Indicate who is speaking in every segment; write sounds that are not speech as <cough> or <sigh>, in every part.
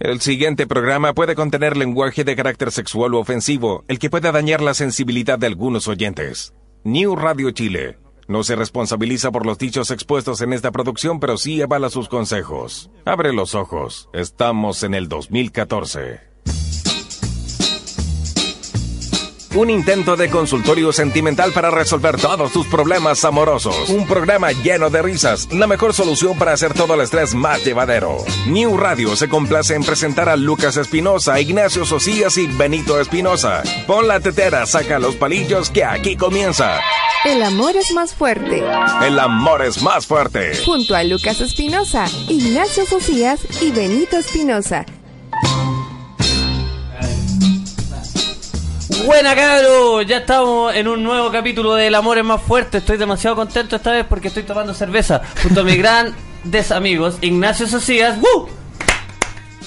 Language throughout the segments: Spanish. Speaker 1: El siguiente programa puede contener lenguaje de carácter sexual o ofensivo, el que pueda dañar la sensibilidad de algunos oyentes. New Radio Chile no se responsabiliza por los dichos expuestos en esta producción, pero sí avala sus consejos. Abre los ojos, estamos en el 2014. Un intento de consultorio sentimental para resolver todos tus problemas amorosos. Un programa lleno de risas, la mejor solución para hacer todo el estrés más llevadero. New Radio se complace en presentar a Lucas Espinosa, Ignacio Socias y Benito Espinosa. Pon la tetera, saca los palillos que aquí comienza.
Speaker 2: El amor es más fuerte.
Speaker 1: El amor es más fuerte.
Speaker 2: Junto a Lucas Espinosa, Ignacio Socias y Benito Espinosa.
Speaker 3: Buena cabro, ya estamos en un nuevo capítulo del amor es más fuerte. Estoy demasiado contento esta vez porque estoy tomando cerveza junto a mis grandes amigos Ignacio Socias ¡woo!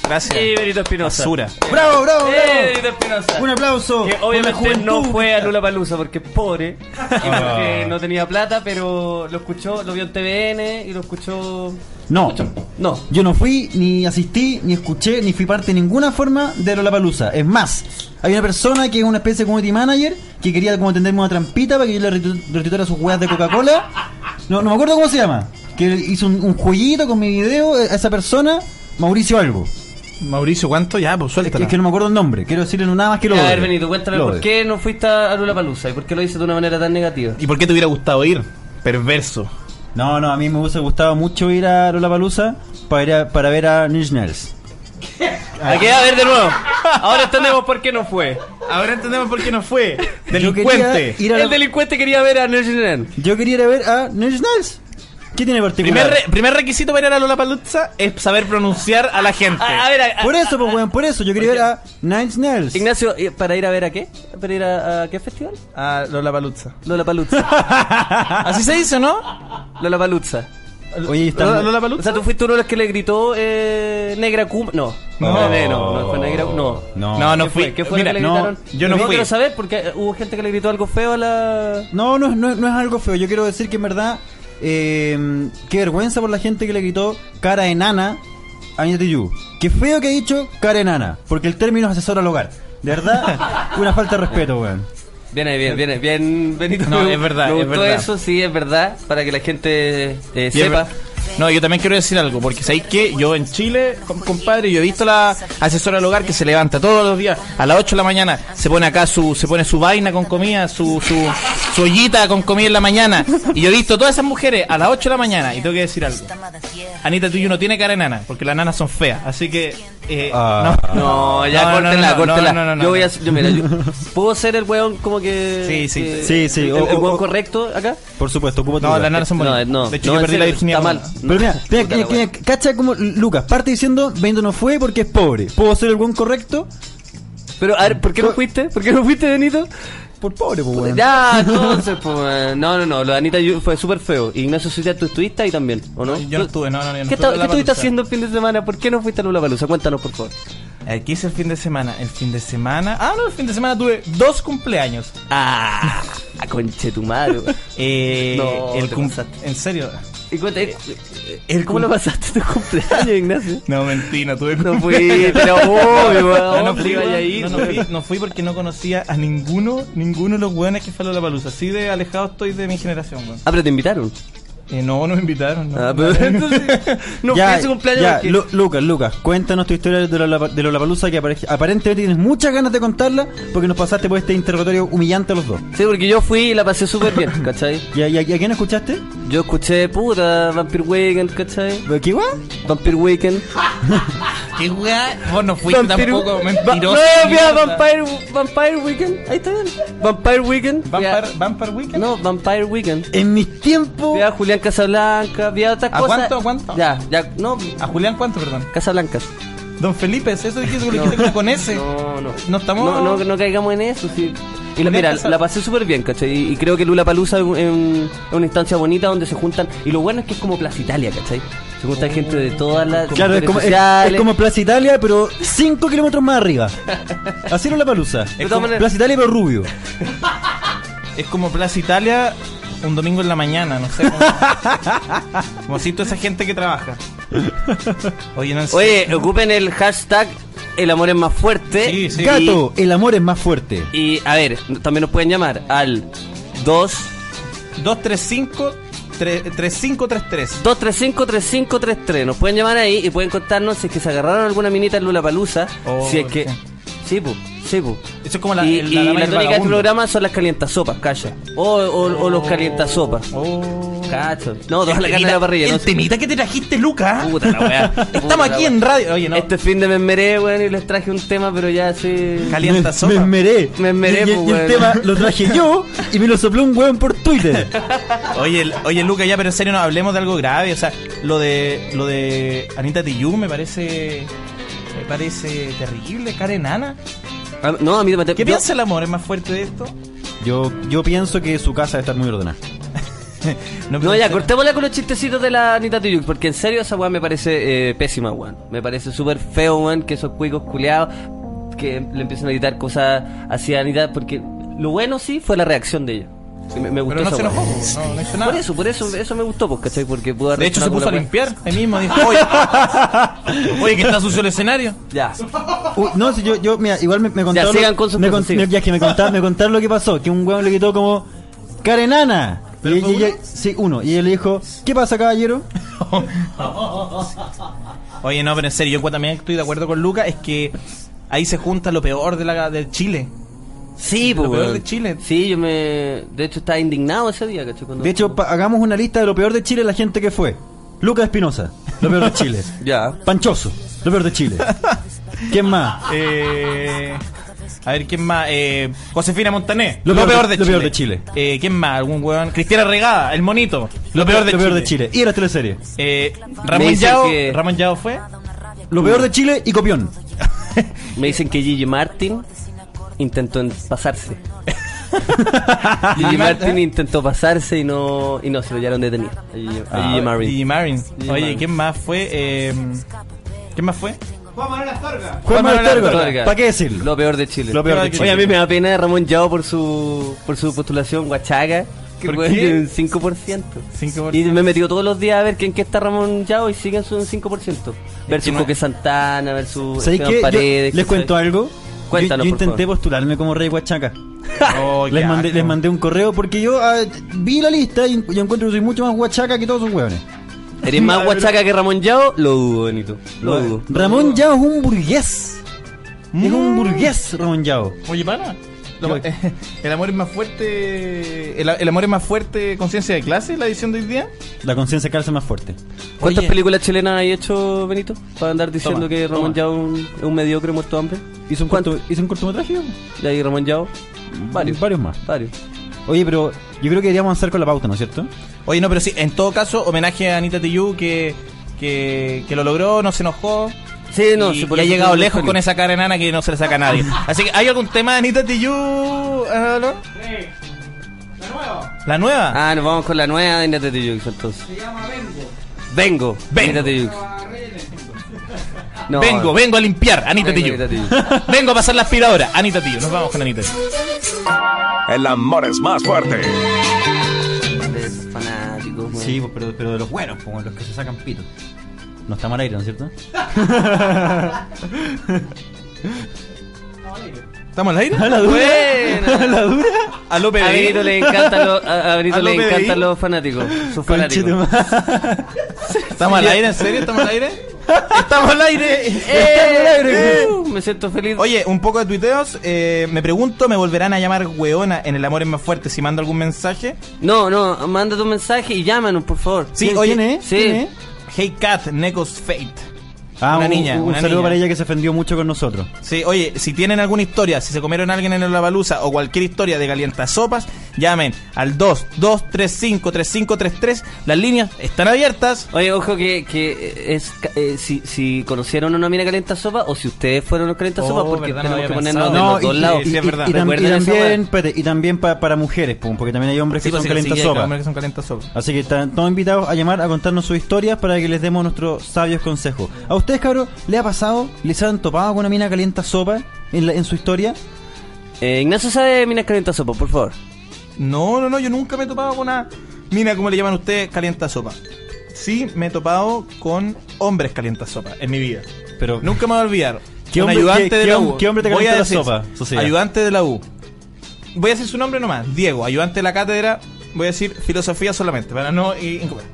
Speaker 4: Gracias.
Speaker 3: y Benito Espinosa.
Speaker 4: Basura.
Speaker 5: ¡Bravo, bravo,
Speaker 3: Eh,
Speaker 5: bravo!
Speaker 3: Benito Espinosa.
Speaker 5: Un aplauso.
Speaker 3: Que
Speaker 5: por la
Speaker 3: obviamente
Speaker 5: juventud.
Speaker 3: no fue a Lula Palusa porque es pobre
Speaker 4: Ah.
Speaker 3: y porque no tenía plata, pero lo escuchó, lo vio en TVN y lo escuchó.
Speaker 5: No.
Speaker 3: No,
Speaker 5: Yo no fui, ni asistí, ni escuché, ni fui parte de ninguna forma de Lollapalooza. Es más, hay una persona que es una especie de community manager que quería como tenderme una trampita para que yo le retu- retitulara sus weas de Coca-Cola. No, no me acuerdo cómo se llama. Que hizo un, un jueguito con mi video, eh, esa persona, Mauricio Algo.
Speaker 4: Mauricio, ¿cuánto? Ya, pues
Speaker 5: Es que,
Speaker 4: suéltala.
Speaker 5: es que no me acuerdo el nombre, quiero decirle nada más que lo
Speaker 3: Ya, a ver
Speaker 5: odie.
Speaker 3: Benito, cuéntame
Speaker 5: Lo
Speaker 3: por
Speaker 5: odie.
Speaker 3: qué no fuiste a Lula Palusa y por qué lo dices de una manera tan negativa.
Speaker 4: ¿Y por qué te hubiera gustado ir? Perverso.
Speaker 5: No, no, a mí me hubiese gustado mucho ir a Lollapalooza para, ir a- para ver a Nils Nels.
Speaker 3: Aquí a ver de nuevo. Ahora entendemos por qué no fue.
Speaker 4: Ahora entendemos por qué no fue.
Speaker 5: Yo
Speaker 4: Delincuente.
Speaker 5: quería ir a la-
Speaker 3: El delincuente quería ver a Nelson Nen.
Speaker 5: Yo quería ir a ver a Nils Nels. ¿Qué tiene particular?
Speaker 4: Primer, re- primer requisito para ir a Lollapalooza es saber pronunciar a la gente.
Speaker 3: A, a ver, a- a-
Speaker 5: Por eso, pues, weón, por eso. Yo quería ver a Nils Nels.
Speaker 3: Ignacio, ¿y ¿para ir a ver a qué? ¿Para ir a, a qué festival?
Speaker 4: A Lollapalooza. <laughs>
Speaker 3: Lola Paluzza.
Speaker 4: Así se dice, ¿no?
Speaker 3: Lola Paluzza.
Speaker 5: Oye,
Speaker 4: ¿Lola,
Speaker 5: está...
Speaker 3: O sea, tú fuiste uno de los que le gritó eh, Negra Cum. No.
Speaker 5: No.
Speaker 3: no, no, no fue Negra No.
Speaker 5: No.
Speaker 4: No, no
Speaker 3: ¿Qué fue?
Speaker 4: fui.
Speaker 3: ¿Qué fue
Speaker 4: Mira,
Speaker 3: lo que le
Speaker 4: no,
Speaker 3: gritaron?
Speaker 4: yo no fui.
Speaker 3: quiero saber porque eh, hubo gente que le gritó algo feo a la.
Speaker 5: No, no, es- no, es- no es algo feo. Yo quiero decir que en verdad, eh, qué vergüenza por la gente que le gritó cara enana a Nieto Yu. Qué feo que ha dicho cara enana, porque el término es asesor al hogar. De
Speaker 3: <laughs>
Speaker 5: verdad, una falta de respeto, weón.
Speaker 3: Bien ahí, bien, bien, ahí, bien, Benito.
Speaker 4: No,
Speaker 3: Me-
Speaker 4: es verdad,
Speaker 3: me
Speaker 4: es
Speaker 3: gustó
Speaker 4: verdad.
Speaker 3: eso, sí, es verdad, para que la gente eh,
Speaker 4: Y es
Speaker 3: sepa.
Speaker 4: ver- No, yo también quiero decir algo, porque sabéis que yo en Chile, com- compadre, yo he visto la asesora del hogar que se levanta todos los días a las 8 de la mañana, se pone acá su, se pone su vaina con comida, su, su, su ollita con comida en la mañana. Y yo he visto todas esas mujeres a las 8 de la mañana, y tengo que decir algo. Anita, tú y yo no tiene cara de nana, porque las nanas son feas, así que. eh,
Speaker 5: Ah.
Speaker 4: no.
Speaker 3: No, ya
Speaker 4: No, no,
Speaker 3: córtenla,
Speaker 4: no, no,
Speaker 3: córtenla.
Speaker 4: no, no, no,
Speaker 3: yo voy a.
Speaker 4: no.
Speaker 3: Yo, mira, yo- ¿Puedo ser el weón como que.
Speaker 4: Sí, sí.
Speaker 3: que-
Speaker 5: Sí, sí,
Speaker 3: El,
Speaker 5: o-
Speaker 3: el
Speaker 5: o-
Speaker 3: weón
Speaker 5: o-
Speaker 3: correcto acá?
Speaker 5: Por supuesto, ocupo tu
Speaker 4: No,
Speaker 5: lugar.
Speaker 4: las nanas son
Speaker 3: No,
Speaker 4: bonitas.
Speaker 3: no,
Speaker 4: de hecho,
Speaker 3: no,
Speaker 4: yo
Speaker 3: en
Speaker 4: perdí la
Speaker 3: serio,
Speaker 4: virginidad.
Speaker 3: está mal.
Speaker 5: Pero mira, mira,
Speaker 3: Puta la
Speaker 5: mira, mira, cacha como Lucas parte diciendo, Benito no fue porque es pobre. ¿Puedo ser el buen correcto?
Speaker 3: Pero, a ver, ¿por qué no fuiste? ¿Por qué no fuiste, Benito?
Speaker 5: Por pobre, pues, weón. <laughs>
Speaker 4: <laughs>
Speaker 3: Ya, entonces, pues. eh, No, no, no, lo de Anita Yu fue súper feo. Ignacio Sucia, tú estuviste ahí también, ¿o no?
Speaker 4: Yo no estuve, no, no, yo no
Speaker 3: ¿Qué,
Speaker 4: estuve
Speaker 3: esta-
Speaker 4: en
Speaker 3: qué
Speaker 4: la
Speaker 3: estuviste
Speaker 4: Palusa.
Speaker 3: haciendo el fin de semana? ¿Por qué no fuiste a Lula Palusa? Cuéntanos, por favor.
Speaker 4: Eh, ¿Qué hice el fin de semana? El fin de semana. Ah, no, el fin de semana tuve dos cumpleaños.
Speaker 3: Ah, conche tu
Speaker 4: <laughs>
Speaker 3: madre. weón.
Speaker 4: Eh,
Speaker 3: No,
Speaker 4: el
Speaker 3: te
Speaker 4: cum-
Speaker 3: pasaste.
Speaker 4: En serio.
Speaker 3: Y cuenta, eh, eh, ¿Cómo lo pasaste tu cumpleaños, Ignacio?
Speaker 4: <laughs> No, mentira, tuve
Speaker 3: No
Speaker 4: cumpleaños.
Speaker 3: fui,
Speaker 4: <laughs>
Speaker 3: pero obvio,
Speaker 4: No,
Speaker 3: weón.
Speaker 4: no fui,
Speaker 3: iba a ir,
Speaker 4: no, no
Speaker 3: weón.
Speaker 4: fui, no fui porque no conocía a ninguno, ninguno de los weones que fue a la palusa. Así de alejado estoy de mi generación, weón.
Speaker 3: Ah, pero te invitaron.
Speaker 4: Eh, no, no me invitaron. No,
Speaker 3: Ah, pero entonces no fui a su cumpleaños
Speaker 5: <laughs> ya,
Speaker 3: porque-
Speaker 5: Lu- Lucas, Lucas, cuéntanos tu historia de Lola- de Lollapalooza que apare- aparentemente tienes muchas ganas de contarla porque nos pasaste por este interrogatorio humillante a los dos.
Speaker 3: Sí, porque yo fui y la pasé súper
Speaker 5: <laughs>
Speaker 3: bien, ¿cachai?
Speaker 5: ¿Y a, y a- y a quién escuchaste?
Speaker 3: Yo escuché, puta, Vampire Weekend, ¿cachai?
Speaker 5: ¿Qué guay?
Speaker 3: Vampire Weekend.
Speaker 4: <laughs> ¿Qué weá? Vos no fuiste
Speaker 3: Vampire-
Speaker 4: tampoco,
Speaker 3: Va-
Speaker 4: mentiroso.
Speaker 3: No, mira,
Speaker 4: mierda.
Speaker 3: Vampire, Vampire Weekend. Ahí está bien. Vampire Weekend. Fui a-
Speaker 4: Vampire, Vampire Weekend.
Speaker 3: No, Vampire Weekend.
Speaker 5: En mis tiempos.
Speaker 3: Vi a Julián Casablanca, vi a otras
Speaker 4: ¿A
Speaker 3: cosas.
Speaker 4: cuánto, a cuánto?
Speaker 3: Ya, ya, no,
Speaker 4: ¿A Julián cuánto, perdón?
Speaker 3: Casablanca.
Speaker 4: Don Felipe, ¿es eso dijiste que lo no. con ese?
Speaker 3: No, no.
Speaker 4: No estamos-
Speaker 3: No, no, no caigamos en eso, sí. Y la,
Speaker 4: Julián
Speaker 3: mira,
Speaker 4: Casablanca.
Speaker 3: la pasé súper bien, ¿cachai? Y, y creo que Lula Palusa es, un- es un- es una instancia bonita donde se juntan. Y lo bueno es que es como Plaza Italia, ¿cachai? Se juntan gente de todas las.
Speaker 5: Oh. Claro, es
Speaker 3: sectores
Speaker 5: como, es-
Speaker 3: sociales.
Speaker 5: es como Plaza Italia, pero 5 kilómetros más arriba. Así era la palusa.
Speaker 3: todas maneras-
Speaker 5: Plaza Italia, pero rubio.
Speaker 4: Es como Plaza
Speaker 3: <laughs>
Speaker 4: Italia un domingo en la mañana, no sé. Como, como si toda esa gente que trabaja. Oye, Nancy.
Speaker 3: Oye, ocupen el hashtag El amor es más fuerte.
Speaker 4: Sí, sí.
Speaker 5: Gato, el amor es más fuerte.
Speaker 3: Y, y, a ver, también nos pueden llamar al 2
Speaker 4: 235 tre- 3533.
Speaker 3: 235-3533. Nos pueden llamar ahí y pueden contarnos si es que se agarraron alguna minita en Lula Palusa.
Speaker 4: Oh,
Speaker 3: si es que.
Speaker 4: sí.
Speaker 3: Sí, pues. pu, sí, pu.
Speaker 4: Eso es como la-
Speaker 3: y,
Speaker 4: el-
Speaker 3: y
Speaker 4: la dama y
Speaker 3: la
Speaker 4: el
Speaker 3: tónica del
Speaker 4: vagabundo.
Speaker 3: programa son las calientasopas, calla. O, o, o los calientasopas.
Speaker 4: Oh.
Speaker 3: Cacho. No, todas las carnes de la parrilla.
Speaker 4: El
Speaker 3: No,
Speaker 4: temita que te trajiste, Luca. ¿eh?
Speaker 3: Puta la weá. Puta
Speaker 4: <laughs>
Speaker 3: la
Speaker 4: Estamos aquí
Speaker 3: weá.
Speaker 4: en radio. Oye, no.
Speaker 3: Este fin de me enmeré, weón, y les traje un tema, pero ya sí.
Speaker 4: Calienta
Speaker 5: Me <laughs>
Speaker 4: sopa.
Speaker 5: esmeré.
Speaker 3: Me esmeré,
Speaker 5: Y- y-
Speaker 3: pues,
Speaker 5: y
Speaker 3: weón.
Speaker 5: el tema lo traje yo y me lo sopló un hueón por Twitter.
Speaker 4: Oye, el- oye, Luca, ya, pero en serio, no hablemos de algo grave. O sea, lo de lo de Anita Tijoux me parece me parece terrible, cara enana.
Speaker 3: Ah, No, a mí me
Speaker 4: ¿Qué
Speaker 3: yo-
Speaker 4: piensa el amor? ¿Es más fuerte de esto?
Speaker 5: Yo, yo pienso que su casa debe estar muy
Speaker 3: <laughs>
Speaker 5: ordenada.
Speaker 4: pero
Speaker 3: No, ya,
Speaker 4: en serio.
Speaker 3: cortémosla con los chistecitos de la Anita Tuyuk, porque en serio esa weá me parece eh, pésima, weón. Me parece súper feo, weón, que esos cuicos culeados que le empiezan a gritar cosas hacia Anita, porque lo bueno sí fue la reacción de ella. Sí, Me, me gustó
Speaker 4: Pero no
Speaker 3: esa
Speaker 4: se
Speaker 3: weá.
Speaker 4: enojó, no, no hizo
Speaker 3: Por
Speaker 4: nada.
Speaker 3: eso, por eso, eso me gustó, pues, ¿cachai? Porque pudo
Speaker 4: De hecho,
Speaker 3: arreglar
Speaker 4: se puso a
Speaker 3: alguna weá.
Speaker 4: limpiar. Ahí mismo dijo,
Speaker 3: <laughs>
Speaker 4: oye, oye, que está sucio el escenario.
Speaker 3: Ya.
Speaker 5: Uy, Uh, no, si yo, yo, mira, igual me, me contaron.
Speaker 3: sigan
Speaker 5: lo-
Speaker 3: con sus
Speaker 5: me
Speaker 3: cosas,
Speaker 5: con-
Speaker 3: sigan.
Speaker 5: me- ya, es que me contaron, me contaron lo que pasó, que un hueón le quitó como Karenana. Y, y ella, sí, uno. Y ella le dijo, ¿qué pasa,
Speaker 4: <laughs>
Speaker 5: caballero?
Speaker 4: Oye, no, pero en serio, yo también estoy de acuerdo con Luca, es que ahí se junta lo peor de la de Chile.
Speaker 3: Sí,
Speaker 4: Lo
Speaker 3: pues,
Speaker 4: peor
Speaker 3: weón.
Speaker 4: de Chile.
Speaker 3: Sí, yo me. De hecho, estaba indignado ese día, ¿cachai? Cuando-
Speaker 5: De hecho, pa- hagamos una lista de lo peor de Chile, la gente que fue. Lucas Espinosa, lo peor de Chile.
Speaker 3: Ya.
Speaker 5: Panchoso, lo peor de Chile. ¿Quién más?
Speaker 4: Eh, a ver, ¿quién más? Eh, Josefina Montané.
Speaker 5: Lo peor de- lo peor de Chile.
Speaker 4: Eh, ¿Quién más? ¿Algún huevón? Cristiana Regada, el monito. Lo peor de
Speaker 5: lo
Speaker 4: Chile.
Speaker 5: peor de Chile. Y las teleseries.
Speaker 4: Eh,
Speaker 3: Me
Speaker 4: Ramón
Speaker 3: dicen
Speaker 4: Yao.
Speaker 3: que-
Speaker 4: Ramón Yao fue.
Speaker 5: Lo peor de Chile y Copión.
Speaker 3: Me dicen que Gigi Martin intentó en- pasarse.
Speaker 4: <laughs>
Speaker 3: Gigi
Speaker 4: ¿eh?
Speaker 3: Martin intentó pasarse y no, y no se lo llevaron detenido. A Gigi, a
Speaker 5: Ah,
Speaker 3: Gigi Martin.
Speaker 4: Ah, Gigi Marin.
Speaker 3: Gigi
Speaker 4: Oye,
Speaker 3: Marin.
Speaker 4: ¿quién más fue? Eh, ¿Quién más fue?
Speaker 5: Juan Manuel
Speaker 4: Manuel
Speaker 5: Astorga.
Speaker 3: Astorga.
Speaker 5: ¿Para qué decirlo?
Speaker 3: Lo peor de Chile.
Speaker 5: Lo peor de Chile.
Speaker 3: Oye, a mí me da pena de Ramón Yao por su, por su postulación guachaga. Que
Speaker 4: ¿Por
Speaker 3: fue
Speaker 4: qué?
Speaker 3: un 5%.
Speaker 4: 5%.
Speaker 3: Y me he metido todos los días a ver quién que está Ramón Yao y siguen su 5%. Versus
Speaker 4: no-
Speaker 3: Coque Santana, versus
Speaker 5: ¿Sabéis
Speaker 3: Esteban
Speaker 5: qué? Yo-
Speaker 3: Paredes.
Speaker 5: les
Speaker 3: ¿cachai?
Speaker 5: cuento algo.
Speaker 3: Cuéntanos,
Speaker 5: yo, yo
Speaker 3: por
Speaker 5: intenté
Speaker 3: favor.
Speaker 5: postularme como rey Huachaca.
Speaker 4: Oh,
Speaker 5: les,
Speaker 4: qué
Speaker 5: mandé,
Speaker 4: asco.
Speaker 5: les mandé un correo porque yo ah, vi la lista y, y encuentro que soy mucho más Huachaca que todos esos hueones.
Speaker 3: ¿Eres
Speaker 5: <laughs>
Speaker 3: más guachaca que Ramón Yao? Lo dudo, Benito. Lo dudo. Mm.
Speaker 5: Ramón Yao es un burgués. Es un burgués, Ramón Yao.
Speaker 4: Oye, pana. lo- eh, el amor es más fuerte. El, el amor es más fuerte. Conciencia de clase, la edición de hoy día.
Speaker 5: La conciencia calza más fuerte.
Speaker 3: ¿Cuántas
Speaker 4: Oye.
Speaker 3: películas chilenas hay hecho, Benito? Para andar diciendo
Speaker 4: Toma,
Speaker 3: que Ramón
Speaker 4: toma.
Speaker 3: Yao es un- es un mediocre muerto de hambre.
Speaker 5: ¿Hizo un,
Speaker 3: ¿Cuánto?
Speaker 5: corto- hizo un cortometraje? Mm,
Speaker 3: Y ahí Ramón Yao. Varios.
Speaker 5: Varios más.
Speaker 3: Varios.
Speaker 5: Oye, pero yo creo que deberíamos avanzar con la pauta, ¿no es cierto?
Speaker 4: Oye, no, pero sí, en todo caso, homenaje a Anita Tijoux que, que, que lo logró, no se enojó.
Speaker 3: Sí, no,
Speaker 4: y,
Speaker 3: sí, por
Speaker 4: y ha
Speaker 3: eso
Speaker 4: llegado
Speaker 3: estoy
Speaker 4: lejos
Speaker 3: feliz.
Speaker 4: con esa cara enana que no se le saca a
Speaker 3: <laughs>
Speaker 4: nadie. Así que, ¿hay algún tema de Anita Tijoux, Anadolor? Sí. La nueva. ¿La nueva?
Speaker 3: Ah, nos vamos con la nueva de Inete Tijux entonces. Se llama Vengo.
Speaker 4: Vengo.
Speaker 3: Vengo. Inete Tijux. No,
Speaker 4: vengo, vengo a limpiar, Anita
Speaker 3: Vengo,
Speaker 4: Tijoux.
Speaker 3: Anita
Speaker 4: <laughs> vengo a pasar la aspiradora, Anita Tijoux. Nos vamos con Anita Tijoux.
Speaker 1: El amor es más fuerte.
Speaker 3: de fanáticos, güey.
Speaker 5: Sí, pues, pero, pero de los buenos, como los que se sacan pito. No está mal aire, ¿no es
Speaker 4: <laughs>
Speaker 5: cierto?
Speaker 4: ¿Estamos al aire? ¿A
Speaker 5: la dura?
Speaker 3: Buena.
Speaker 5: ¿La dura?
Speaker 4: ¿A López
Speaker 3: A
Speaker 4: de
Speaker 3: Benito
Speaker 4: Vila?
Speaker 3: le encantan los, a a Benito
Speaker 4: ¿A
Speaker 3: le
Speaker 4: Lope de
Speaker 3: encantan
Speaker 4: Vila?
Speaker 3: los fanáticos. Sus
Speaker 5: Conchito,
Speaker 3: fanáticos.
Speaker 4: ¿Estamos al aire? ¿En serio? ¿Estamos al
Speaker 3: <laughs>
Speaker 4: aire? <laughs> ¡Estamos al aire!
Speaker 3: ¡Eh! Uh, Me siento feliz.
Speaker 4: Oye, un poco de tuiteos. eh, me pregunto, ¿me volverán a llamar hueona en El Amor es más fuerte si mando algún mensaje?
Speaker 3: No, no, manda tu mensaje y llámanos, por favor.
Speaker 4: Sí,
Speaker 5: ¿Quién-
Speaker 4: oye.
Speaker 5: quién es?
Speaker 3: Sí.
Speaker 5: ¿Quién es?
Speaker 4: Hey Cat, Neco's Fate.
Speaker 5: Ah,
Speaker 4: Una
Speaker 5: un,
Speaker 4: niña,
Speaker 5: un
Speaker 4: una
Speaker 5: saludo
Speaker 4: niña.
Speaker 5: para ella que se ofendió mucho con nosotros.
Speaker 4: Sí, oye, si tienen alguna historia, si se comieron a alguien en la baluza o cualquier historia de calientasopas, llamen al 22353533. Las líneas están abiertas.
Speaker 3: Oye, ojo que, que es ca- eh, si, si conocieron una mina calienta sopa o si ustedes fueron los calienta sopa
Speaker 4: Oh,
Speaker 3: porque
Speaker 4: verdad, no
Speaker 3: tenemos
Speaker 4: había
Speaker 3: que ponernos
Speaker 4: pensado.
Speaker 3: de los dos
Speaker 4: y-
Speaker 3: lados.
Speaker 4: sí, es verdad.
Speaker 5: y tam-
Speaker 3: Recuerden
Speaker 5: y
Speaker 3: esa
Speaker 5: también, espérate, y también pa- para mujeres, pum, porque también hay hombres
Speaker 4: Sí,
Speaker 5: que son
Speaker 4: pues, sí, sí,
Speaker 5: calientas
Speaker 4: hay
Speaker 5: sopa.
Speaker 4: hombres que son calientasopas.
Speaker 5: Así que están todos invitados a llamar a contarnos sus historias para que les demos nuestros sabios consejos. ¿A ustedes, cabros, le ha pasado? ¿Les han topado con una mina calienta sopa en, la- en su historia?
Speaker 3: Eh, Ignacio sabe minas calienta sopa, por favor.
Speaker 4: No, no, no, yo nunca me he topado con una mina, como le llaman ustedes, calientasopa. sí me he topado con hombres calientasopa en mi vida.
Speaker 5: Pero
Speaker 4: Nunca me voy a olvidar.
Speaker 5: ¿Qué
Speaker 4: un
Speaker 5: hombre-
Speaker 4: ayudante
Speaker 5: qué-
Speaker 4: de
Speaker 5: qué
Speaker 4: la
Speaker 5: hom-
Speaker 4: U.
Speaker 5: qué hombre te
Speaker 4: Voy a
Speaker 5: calienta la
Speaker 4: decir,
Speaker 5: sopa, Sociedad?
Speaker 4: Ayudante de la U. Voy a decir su nombre nomás. Diego, ayudante de la cátedra. Voy a decir filosofía solamente para no i- incomodar.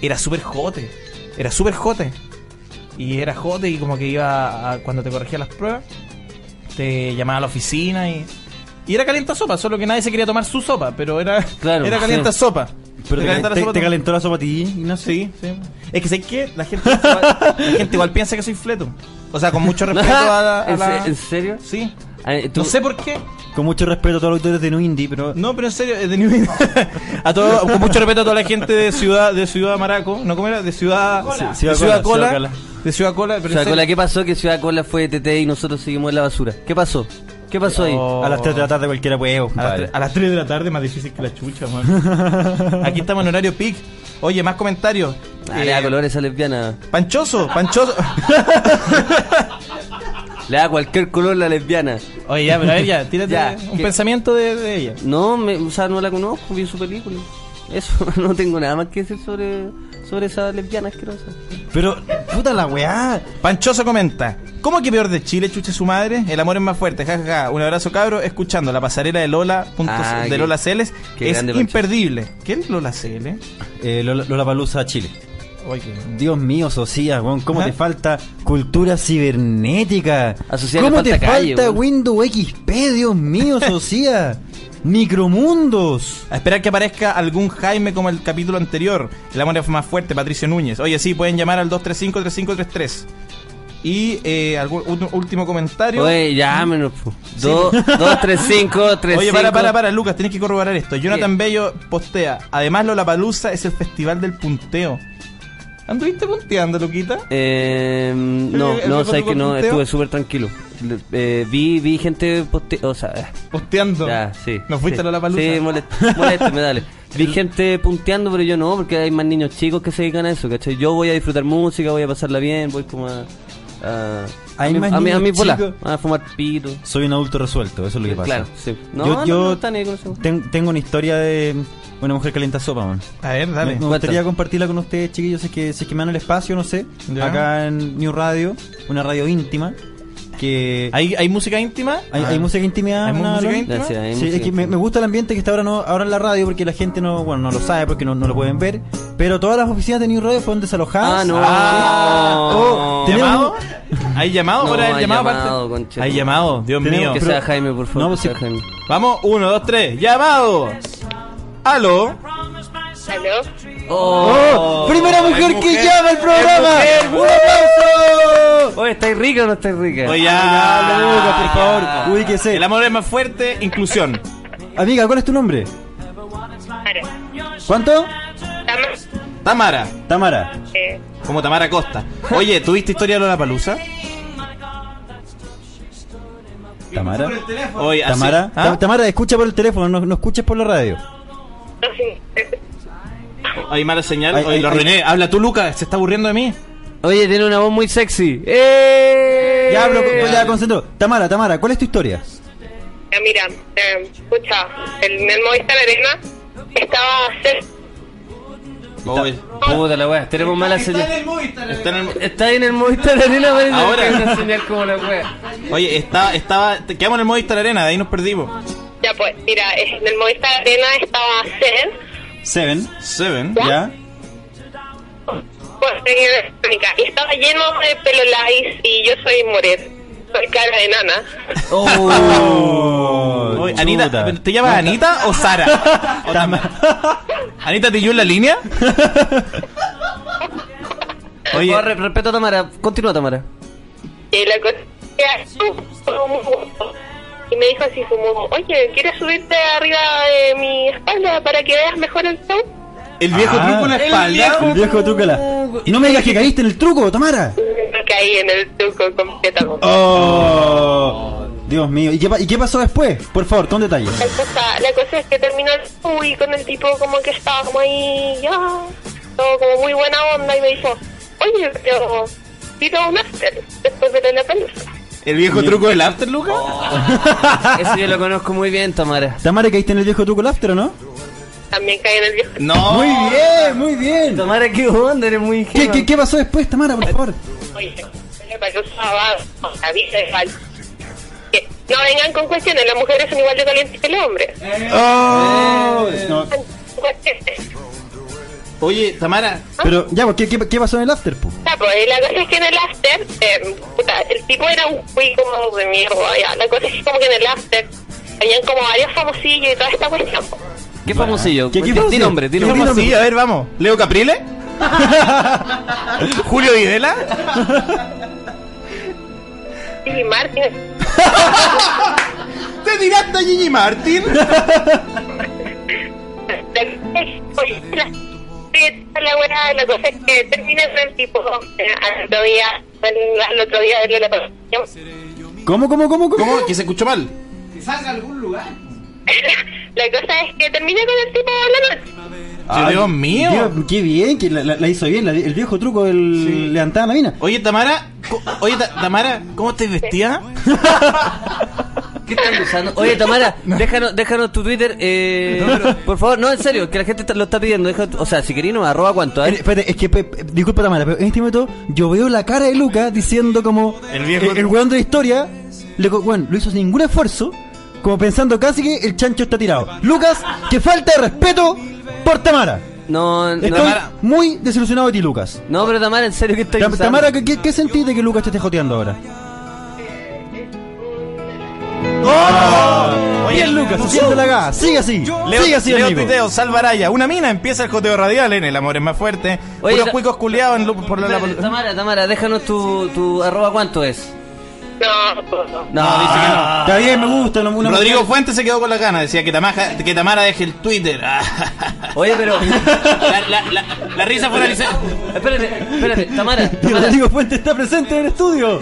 Speaker 4: Era súper jote. Era súper jote. Y era jote y como que iba a- cuando te corregía las pruebas, te llamaba a la oficina y... Y era calienta sopa, solo que nadie se quería tomar su sopa, pero era,
Speaker 3: Claro.
Speaker 4: era calienta sopa.
Speaker 5: Pero te
Speaker 4: calienta la
Speaker 5: te-
Speaker 4: sopa
Speaker 5: te
Speaker 4: todo.
Speaker 5: calentó la sopa a ti, Ignacio.
Speaker 4: Sí, sí. Es que sé que la gente, la gente igual piensa que soy fleto. O sea, con
Speaker 3: <laughs>
Speaker 4: mucho respeto a la. a
Speaker 3: ¿En,
Speaker 4: la-
Speaker 3: se- en serio?
Speaker 4: Sí.
Speaker 3: Ah, eh, tú-
Speaker 4: No sé por qué.
Speaker 5: Con mucho respeto a todos los autores de New Indie, pero.
Speaker 4: No, pero en serio, he tenido
Speaker 5: <laughs>
Speaker 4: a todo, con mucho respeto a toda la gente de Ciudad de Ciudad Maraco, no cómo era, de Ciudad
Speaker 5: Cola.
Speaker 4: de Ciudad,
Speaker 5: Ciudad
Speaker 4: Cola,
Speaker 5: Cola,
Speaker 4: de Ciudad Cola, pero en
Speaker 3: Ciudad
Speaker 4: serio-
Speaker 3: Cola, ¿qué pasó? Que Ciudad Cola fue TT y nosotros seguimos en la basura. ¿Qué pasó? ¿Qué pasó ahí?
Speaker 4: Oh.
Speaker 5: A las 3 de la tarde cualquiera puede,
Speaker 4: A las,
Speaker 5: compadre.
Speaker 4: tre- a las 3 de la tarde, más difícil que la chucha,
Speaker 3: <laughs>
Speaker 4: man. Aquí estamos en horario peak. Oye, más comentarios.
Speaker 3: Ah,
Speaker 4: Eh,
Speaker 3: le da color a esa lesbiana.
Speaker 4: Panchoso,
Speaker 3: <laughs>
Speaker 4: Panchoso.
Speaker 3: Le da cualquier color a la lesbiana.
Speaker 4: Oye, ya, pero a ver,
Speaker 3: <laughs>
Speaker 4: ya, tírate
Speaker 3: Ya,
Speaker 4: un
Speaker 3: que-
Speaker 4: pensamiento de, de ella.
Speaker 3: No, me, o sea, no la conozco, vi su película. Eso, <laughs> no tengo nada más que decir sobre, sobre esa lesbiana asquerosa.
Speaker 5: Pero, puta la weá.
Speaker 4: Panchoso comenta. ¿Cómo que peor de Chile, chuche su madre? El amor es más fuerte, jajaja. Un abrazo, cabro. Escuchando la pasarela de Lola, punto-
Speaker 3: Ah,
Speaker 4: de
Speaker 3: qué-
Speaker 4: Lola Celes.
Speaker 3: qué
Speaker 4: Es
Speaker 3: grande, Pancho.
Speaker 4: imperdible. ¿Qué es Lola Celes?
Speaker 5: Eh, Lola Palusa, Chile.
Speaker 4: Oye,
Speaker 5: Dios mío, Socia, weón, cómo
Speaker 4: Ajá.
Speaker 5: te falta cultura cibernética.
Speaker 3: A Socia le
Speaker 5: ¿Cómo
Speaker 3: falta
Speaker 5: te
Speaker 3: calle,
Speaker 5: falta
Speaker 3: weón.
Speaker 5: Windows XP, Dios
Speaker 4: <laughs>
Speaker 5: mío, Socia? Micromundos.
Speaker 4: A esperar que aparezca algún Jaime como el capítulo anterior. El amor es más fuerte, Patricio Núñez. Oye, sí, pueden llamar al 235-3533. Y eh, algún ú- último comentario.
Speaker 3: Oye, llámenos, po. Dos, dos, tres, cinco,
Speaker 4: <laughs>
Speaker 3: tres,
Speaker 4: Oye, para,
Speaker 3: cinco.
Speaker 4: para, para, Lucas, tienes que corroborar esto. Jonathan Bello postea. Además, Lollapalooza es el festival del punteo. ¿Anduviste punteando, Luquita?
Speaker 3: Eh, no,
Speaker 4: ¿El- el
Speaker 3: no,
Speaker 4: mejor
Speaker 3: sabes que no,
Speaker 4: punteo?
Speaker 3: estuve súper tranquilo. Le- eh, vi, vi gente poste, o sea, eh,
Speaker 4: Posteando.
Speaker 3: ya, sí.
Speaker 4: ¿No fuiste
Speaker 3: sí.
Speaker 4: a Lollapalooza?
Speaker 3: Sí, molest- moléstame, dale. Vi gente punteando, pero yo no, porque hay más niños chicos que se dedican a eso, ¿cachai? Yo voy a disfrutar música, voy a pasarla bien, voy como a... a
Speaker 5: Hay
Speaker 3: a mi-
Speaker 5: más
Speaker 3: a mi- a
Speaker 5: niños
Speaker 3: mi bola,
Speaker 5: chicos.
Speaker 3: a fumar pito.
Speaker 5: Soy un adulto resuelto, eso es lo que pasa.
Speaker 3: Claro, sí. No,
Speaker 5: Yo-
Speaker 3: no,
Speaker 5: yo-
Speaker 3: no, está ni con eso.
Speaker 5: Ten- tengo una historia de una mujer calienta sopa, man.
Speaker 4: A ver, dale.
Speaker 5: Me, me gustaría compartirla con ustedes, chiquillos, si es que, si es que me dan el espacio, no sé.
Speaker 4: Ya.
Speaker 5: Acá en New Radio, una radio íntima, que...
Speaker 4: ¿Hay, hay música íntima?
Speaker 5: Hay, hay música íntima.
Speaker 4: ¿Hay mu-
Speaker 5: ¿no,
Speaker 4: música
Speaker 5: Alan?
Speaker 4: íntima?
Speaker 3: Ah. Gracias, hay
Speaker 5: Sí, es
Speaker 3: música
Speaker 5: que me, me gusta el ambiente que está ahora, no, ahora en la radio porque la gente no, bueno, no lo sabe porque no, no lo pueden ver. Pero todas las oficinas de New Radio fueron desalojadas.
Speaker 3: Ah, no.
Speaker 4: Ah,
Speaker 5: oh, tenemos-
Speaker 4: ¿Llamado? ¿Hay llamado?
Speaker 3: No,
Speaker 4: por llamado,
Speaker 3: hay llamado,
Speaker 4: aparte?
Speaker 3: concha.
Speaker 4: Hay llamado, Dios
Speaker 5: Tenemos
Speaker 4: mío. pues
Speaker 3: Que sea Jaime, por favor.
Speaker 5: No,
Speaker 3: que
Speaker 5: sí.
Speaker 3: sea Jaime.
Speaker 4: Vamos, uno, dos, tres. Llamado. Aló.
Speaker 6: ¿Aló?
Speaker 5: Oh, primera mujer, que llama al programa.
Speaker 4: ¡Es mujer! ¡Un aplauso!
Speaker 3: Oye, ¿estáis rica o no estáis rica?
Speaker 4: Oye,
Speaker 5: Ah, Lucas,
Speaker 4: por favor.
Speaker 5: por favor, ubíquese.
Speaker 4: El amor es más fuerte, inclusión.
Speaker 5: Amiga, ¿cuál es tu nombre?
Speaker 6: Mara.
Speaker 5: ¿Cuánto?
Speaker 6: Tamara.
Speaker 4: Tamara,
Speaker 5: Tamara.
Speaker 6: Eh,
Speaker 4: como Tamara Costa. Oye, ¿tuviste historia de Lola Palusa?
Speaker 5: Tamara.
Speaker 4: Oye, así-
Speaker 5: Tamara.
Speaker 4: ¿Ah?
Speaker 5: Ta- Tamara, escucha por el teléfono, no, no escuches por la radio.
Speaker 6: no sé.
Speaker 4: Hay mala señal.
Speaker 5: Ay,
Speaker 4: Oye,
Speaker 5: ay,
Speaker 4: lo
Speaker 5: ay.
Speaker 4: arruiné. Habla tú, Lucas. Se está aburriendo de mí.
Speaker 3: Oye, tiene una voz muy sexy. ¡Eh!
Speaker 5: Ya, hablo, ya, concentro. Tamara, Tamara, ¿cuál es tu historia?
Speaker 6: Ya, mira, eh, escucha, el, en el Movistar Arena estaba cerca
Speaker 4: Oye.
Speaker 3: Puta la weá, tenemos mala señal.
Speaker 4: Está en el-
Speaker 3: Está ahí en el Movistar Arena, parece
Speaker 4: Ahora.
Speaker 3: que hay una señal como la weá.
Speaker 4: Oye, está, estaba. te- Quedamos en el Movistar Arena, de ahí nos perdimos.
Speaker 6: Ya pues, mira, en el Movistar Arena estaba Zen,
Speaker 5: Seven.
Speaker 4: Seven.
Speaker 5: ¿Ya?
Speaker 6: bueno, tenía una pues, electrónica, y estaba lleno de pelo lice y yo soy moret, soy cara de nana.
Speaker 5: Oh,
Speaker 4: Oye,
Speaker 5: chuta.
Speaker 4: Anita, ¿te llamas Anita o Sara? O Tam- Anita, ¿te en la línea?
Speaker 3: Oye.
Speaker 4: Oye,
Speaker 3: respeto a Tamara. Continúa, Tamara.
Speaker 6: Y la cosa es que, y me dijo así como, oye, ¿quieres subirte arriba de mi espalda para que veas mejor el show?
Speaker 4: el viejo
Speaker 5: Ah.
Speaker 4: truco en la
Speaker 5: El
Speaker 4: espalda.
Speaker 5: El viejo trucala. Y no me digas que caíste en el truco, Tamara.
Speaker 6: Me caí en el truco completamente.
Speaker 5: Oh, Dios mío. ¿Y qué, pa- y qué pasó después? Por favor, con detalle.
Speaker 6: La cosa, la cosa es que terminó el show y con el tipo como que estaba como ahí, ya, todo como muy buena onda y me dijo, oye, pero pido un after después de la pelusa.
Speaker 4: El viejo truco del after, Lucas.
Speaker 3: Eso yo lo conozco muy bien, Tamara.
Speaker 5: Tamara, caíste en el viejo truco el after, ¿o no?
Speaker 7: también caí en el viejo.
Speaker 4: No.
Speaker 5: Muy bien, muy bien.
Speaker 3: Tamara, qué onda, eres muy
Speaker 5: ¿Qué,
Speaker 3: ingenua.
Speaker 5: qué, qué pasó después, Tamara, por favor?
Speaker 7: Oye, para que usaba la vida de falso. Que No vengan con cuestiones, las mujeres son igual de valientes que el hombre.
Speaker 5: Eh. Oh, no.
Speaker 7: Cuestiones.
Speaker 4: Oye, Tamara.
Speaker 5: Pero ya, pues, ¿qué, qué, qué pasó en el after? po?
Speaker 7: Ya, pues, y la cosa es que en el after, eh, puta, el tipo era un cuico de mierda, ya. La cosa es que como que en el after habían como varios famosillos y toda esta cuestión. po.
Speaker 3: ¿Qué famosillo?
Speaker 5: ¿Qué- qué
Speaker 3: Di- Di
Speaker 5: famosillo?
Speaker 3: nombre, di
Speaker 5: ¿Qué
Speaker 3: nombre.
Speaker 5: famosillo?
Speaker 4: Sí, a ver, vamos. ¿Leo Caprile? ¿Julio Videla?
Speaker 7: Y Martín,
Speaker 4: ¿Te tiraste a Gigi Martin?
Speaker 7: oye, la, la wea, la cosa es que terminé con el tipo eh, al otro día, al, al otro día de la producción.
Speaker 5: ¿Cómo, cómo, cómo, cómo?
Speaker 4: ¿Cómo? ¿Que se escuchó mal?
Speaker 7: <laughs> La cosa es que terminé con el tipo la noche.
Speaker 4: Ay, Dios mío.
Speaker 5: Dios, qué bien, que la, la- la hizo bien, la- el viejo truco del levantar la mina.
Speaker 4: Oye, Tamara. co- Oye, Ta- Tamara, ¿cómo te vestía?
Speaker 3: ¿Qué están usando? Oye, Tamara, déjanos, déjanos tu Twitter. Eh, Por favor, no, en serio, que la gente te- lo está pidiendo. deja- o sea, si querés, nos arroba cuánto. a
Speaker 5: Eh,
Speaker 3: ver.
Speaker 5: Espérate, es que, pe- pe- disculpa Tamara, pero en este momento yo veo la cara de Lucas diciendo como
Speaker 4: El viejo-
Speaker 5: eh, el weón de la historia, le, co- bueno, lo hizo sin ningún esfuerzo, como pensando casi que el chancho está tirado. Lucas, que falta de respeto por Tamara.
Speaker 3: No, no,
Speaker 5: Estoy
Speaker 3: Tamara.
Speaker 5: muy desilusionado de ti, Lucas.
Speaker 3: No, pero Tamara, en serio, ¿qué estás
Speaker 5: Ta-
Speaker 3: usando?
Speaker 5: Tamara, ¿qué, qué, qué sentís de que Lucas te esté joteando ahora? Bien, Lucas, haciendo la gaga. Sigue así,
Speaker 4: ¡Oh! Leo,
Speaker 5: sigue así,
Speaker 4: Leo
Speaker 5: amigo.
Speaker 4: tuiteo, Salvaraya, una mina empieza el joteo radial en El Amor es más fuerte.
Speaker 3: Oye,
Speaker 4: Puros
Speaker 3: ta-
Speaker 4: cuicos culiados en lo- por la...
Speaker 3: Espérate, Tamara, Tamara, déjanos tu, tu arroba cuánto es.
Speaker 7: No, pues, no.
Speaker 3: No,
Speaker 5: Está bien, me gusta. Una una
Speaker 4: Ah. Rodrigo
Speaker 5: mujer-
Speaker 4: Fuentes se quedó con la gana, decía que, Tamaja- que Tamara deje el Twitter. <laughs>
Speaker 3: dice que no. Oye,
Speaker 5: <laughs>
Speaker 3: pero.
Speaker 4: La, la- la- la risa fue la risa.
Speaker 3: Espérate, espérate, Tamara.
Speaker 5: Y <laughs>
Speaker 3: Tamara,
Speaker 5: Rodrigo Fuente está presente en el estudio.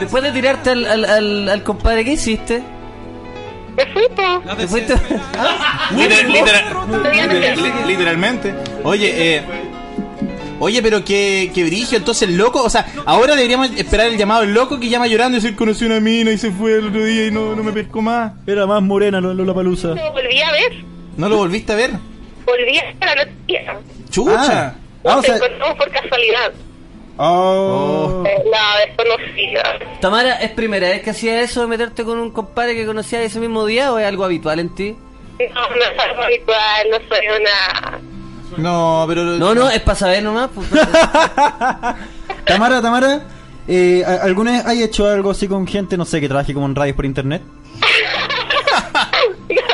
Speaker 3: después de tirarte al, al, al, al compadre, ¿qué hiciste?
Speaker 7: Me fui, po.
Speaker 3: ¿Te fuiste? Ah,
Speaker 4: Liter- liter-
Speaker 7: Todavía no sé.
Speaker 4: li- literalmente. Oye, eh, Oye, pero que, que brillo, entonces el loco, o sea, ahora deberíamos esperar el llamado del loco que llama llorando y decir conocí una mina y se fue el otro día y no, no me pescó más.
Speaker 5: Era más morena Lola Palusa. Ah.
Speaker 7: Volví a ver,
Speaker 4: ¿No lo volviste a ver?
Speaker 7: volví a ver a la tía.
Speaker 4: ¡Chucha!
Speaker 5: Vamos
Speaker 7: Nos
Speaker 5: a.
Speaker 7: encontramos por casualidad.
Speaker 5: Oh.
Speaker 7: Eh, La desconocida.
Speaker 3: Tamara, ¿es primera vez que hacía eso de meterte con un compadre que conocías ese mismo día o es algo habitual en ti?
Speaker 7: No, no es algo habitual, Ah, no soy una.
Speaker 4: No, pero...
Speaker 3: No, no, es para saber nomás. pues.
Speaker 5: <laughs> Tamara, Tamara. Eh, ¿a- ¿Alguna vez hay hecho algo así con gente, no sé, que trabaje como en radios por internet?
Speaker 4: <laughs>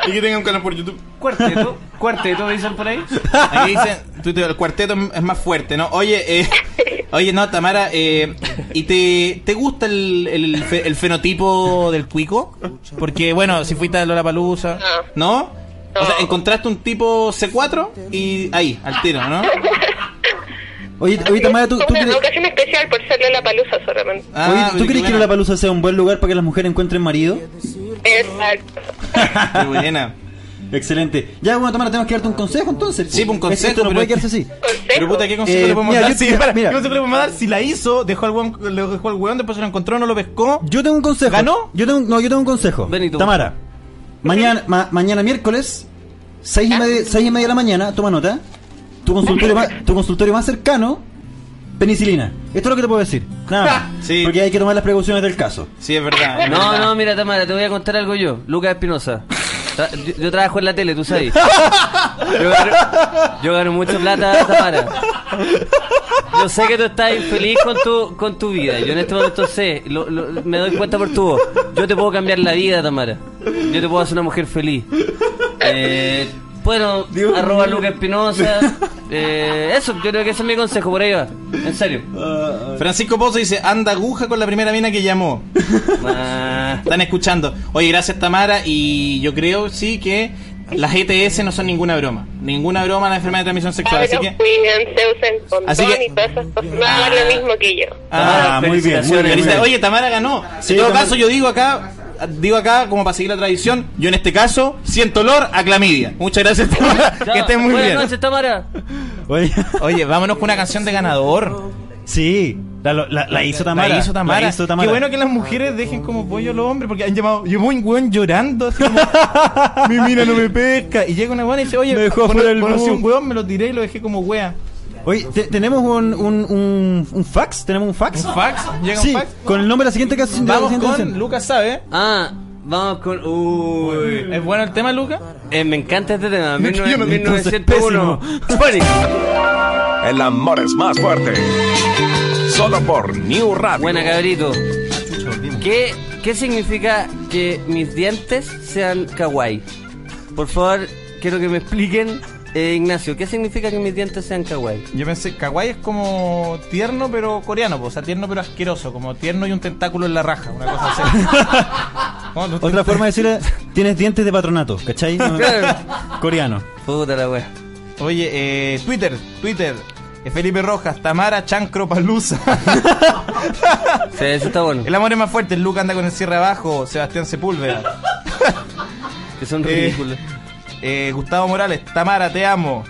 Speaker 4: Y que tenga un canal por YouTube.
Speaker 3: Cuarteto, cuarteto, dicen por ahí.
Speaker 4: Aquí dicen, tú te- el cuarteto es más fuerte, ¿no? Oye, eh, oye, no, Tamara, eh, ¿y te, te gusta el, el, fe- el fenotipo del cuico? Porque, bueno, si fuiste a Lola Palusa, ¿no? O sea, encontraste un tipo C4 y ahí, al tiro, ¿no?
Speaker 5: Oye, oye Tamara, ¿tú, tú
Speaker 7: Fue una
Speaker 5: crees,
Speaker 7: ocasión especial por serle la palusa solamente.
Speaker 5: oye,
Speaker 4: Ah,
Speaker 5: ¿tú crees que
Speaker 4: buena.
Speaker 5: Lola Palusa sea un buen lugar para que las mujeres encuentren marido?
Speaker 7: Exacto.
Speaker 4: Qué buena.
Speaker 5: <laughs> Excelente. Ya, bueno, Tamara, tenemos que darte un consejo entonces.
Speaker 4: Sí, pues, un
Speaker 5: Es que
Speaker 4: consejo,
Speaker 5: esto no
Speaker 4: pero-
Speaker 5: puede quedarse así.
Speaker 4: <laughs> Pero
Speaker 7: Consejo.
Speaker 4: puta, ¿qué consejo
Speaker 5: Eh,
Speaker 4: le podemos
Speaker 5: mira,
Speaker 4: dar?
Speaker 5: yo-
Speaker 4: Sí,
Speaker 5: mira,
Speaker 4: para,
Speaker 5: mira.
Speaker 4: ¿Qué consejo le podemos dar? Si la hizo, dejó al weón, le dejó al weón, después se lo encontró, no lo pescó.
Speaker 5: Yo tengo un consejo.
Speaker 4: ¿Ganó?
Speaker 5: Yo tengo, no, yo tengo un consejo.
Speaker 3: Benito.
Speaker 5: Tamara, mañana, ma- mañana miércoles, seis y, media, seis y media de la mañana, toma nota, tu consultorio, más, tu consultorio más cercano, penicilina. Esto es lo que te puedo decir. Nada más.
Speaker 4: <laughs> Sí.
Speaker 5: Porque hay que tomar las precauciones del caso.
Speaker 4: Sí, es verdad. es
Speaker 3: No,
Speaker 4: verdad.
Speaker 3: no, mira, Tamara, te voy a contar algo yo. Lucas Espinosa. Tra- yo, yo trabajo en la tele, tú sabes. Yo gano,
Speaker 4: <laughs>
Speaker 3: yo gano mucha plata, Tamara. Yo sé que tú estás infeliz con tu, con tu vida. Yo en este momento sé, lo- lo- me doy cuenta por tu voz. Yo te puedo cambiar la vida, Tamara. Yo te puedo hacer una mujer feliz. Eh, bueno, arroba Lucas Espinosa. Eh, eso, yo creo que ese es mi consejo, por ahí va. En serio.
Speaker 4: Ah, Francisco Pozo dice, anda aguja con la primera mina
Speaker 5: <laughs>
Speaker 4: que llamó.
Speaker 3: Ah.
Speaker 4: Están escuchando. Oye, gracias Tamara y yo creo sí que las ETS no son ninguna broma. Ninguna broma la enfermedad de transmisión sexual, así
Speaker 7: Cabros,
Speaker 4: que
Speaker 7: cuídense, usen condón
Speaker 4: Así que-
Speaker 7: y todas esas cosas. Nada más lo mismo que yo.
Speaker 5: Ah, muy bien, muy bien, muy bien.
Speaker 4: Oye, Tamara ganó.
Speaker 5: Sí,
Speaker 4: en todo
Speaker 5: Tamara-
Speaker 4: caso yo digo acá, digo acá como para seguir la tradición, yo en este caso siento olor a clamidia. Muchas gracias Tamara,
Speaker 5: <laughs>
Speaker 3: Ya,
Speaker 4: que estén muy
Speaker 3: Buenas
Speaker 4: bien.
Speaker 3: noches, Tamara.
Speaker 5: Oye,
Speaker 4: Oye, vámonos con una canción de ganador.
Speaker 5: sí. La, la- la- la hizo Tamara.
Speaker 4: La hizo Tamara.
Speaker 5: La hizo Tamara. Ah, oh,
Speaker 4: Qué bueno que las mujeres dejen como pollo a los hombres, porque han llamado. Llevó un weón llorando. Así
Speaker 5: <laughs>
Speaker 4: como, mi mina no me pesca. Y llega una weón y dice, oye,
Speaker 5: Me dejó
Speaker 4: cono-
Speaker 5: afuera del
Speaker 4: conocí
Speaker 5: bus.
Speaker 4: un weón, me lo tiré y lo dejé como wea.
Speaker 5: Oye, te- tenemos un, un, un, un fax. ¿Tenemos un fax?
Speaker 4: ¿Un fax? ¿Llega
Speaker 5: Sí,
Speaker 4: un fax?
Speaker 5: con el nombre de la siguiente canción. de la
Speaker 4: Vamos
Speaker 5: siguiente
Speaker 4: con
Speaker 5: canción.
Speaker 4: Lucas Sabe.
Speaker 3: Ah, vamos con. Uy.
Speaker 4: ¿Es bueno el tema, Lucas?
Speaker 3: Eh, me encanta este tema.
Speaker 4: Yo no-
Speaker 3: 19-
Speaker 4: entonces,
Speaker 3: 1901. Sonic.
Speaker 1: El amor es más fuerte. Solo por New Radio.
Speaker 3: Buena, cabrito. ¿Qué, ¿Qué significa que mis dientes sean kawaii? Por favor, quiero que me expliquen, eh, Ignacio, ¿qué significa que mis dientes sean kawaii?
Speaker 4: Yo pensé, kawaii es como tierno pero coreano, po, o sea, tierno pero asqueroso, como tierno y un tentáculo en la raja, una cosa así. No, no,
Speaker 5: Otra forma de decirle, tienes dientes de patronato, ¿cachai?
Speaker 4: <laughs>
Speaker 5: Coreano.
Speaker 3: Puta la wea.
Speaker 4: Oye, eh, Twitter, Twitter. eh, Felipe Rojas, Tamara Chancro <laughs> Palusa.
Speaker 3: Sí, eso está bueno.
Speaker 4: el amor es más fuerte, el Luca anda con el cierre abajo, Sebastián Sepúlveda.
Speaker 3: Que son
Speaker 4: Eh,
Speaker 3: ridículos.
Speaker 4: eh, Gustavo Morales, Tamara, te amo.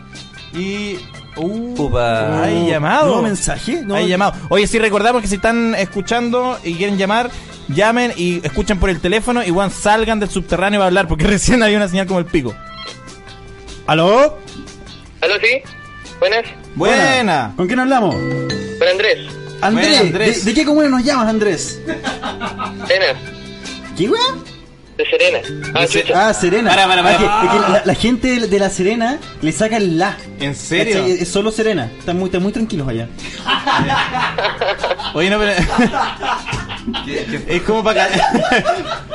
Speaker 4: Y. Uh,
Speaker 3: Upa.
Speaker 4: Hay llamado.
Speaker 5: Ah, ¿Nuevo mensaje? ¿Nuevo-
Speaker 4: Hay llamado. Oye, sí, recordamos que si están escuchando y quieren llamar, llamen y escuchen por el teléfono. Y Juan, salgan del subterráneo a hablar porque <laughs> recién había una señal como el pico.
Speaker 5: ¿Aló?
Speaker 6: ¿Aló, sí? Buenas.
Speaker 4: Buena.
Speaker 5: ¿Con quién hablamos?
Speaker 6: Con Andrés.
Speaker 5: Andrés.
Speaker 4: Buena, Andrés.
Speaker 5: ¿De, de qué comuna nos llamas, Andrés?
Speaker 6: Serena.
Speaker 5: ¿Qué weá?
Speaker 6: De Serena. Ah, chucha.
Speaker 5: Ah, Serena.
Speaker 4: Para, para, para.
Speaker 5: Ah, que- es que la, la gente de la Serena le saca el la.
Speaker 4: ¿En serio?
Speaker 5: ¿Cachai? Es solo Serena. Están muy, están muy tranquilos allá.
Speaker 4: Oye, no, pero. es
Speaker 5: <laughs>
Speaker 4: como para.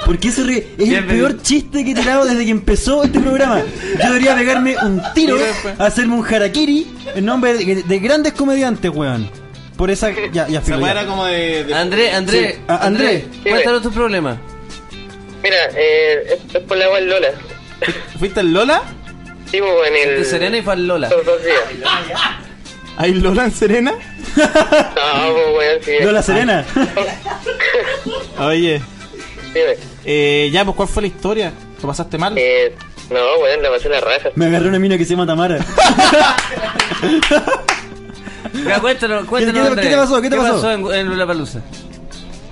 Speaker 5: ¿Por qué se ríe? Es el
Speaker 3: Bienvenido.
Speaker 5: peor chiste que he tirado desde que empezó este programa. Yo debería pegarme un tiro,
Speaker 4: Y después-
Speaker 5: hacerme un harakiri en nombre de, de grandes comediantes, weón. Por esa. Ya, ya, filo, ya.
Speaker 4: como de.
Speaker 3: André, André,
Speaker 5: Sí. Ah, André.
Speaker 6: Dime.
Speaker 3: cuéntanos tus problemas.
Speaker 6: Mira, eh, es, es por la cual Lola.
Speaker 4: ¿Fuiste el Lola?
Speaker 6: Sí, pues, en el...
Speaker 3: De Serena y Falola.
Speaker 6: Los dos días.
Speaker 4: ¿Hay Lola en Serena?
Speaker 6: No, pues, weón, sí. Ah.
Speaker 5: Lola Serena.
Speaker 4: Oye.
Speaker 6: Dime.
Speaker 4: Eh, ya, pues, ¿cuál fue la historia? ¿Lo pasaste mal?
Speaker 6: Eh, no, weón, la pasé la raja.
Speaker 5: Me agarré una mina que se llama Tamara.
Speaker 3: Ya, cuéntanos, cuéntanos,
Speaker 5: ¿Qué- qué-
Speaker 3: André.
Speaker 5: qué te pasó? ¿Qué te pasó?
Speaker 3: en, en La Palusa?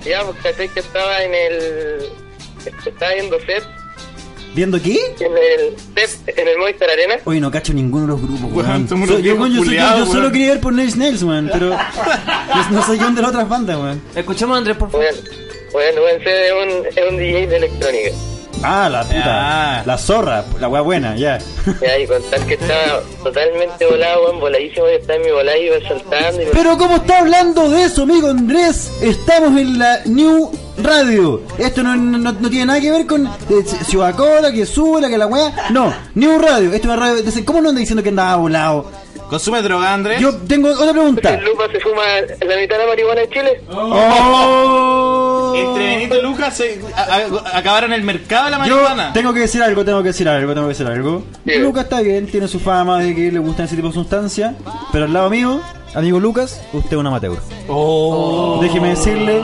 Speaker 6: Ya, pues, caché que estaba en el... Estaba viendo set.
Speaker 5: ¿Viendo qué?
Speaker 6: En el set, en el Movistar Arena.
Speaker 5: Oye, no cacho ninguno de los grupos,
Speaker 4: Weón,
Speaker 5: weón.
Speaker 4: somos
Speaker 5: So-
Speaker 4: unos
Speaker 5: yo, weón, yo,
Speaker 4: viejos
Speaker 5: soy- yo-
Speaker 4: culiados,
Speaker 5: yo solo
Speaker 4: weón.
Speaker 5: quería ver por Nine Snails, weón, pero. <laughs>
Speaker 3: <laughs>
Speaker 5: yo no soy yo de las otras bandas, weón.
Speaker 3: Escuchemos a Andrés, por favor.
Speaker 6: Bueno, bueno, bueno, ese es un, es un DJ
Speaker 5: <laughs>
Speaker 6: de electrónica.
Speaker 5: Ah, la puta.
Speaker 4: Ah.
Speaker 5: La zorra, la weá buena, ya.
Speaker 6: Ya, y con tal que estaba totalmente volado, weón, voladísimo, y estaba en mi volada y iba saltando. Y
Speaker 5: <laughs> Pero como está hablando de eso, amigo Andrés, estamos en la New Radio. Esto no, no- no tiene nada que ver con eh, Ci- Ciudad Cola, que sube, la que la weá. No, New Radio. Esto es una radio. entonces, ¿Cómo no anda diciendo que andaba volado?
Speaker 4: ¿Consume droga, Andrés?
Speaker 5: Yo tengo otra pregunta.
Speaker 6: El Lupa se fuma la mitad de la marihuana en Chile.
Speaker 5: Oh.
Speaker 4: Entre Benito y Este, Lucas se, a- a- acabaron el mercado de la
Speaker 5: Yo
Speaker 4: marihuana.
Speaker 5: tengo que decir algo, tengo que decir algo, tengo que decir algo.
Speaker 6: Sí.
Speaker 5: Lucas está bien, tiene su fama de que le gustan ese tipo de sustancias, pero al lado mío, amigo Lucas, usted es un amateur.
Speaker 4: Oh.
Speaker 5: Déjeme decirle,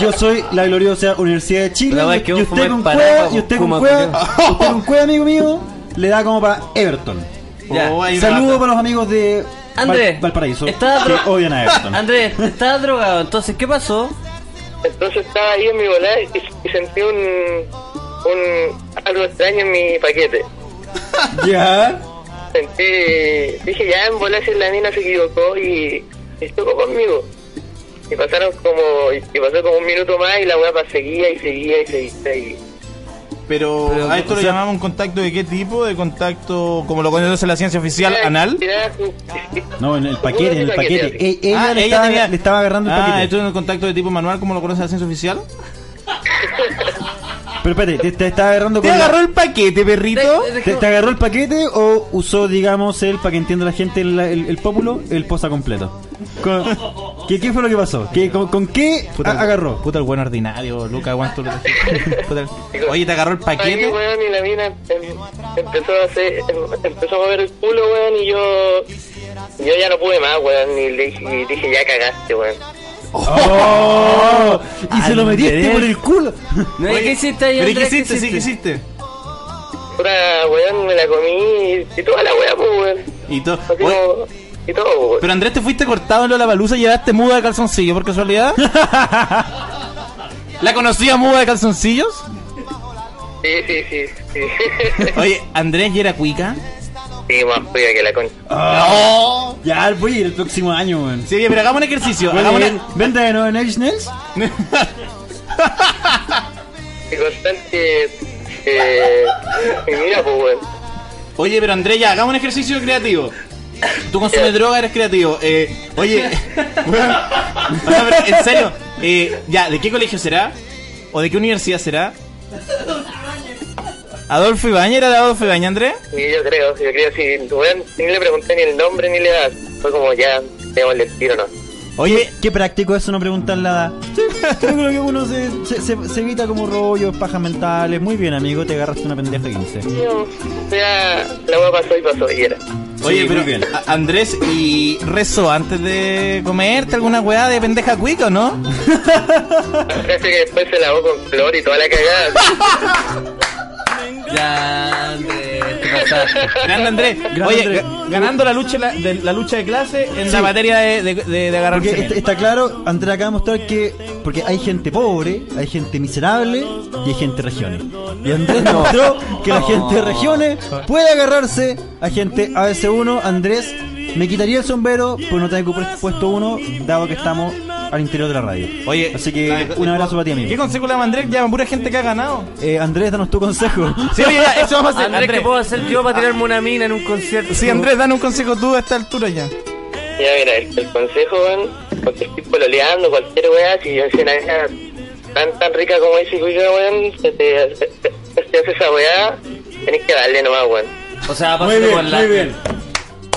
Speaker 5: yo soy la gloriosa Universidad de Chile,
Speaker 3: La verdad es que
Speaker 5: y
Speaker 3: vos
Speaker 5: usted
Speaker 3: fumás
Speaker 5: con
Speaker 3: paraca,
Speaker 5: cueva,
Speaker 3: vos
Speaker 5: y usted con
Speaker 3: fumas
Speaker 5: cueva, usted con cueva, amigo mío, le da como para Everton.
Speaker 3: Ya.
Speaker 4: Oh, hay una
Speaker 5: Saludo
Speaker 4: lata.
Speaker 5: para los amigos de Val-
Speaker 3: Andrés,
Speaker 5: Valparaíso,
Speaker 3: está-
Speaker 5: que odian
Speaker 3: <laughs>
Speaker 5: a Everton.
Speaker 3: Andrés, estás drogado, entonces, ¿qué pasó?
Speaker 6: Entonces estaba ahí en mi volada y, y sentí un, un. algo extraño en mi paquete.
Speaker 5: ya,
Speaker 6: Sentí. dije, ya en volada si la mina se equivocó y. estuvo conmigo. Y pasaron como. y y pasó como un minuto más y la weá seguía y seguía y seguía. Y...
Speaker 4: Pero,
Speaker 3: Pero,
Speaker 4: a esto
Speaker 3: o
Speaker 4: lo
Speaker 3: sea-
Speaker 4: llamamos un contacto de qué tipo, de contacto como lo conoce la ciencia oficial anal.
Speaker 6: Tiraba su-
Speaker 5: no, en el paquete, en el paquete. E- Ella,
Speaker 4: Ah,
Speaker 5: le, estaba,
Speaker 4: tenía-
Speaker 5: le estaba agarrando el
Speaker 4: Ah,
Speaker 5: paquete.
Speaker 4: esto es un contacto de tipo manual como lo conoce la ciencia oficial.
Speaker 5: Pero espérate, te, te estaba agarrando
Speaker 4: ¿Te
Speaker 5: con la-
Speaker 4: agarró el paquete, perrito?
Speaker 3: De- de-
Speaker 5: ¿Te, te agarró el paquete o usó, digamos, el, para que entienda la gente, el, el, el pómulo, el posa completo? Con- ¿qué, qué fue lo que pasó? ¿Qué- con, con qué a- agarró?
Speaker 4: Puta, el buen ordinario, Luca, aguanto. lo- Puta el- Oye, ¿te agarró el
Speaker 6: Ahí,
Speaker 4: paquete?
Speaker 6: weón, y la mina em- empezó a hacer, em- empezó a mover el culo, weón, y yo, yo ya no pude más, weón, y le dije, y dije ya cagaste, weón.
Speaker 5: ¡Oh! Y se lo
Speaker 3: Andrés.
Speaker 5: metiste por el culo.
Speaker 3: No, ¿y
Speaker 4: Oye,
Speaker 3: ¿Qué hiciste ahí,
Speaker 4: ¿Pero y
Speaker 3: Andrés?
Speaker 4: qué hiciste? Sí, ¿qué hiciste?
Speaker 6: Otra, weón, me la comí y, y toda la weá, pues, weón.
Speaker 4: Y todo. Oye,
Speaker 6: Así como, y todo. weón.
Speaker 4: Pero Andrés, ¿te fuiste cortado en Lollapalooza y llevaste muda de calzoncillos por casualidad? ¿La conocía muda de calzoncillos?
Speaker 6: Sí, sí, sí. Sí,
Speaker 4: <laughs> Oye, Andrés, ¿y era cuica?
Speaker 6: sí más fría que la concha.
Speaker 5: Ah.
Speaker 4: ¡No!
Speaker 5: Oh. Ya, voy a ir el próximo año, weón.
Speaker 4: Sí, oye, pero hagamos un ejercicio.
Speaker 5: Oye,
Speaker 4: Hagamos
Speaker 5: ven- ¿Vende de nuevo en Nine Inch
Speaker 4: <laughs>
Speaker 5: Nails?
Speaker 6: Y constante. Eh, y mira, pues, weón.
Speaker 4: un- Oye, pero Andrés, ya, hagamos un ejercicio creativo. Tú consumes
Speaker 6: Ya.
Speaker 4: droga, eres creativo. Eh,
Speaker 5: <laughs>
Speaker 4: oye, <laughs> bueno, no, pero en serio, eh, ya, ¿de qué colegio será? ¿O de qué universidad será? ¿Adolfo Ibañez? ¿Era de Adolfo Ibañez, Andrés?
Speaker 6: Y yo creo, yo creo, sí. Weón, ni le pregunté ni el nombre ni la edad. Fue como ya, démosle el tiro, ¿no?
Speaker 4: Oye,
Speaker 5: Qué práctico eso no preguntar la edad. Sí, yo creo que uno se, se- se- se evita como rollos, pajas mentales. Muy bien, amigo, te agarraste una pendeja de 15.
Speaker 6: Yo, ya, la weá pasó y pasó y era.
Speaker 4: Oye,
Speaker 5: Sí,
Speaker 4: pero
Speaker 5: muy bien.
Speaker 4: a- Andrés, ¿y rezo antes de comerte alguna weá de pendeja cuica
Speaker 5: <laughs>
Speaker 4: o no?
Speaker 6: Parece que después se lavó con flor y toda la cagada.
Speaker 3: Ya, este Andrés, te pasaste.
Speaker 4: Grande Andrés. Oye, ga- ganando la lucha, la, de, la lucha de clase en la materia de, de, de- de agarrar
Speaker 5: Porque este,
Speaker 4: semen.
Speaker 5: está, está claro, Andrés acaba de mostrar que. Porque hay gente pobre, hay gente miserable y hay gente de regiones. Y Andrés demostró que la gente de regiones puede agarrarse a gente ABS1. Andrés, me quitaría el sombrero, pues no tengo pu- puesto uno, dado que estamos al interior de la radio.
Speaker 4: Oye,
Speaker 5: así que
Speaker 4: la-
Speaker 5: un abrazo para ti,
Speaker 4: Ah, ¿Qué
Speaker 5: amigo.
Speaker 4: consejo le damos a Andrés? Ya, pura gente que ha ganado.
Speaker 5: Eh, Andrés, danos tu consejo.
Speaker 4: Sí, oye, ya, eso vamos a hacer. Ah.
Speaker 3: Andrés, ¿qué puedo hacer yo para tirarme una mina en un concierto?
Speaker 4: Sí, Andrés, dan un consejo tú a esta altura ya.
Speaker 6: Ya, mira, el, el consejo, weón, porque estoy pololeando, cualquier weá, si haces una weá tan, tan rica como ese cuica, weón, se te, se, se te hace esa weá, tenés que darle nomás, weón.
Speaker 3: O sea,
Speaker 5: Muy
Speaker 3: pásate
Speaker 5: bien,
Speaker 3: Ah, por la.
Speaker 5: muy bien.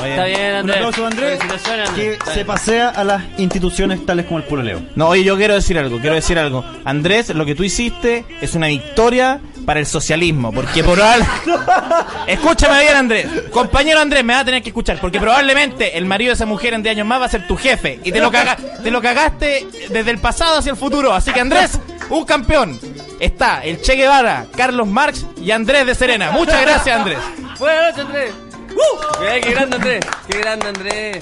Speaker 3: Está bien,
Speaker 5: Un
Speaker 3: Andrés.
Speaker 5: aplauso a Andrés,
Speaker 3: Felicitaciones, Andrés.
Speaker 5: <laughs> que
Speaker 3: Está
Speaker 5: se
Speaker 3: bien.
Speaker 5: pasea a las instituciones tales como el pololeo.
Speaker 4: No, oye, yo quiero decir algo, quiero decir algo. Andrés, lo que tú hiciste es una victoria para el socialismo, porque probablemente... <laughs> Escúchame bien, Andrés. Compañero Andrés, me vas a tener que escuchar, porque probablemente el marido de esa mujer en 10 años más va a ser tu jefe, y te lo, caga- te lo cagaste desde el pasado hacia el futuro. Así que, Andrés, un campeón. Está el Che Guevara, Carlos Marx y Andrés de Serena. Muchas gracias, Andrés.
Speaker 3: Buenas noches, Andrés.
Speaker 5: ¡Uh!
Speaker 3: Eh, ¡Qué grande, Andrés! ¡Qué grande, Andrés!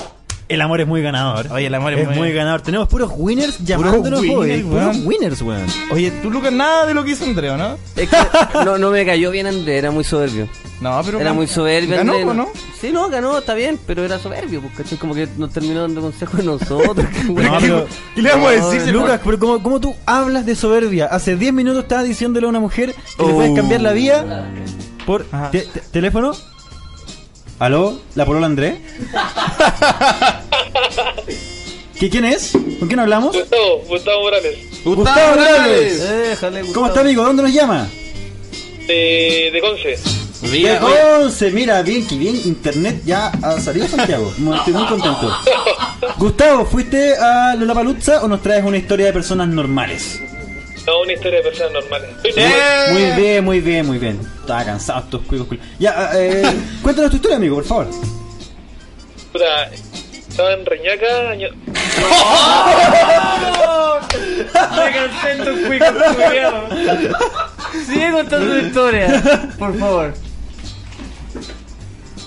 Speaker 5: El amor es muy ganador.
Speaker 4: Oye, el amor es
Speaker 5: es
Speaker 4: muy-
Speaker 5: muy ganador. Tenemos puros winners llamándonos
Speaker 4: winners,
Speaker 5: hoy. ¿eh? Puros
Speaker 4: weón.
Speaker 5: winners, weón.
Speaker 4: Oye, tú, Lucas, nada de lo que hizo Andrés, ¿o ¿no?
Speaker 3: Es que no, no me cayó bien Andrés, era muy soberbio.
Speaker 4: No, pero...
Speaker 3: Era muy soberbio
Speaker 4: Ganó,
Speaker 3: Andrés.
Speaker 4: ¿no?
Speaker 3: Sí, no, ganó, está bien, pero era soberbio, porque ¿cachai? como que nos terminó dando consejos a nosotros. qué weón.
Speaker 5: No, pero-
Speaker 4: ¿Qué le vamos a decir? si el
Speaker 5: Lucas, pero ¿cómo, cómo tú hablas de soberbia? Hace 10 minutos estabas diciéndole a una mujer que le puedes cambiar la
Speaker 3: <laughs>
Speaker 5: vida por
Speaker 4: Ajá.
Speaker 5: te- te- teléfono. ¿Aló? ¿La polola Andrés? <laughs> ¿Qué, ¿Quién es? ¿Con quién hablamos?
Speaker 6: Gustavo, Gustavo Morales,
Speaker 5: Gustavo Morales.
Speaker 3: Eh, déjale,
Speaker 5: ¿Cómo
Speaker 3: Gustavo.
Speaker 5: está, amigo? ¿Dónde nos llama?
Speaker 6: de, de Conce.
Speaker 5: De Conce, mira, bien que bien, internet ya ha salido Santiago. Muy- Estoy muy contento. Gustavo, ¿fuiste a Lollapalooza o nos traes una historia de personas normales?
Speaker 6: No, una historia de personas normales.
Speaker 4: ¡Eh!
Speaker 5: Muy bien, muy bien, muy bien. Estaba cansado estos cuicos cul- Ya, eh, cuéntanos tu historia, amigo, por favor.
Speaker 6: Puta, estaba en Reñaca, año...
Speaker 4: ¡Oh! <laughs>
Speaker 3: Sigue contando tu historia, por favor.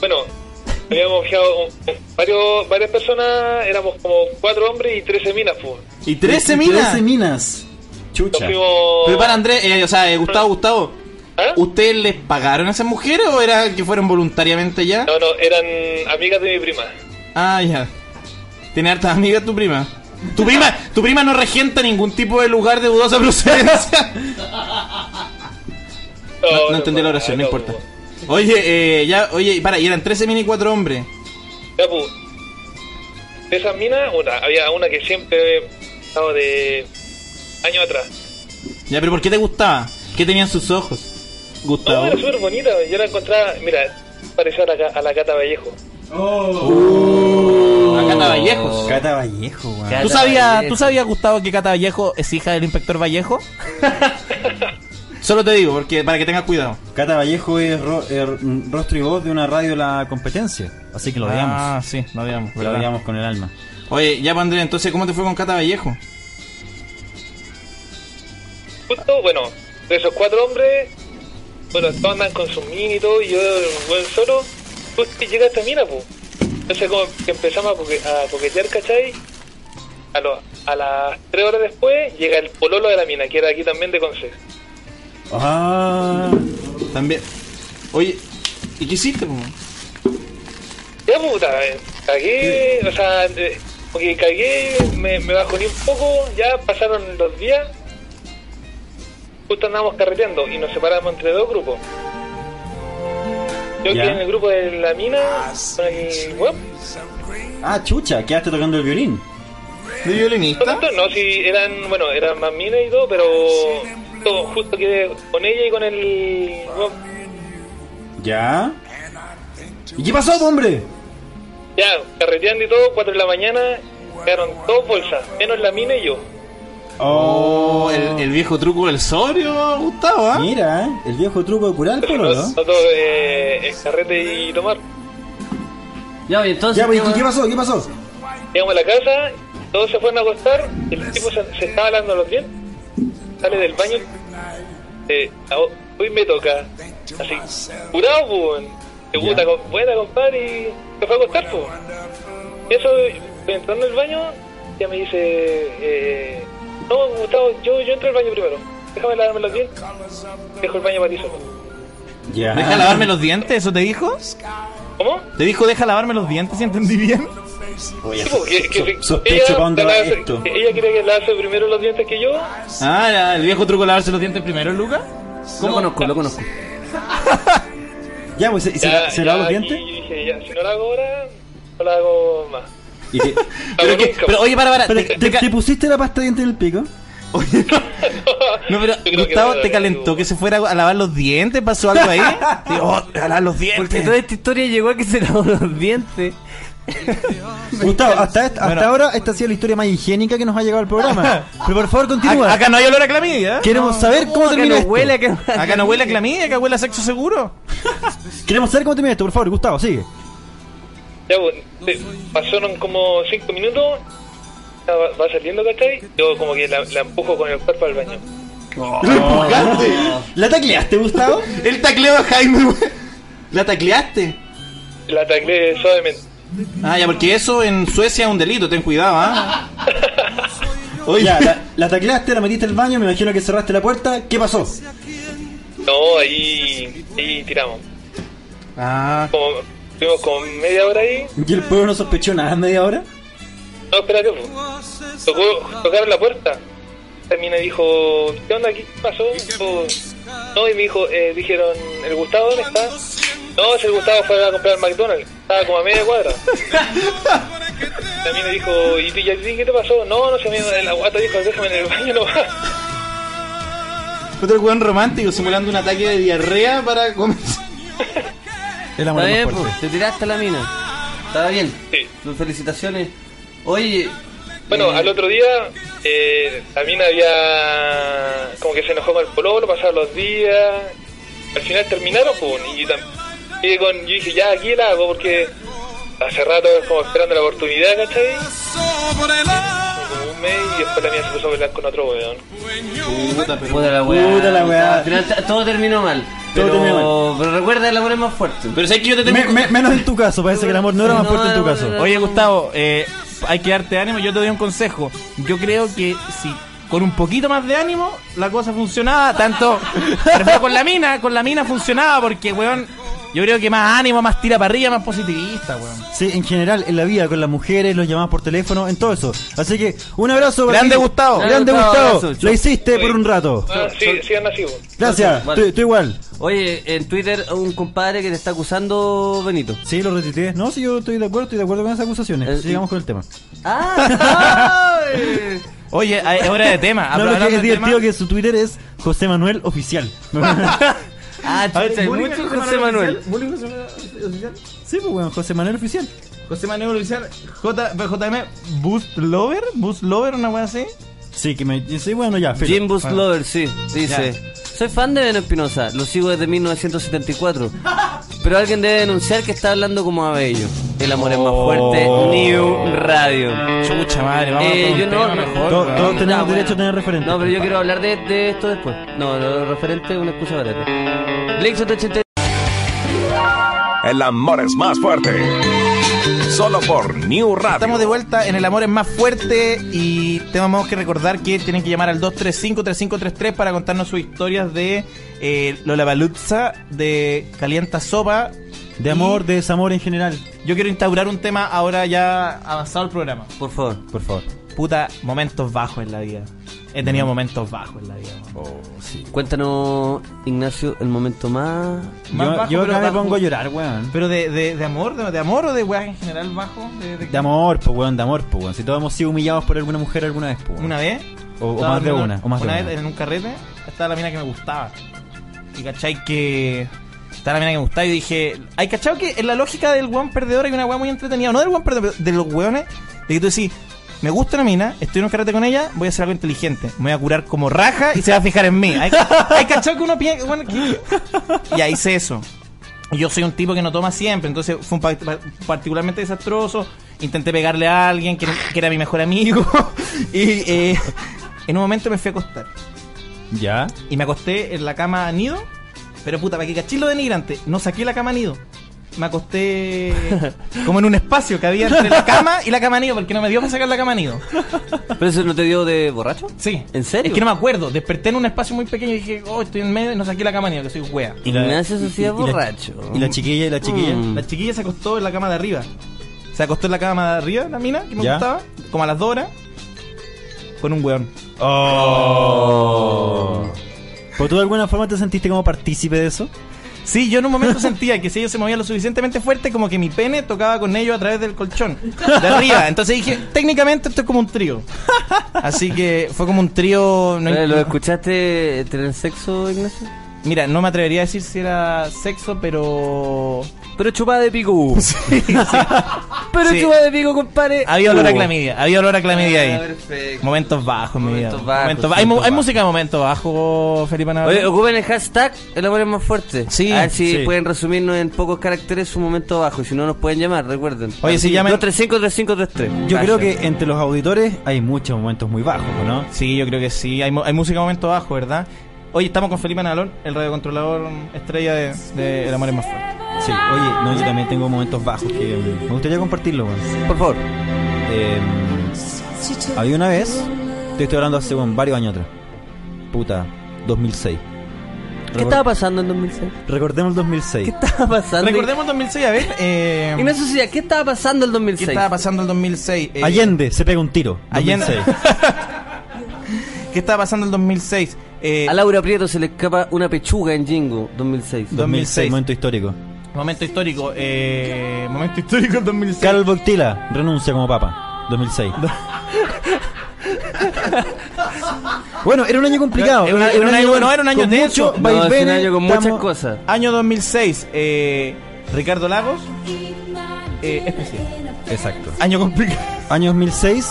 Speaker 6: bueno, habíamos viajado un- varios, varias personas, éramos como cuatro hombres y trece minas, pues.
Speaker 4: ¿Y 13 minas?
Speaker 5: 13 minas.
Speaker 6: Nos
Speaker 5: Chucha.
Speaker 6: fuimos...
Speaker 4: Pero para Andrés, eh, o sea, eh, Gustavo, Gustavo,
Speaker 6: ¿Ah?
Speaker 4: ¿ustedes les pagaron a esas mujeres o era que fueron voluntariamente ya?
Speaker 6: No, no, eran amigas de mi prima.
Speaker 4: Ah, ya. Tiene hartas amigas tu prima. Tu prima, tu prima no regenta ningún tipo de lugar de dudosa <laughs> procedencia. No, no entendí la oración, no
Speaker 6: no,
Speaker 4: importa. Oye, eh, ya, oye, y para, y eran 13 minas y 4 hombres.
Speaker 6: Ya, pues. De esas minas, una, había una que siempre estaba de años atrás.
Speaker 4: Ya, pero ¿por qué te gustaba? ¿Qué tenían sus ojos?
Speaker 6: No,
Speaker 4: Gustavo.
Speaker 6: era súper bonita, yo la encontraba, mira, parecía a la, Ca- a la Cata Vallejo.
Speaker 4: Uh. Acá está Vallejos.
Speaker 5: Cata Vallejo, weón.
Speaker 4: ¿Tú sabías, ¿Tú sabías, Gustavo, que Cata Vallejo es hija del inspector Vallejo? Solo te digo, porque para que tengas cuidado.
Speaker 5: Cata Vallejo es ro- eh, rostro y voz de una radio de la competencia. Así que lo
Speaker 4: Ah,
Speaker 5: veamos.
Speaker 4: sí, lo veamos.
Speaker 5: Lo veamos con el alma.
Speaker 4: Oye, ya, pues, Andrés, entonces, ¿cómo te fue con Cata Vallejo?
Speaker 6: Justo, bueno, de esos cuatro hombres, bueno, todos andan con sus mini y todo, y yo, bueno, solo, justo llega esta mina, pues.
Speaker 8: Entonces como que empezamos a, coque- a coquetear, ¿cachai? A, lo- a las tres horas después llega el pololo de la mina, que era aquí también de Conce.
Speaker 5: Ah.
Speaker 4: También. Oye, ¿y qué hiciste? po?
Speaker 8: Ya puta, eh, cagué, o sea, eh, porque cagué, me, me bajoné un poco, ya pasaron los días, justo andábamos carreteando y nos separamos entre dos grupos. Yo
Speaker 5: Ya.
Speaker 8: quedé en el grupo de la mina, con el web,
Speaker 5: Ah, chucha, quedaste tocando el violín.
Speaker 4: ¿De violinista?
Speaker 8: no, si eran, bueno, eran más minas y todo, pero todo, justo quedé con ella y con el web.
Speaker 5: Ya. ¿Y qué pasó, hombre?
Speaker 8: Ya, carreteando y todo, 4 de la mañana, quedaron dos bolsas, menos la mina y yo.
Speaker 4: Oh, el, el viejo truco del Sorio, Gustavo, ¿ah?
Speaker 5: Mira, ¿eh? el viejo truco de curar, pero
Speaker 8: Nosotros, eh, es carrete y tomar.
Speaker 3: Ya, y entonces.
Speaker 9: Ya, pues, ¿y
Speaker 3: weón?
Speaker 9: ¿qué pasó? ¿Qué pasó?
Speaker 8: Llegamos a la casa, todos se fueron a acostar, el tipo se, se estaba hablando los dientes, sale del baño, eh, a vos- hoy me toca, así, curado, pues, te puta, con- buena, compadre, y se fue a acostar, pues. Y Eso, entrando al baño, ya me dice, eh, no, Gustavo, yo, yo entro al baño primero, déjame lavarme los dientes, dejo el baño para ti solo.
Speaker 5: Ya.
Speaker 4: ¿Deja lavarme los dientes? ¿Eso te dijo?
Speaker 8: ¿Cómo?
Speaker 4: ¿Te dijo deja lavarme los dientes? ¿Si entendí bien?
Speaker 5: Oye,
Speaker 8: Sí, pues, que- que se-
Speaker 5: sospecho para dónde
Speaker 8: se
Speaker 5: va
Speaker 8: la hace-
Speaker 5: esto.
Speaker 8: ella quiere que lavarse primero los dientes que yo,
Speaker 4: Ah, ya, el viejo truco de lavarse los dientes primero, Lucas.
Speaker 3: Lo conozco, lo conozco.
Speaker 5: Ya, pues, ¿se, se-
Speaker 8: Ya,
Speaker 5: se
Speaker 8: ya,
Speaker 5: lava los
Speaker 8: y-
Speaker 5: dientes?
Speaker 8: Y dije, ya, si no la hago ahora, no la hago más.
Speaker 5: ¿Y
Speaker 8: <laughs>
Speaker 5: te,
Speaker 4: Pero,
Speaker 8: Hago
Speaker 4: que-
Speaker 8: nunca.
Speaker 4: pero oye, para, para.
Speaker 5: pero,
Speaker 4: te-
Speaker 5: ¿te-
Speaker 4: te ca-
Speaker 5: te pusiste la pasta de dientes en el pico?
Speaker 4: oye, no, pero
Speaker 8: Yo creo que
Speaker 4: Gustavo,
Speaker 8: no la
Speaker 4: ¿te
Speaker 8: vi,
Speaker 4: calentó
Speaker 8: tú.
Speaker 4: que se fuera a lavar los dientes? ¿Pasó
Speaker 5: <laughs>
Speaker 4: algo ahí? este Digo, oh, a lavar los
Speaker 3: Porque
Speaker 4: dientes.
Speaker 3: toda esta historia llegó a que se lavó los dientes.
Speaker 5: Gustavo, hasta, esta- hasta
Speaker 4: Bueno.
Speaker 5: ahora esta ha sido la historia más higiénica que nos ha llegado al
Speaker 4: <laughs>
Speaker 5: programa. Pero por favor,
Speaker 4: A-
Speaker 5: continúa.
Speaker 4: acá no hay olor a clamidia. ¿eh?
Speaker 5: Queremos saber cómo
Speaker 3: Acá
Speaker 5: termina
Speaker 3: no
Speaker 5: esto.
Speaker 3: huele, acá,
Speaker 5: <laughs>
Speaker 4: Acá no huele a clamidia, acá huele a sexo seguro.
Speaker 5: Queremos saber cómo termina esto, por favor, Gustavo, sigue.
Speaker 8: Ya, pues, se- pasaron como 5 minutos, ya va, va saliendo, ¿cachai? Yo como que la, la empujo con el cuerpo al baño.
Speaker 5: ¿La tacleaste, Gustavo?
Speaker 4: Oh. El tacleo a Jaime, güey. ¿La tacleaste?
Speaker 8: La taclé suavemente.
Speaker 4: Ah, ya, porque eso en Suecia es un delito, ten cuidado, ¿ah?
Speaker 5: Oye, ya, la, la tacleaste, la metiste al baño, me imagino que cerraste la puerta. ¿Qué pasó?
Speaker 8: No, ahí, ahí tiramos.
Speaker 4: Ah,
Speaker 8: Como, estuvimos como media hora ahí.
Speaker 5: ¿Y el pueblo no sospechó nada en media hora?
Speaker 8: No, espérate, pues. Tocó, tocaron la puerta. La mina dijo, ¿qué onda aquí? ¿Qué pasó? Dijo, no, y me dijo, eh, dijeron, ¿el Gustavo dónde está? No, si el Gustavo fue a comprar al McDonald's. Estaba como a media cuadra. La mina dijo, ¿y tú ya qué te pasó? No, no se me la guata dijo, déjame en el baño nomás.
Speaker 4: <laughs> otro weón romántico simulando un ataque de diarrea para comer.
Speaker 5: El amor
Speaker 3: Está
Speaker 5: es
Speaker 3: bien,
Speaker 5: más fuerte.
Speaker 3: pues, te tiraste a la mina. Estaba bien.
Speaker 8: Sí.
Speaker 3: Tus felicitaciones. Oye.
Speaker 8: Bueno,
Speaker 3: eh,
Speaker 8: al otro día, eh, la mina había. como que se enojó con el pololo, pasaron los días. Al final terminaron, pues, y, tam- y con, yo dije, ya aquí la hago, porque hace rato como esperando la oportunidad, ¿cachai? Como un mes y después la mía se puso a bailar con otro weón.
Speaker 4: Puta, pero...
Speaker 3: Puta la weá. Ah,
Speaker 5: Puta la weá.
Speaker 3: Al final t- todo terminó mal.
Speaker 5: Todo
Speaker 3: pero,
Speaker 5: terminó
Speaker 3: pero recuerda, el amor es más fuerte.
Speaker 4: Pero sé que yo te tengo...
Speaker 5: Me- me- menos en tu caso, parece que el amor no era más fuerte en tu caso.
Speaker 4: Oye, Gustavo, eh, hay que darte ánimo. Yo te doy un consejo. Yo creo que si con un poquito más de ánimo, la cosa funcionaba. Tanto. <laughs> Pero con la mina, con la mina funcionaba porque, weón. Yo creo que más ánimo, más tira para arriba, más positivista, weón.
Speaker 5: Sí, en general, en la vida, con las mujeres, los llamados por teléfono, en todo eso. Así que, un abrazo para
Speaker 4: Grande
Speaker 5: ti.
Speaker 4: Gustavo.
Speaker 5: Grande
Speaker 3: Grande
Speaker 5: Gustavo.
Speaker 3: Gustavo, abrazo.
Speaker 5: Lo hiciste por un rato.
Speaker 8: Ah, sí, sí, han nacido.
Speaker 5: Gracias,
Speaker 3: Vale.
Speaker 5: tú, tú igual.
Speaker 3: Oye, en Twitter un compadre que te está acusando, Benito.
Speaker 5: Sí, lo retuiteé. Eh, No, sí, yo estoy de acuerdo, estoy de acuerdo con esas acusaciones.
Speaker 3: Eh,
Speaker 5: Sigamos con el tema.
Speaker 3: ¡Ah! ¡Ay!
Speaker 4: Oye, a- Ah, es hora de <laughs> tema.
Speaker 5: No, lo
Speaker 4: Hablando
Speaker 5: que
Speaker 4: de
Speaker 5: es divertido
Speaker 4: tema-
Speaker 5: que su Twitter es José Manuel
Speaker 4: <laughs>
Speaker 5: Oficial. <laughs>
Speaker 3: Ah,
Speaker 4: A ver,
Speaker 3: chucha, hay
Speaker 4: ¿bullying
Speaker 3: mucho
Speaker 4: a
Speaker 3: José Manuel.
Speaker 4: Oficial? ¿Bullying a José Manuel Oficial?
Speaker 5: sí, pues bueno, José Manuel Oficial.
Speaker 4: José Manuel Oficial, J, JM, Boost Lover, Boost Lover, una wea así.
Speaker 5: Sí, que me sí, bueno, ya, filo. Ah.
Speaker 3: Jim Bus Lover, sí, dice. Soy fan de Beno Espinosa, lo sigo desde 1974. Pero alguien debe denunciar que está hablando como Abello. El amor es más
Speaker 5: Oh.
Speaker 3: fuerte, New Radio.
Speaker 4: Chucha madre, vamos
Speaker 3: Eh,
Speaker 4: a
Speaker 3: yo no, no-
Speaker 5: Todos-
Speaker 4: mejor.
Speaker 5: todos tenemos
Speaker 3: bueno.
Speaker 5: derecho a tener referente.
Speaker 3: No, pero yo quiero hablar de, de esto después. No, no, referente es una excusa barata. Blake 183.
Speaker 1: El amor es más fuerte. Solo por New Radio.
Speaker 4: Estamos de vuelta en El Amor es Más Fuerte y tenemos que recordar que tienen que llamar al 235-3533 para contarnos sus historias de eh, Lollapalooza, de Calienta Sopa.
Speaker 5: De amor, de desamor en general.
Speaker 4: Y Yo quiero instaurar un tema ahora ya avanzado el programa.
Speaker 3: Por favor.
Speaker 4: Por favor. Puta, momentos bajos en la vida. He tenido
Speaker 5: Mm.
Speaker 4: momentos bajos en la vida. man.
Speaker 3: Cuéntanos, Ignacio, el momento más.
Speaker 4: Más
Speaker 5: yo
Speaker 4: bajo,
Speaker 5: yo
Speaker 4: pero
Speaker 5: acá me
Speaker 4: bajo.
Speaker 5: pongo a llorar, weón.
Speaker 4: Pero de, de, de amor, de, de amor o de weas en general bajo. De, de-
Speaker 5: De amor, pues, weón, de amor, pues, weón. Si todos hemos sido humillados por alguna mujer alguna vez, pues. weón.
Speaker 4: Una vez.
Speaker 5: O- o
Speaker 4: estaba
Speaker 5: más de
Speaker 4: en
Speaker 5: una, o más de
Speaker 4: una
Speaker 5: una.
Speaker 4: vez en un carrete estaba la mina que me gustaba. Y cachai que. Estaba la mina que me gustaba y dije. Hay cachado que en la lógica del weón perdedor hay una weá muy entretenida. No del weón perdedor, pero de los weones. De que tú decís. Me gusta una mina, estoy en un carrete con ella, voy a hacer algo inteligente. Me voy a curar como raja y se va a fijar en mí. Hay, hay cachado que uno piensa. bueno, que- ya hice eso. Y Yo soy un tipo que no toma siempre, entonces fue un pa- pa- particularmente desastroso. Intenté pegarle a alguien que, que era mi mejor amigo. <laughs> y eh, en un momento me fui a acostar.
Speaker 5: Ya.
Speaker 4: Y me acosté en la cama nido. Pero puta, para que cachis lo denigrante, no saqué la cama nido. Me acosté como en un espacio que había entre la cama y la cama nido, porque no me dio para sacar la cama nido.
Speaker 3: ¿Pero eso no te dio de borracho?
Speaker 4: Sí.
Speaker 3: ¿En serio?
Speaker 4: Es que no me acuerdo. Desperté en un espacio muy pequeño y dije, oh, estoy en medio y no saqué la cama nido, que soy wea.
Speaker 3: Ignacio
Speaker 5: y-
Speaker 3: Sociedad
Speaker 5: y- y la-
Speaker 3: Borracho.
Speaker 5: Y la chiquilla, y la chiquilla.
Speaker 3: Mm.
Speaker 4: La chiquilla se acostó en la cama de arriba. Se acostó en la cama de arriba, la mina, que me
Speaker 5: Ya.
Speaker 4: gustaba, como a las dos horas, con un weón.
Speaker 5: Oh.
Speaker 4: Oh.
Speaker 5: ¿Pero tú de alguna forma te sentiste como partícipe de eso?
Speaker 4: Sí, yo en un momento <laughs> sentía que si ellos se movían lo suficientemente fuerte, como que mi pene tocaba con ellos a través del colchón de arriba. Entonces dije, técnicamente esto es como un trío. Así que fue como un trío. no-
Speaker 3: Eh, ¿Lo escuchaste tener sexo, Ignacio?
Speaker 4: Mira, no me atrevería a decir si era sexo, pero.
Speaker 3: Pero chupada de
Speaker 4: <laughs>
Speaker 3: pico. Pero
Speaker 4: Sí.
Speaker 3: chupada de pico, compadre.
Speaker 4: Había olor a
Speaker 3: Uh.
Speaker 4: clamidia, había olor a clamidia
Speaker 3: Ah,
Speaker 4: ahí.
Speaker 3: perfecto.
Speaker 4: Momentos bajos, en mi vida.
Speaker 3: Momentos bajos,
Speaker 4: Momentos ba- hay, mu-
Speaker 3: momentos
Speaker 4: hay
Speaker 3: bajos.
Speaker 4: música de momentos bajos, Felipe Navarro.
Speaker 3: Oye, ocupen el hashtag El amor es más fuerte.
Speaker 4: Sí,
Speaker 3: A ver si
Speaker 4: sí.
Speaker 3: pueden resumirnos en pocos caracteres su momento bajo. Y si no, nos pueden llamar, recuerden.
Speaker 4: Oye, si llaman-
Speaker 3: 235-3533.
Speaker 5: Yo creo que entre los auditores hay muchos momentos muy bajos, ¿no?
Speaker 4: Sí, yo creo que sí. Hay, mu- hay música de momento bajo, ¿verdad? Hoy estamos con Felipe Nalón, el radiocontrolador estrella de, de El Amor es Más Fuerte.
Speaker 5: Sí. Oye, no, yo también tengo momentos bajos que mm, me gustaría compartirlo, weón.
Speaker 3: Por favor.
Speaker 5: Eh, había una vez, te estoy hablando hace weón, varios años atrás. Puta, 2006.
Speaker 3: ¿Qué estaba pasando en 2006?
Speaker 5: Recordemos el 2006.
Speaker 3: ¿Qué <laughs> estaba pasando?
Speaker 4: Recordemos 2006, a ver. eh,
Speaker 3: Ignacio Sociedad, ¿qué estaba pasando en
Speaker 4: ¿Qué
Speaker 3: 2006?
Speaker 4: estaba pasando el 2006? Eh,
Speaker 5: Allende se pega un tiro.
Speaker 4: Allende.
Speaker 5: 2006.
Speaker 4: ¿Qué estaba pasando el 2006? Eh,
Speaker 3: A Laura Prieto se le escapa una pechuga en Jingo 2006.
Speaker 5: 2006, momento histórico.
Speaker 4: Momento histórico. Eh, momento histórico el 2006.
Speaker 5: Carol Boctila renuncia como papa. 2006. bueno, era un año complicado.
Speaker 4: Era una- era un año- no, era un año
Speaker 5: con
Speaker 4: tenso.
Speaker 5: mucho
Speaker 3: No, es un
Speaker 5: vaivén,
Speaker 3: año con
Speaker 5: estamos-
Speaker 3: muchas cosas.
Speaker 4: Año 2006. eh, Ricardo Lagos. Eh, es presidente.
Speaker 5: Exacto.
Speaker 4: Año complicado.
Speaker 5: Año 2006,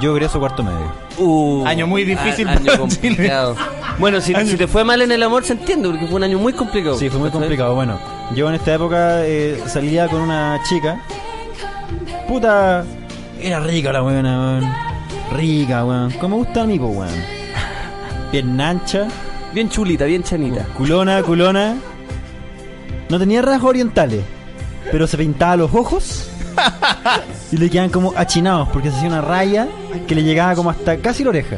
Speaker 5: yo egreso cuarto medio.
Speaker 3: Uh,
Speaker 4: Año muy difícil
Speaker 3: a- año
Speaker 4: para
Speaker 3: complicado. Bueno, si,
Speaker 4: Año-
Speaker 3: si te fue mal en el amor, se entiende, porque fue un año muy complicado.
Speaker 5: Sí, fue muy
Speaker 3: ¿Cachai?
Speaker 5: complicado. Bueno, yo en esta época eh, salía con una chica. Puta, era rica la buena, weón. Rica, weón. Como gusta a mí, po,
Speaker 3: <laughs>
Speaker 5: weón. Pierna ancha,
Speaker 3: Bien chulita, bien chanita.
Speaker 5: culona, culona. No tenía rasgos orientales, pero se pintaba los
Speaker 3: <laughs>
Speaker 5: ojos y le quedaban como achinados porque se hacía una raya que le llegaba como hasta casi la oreja.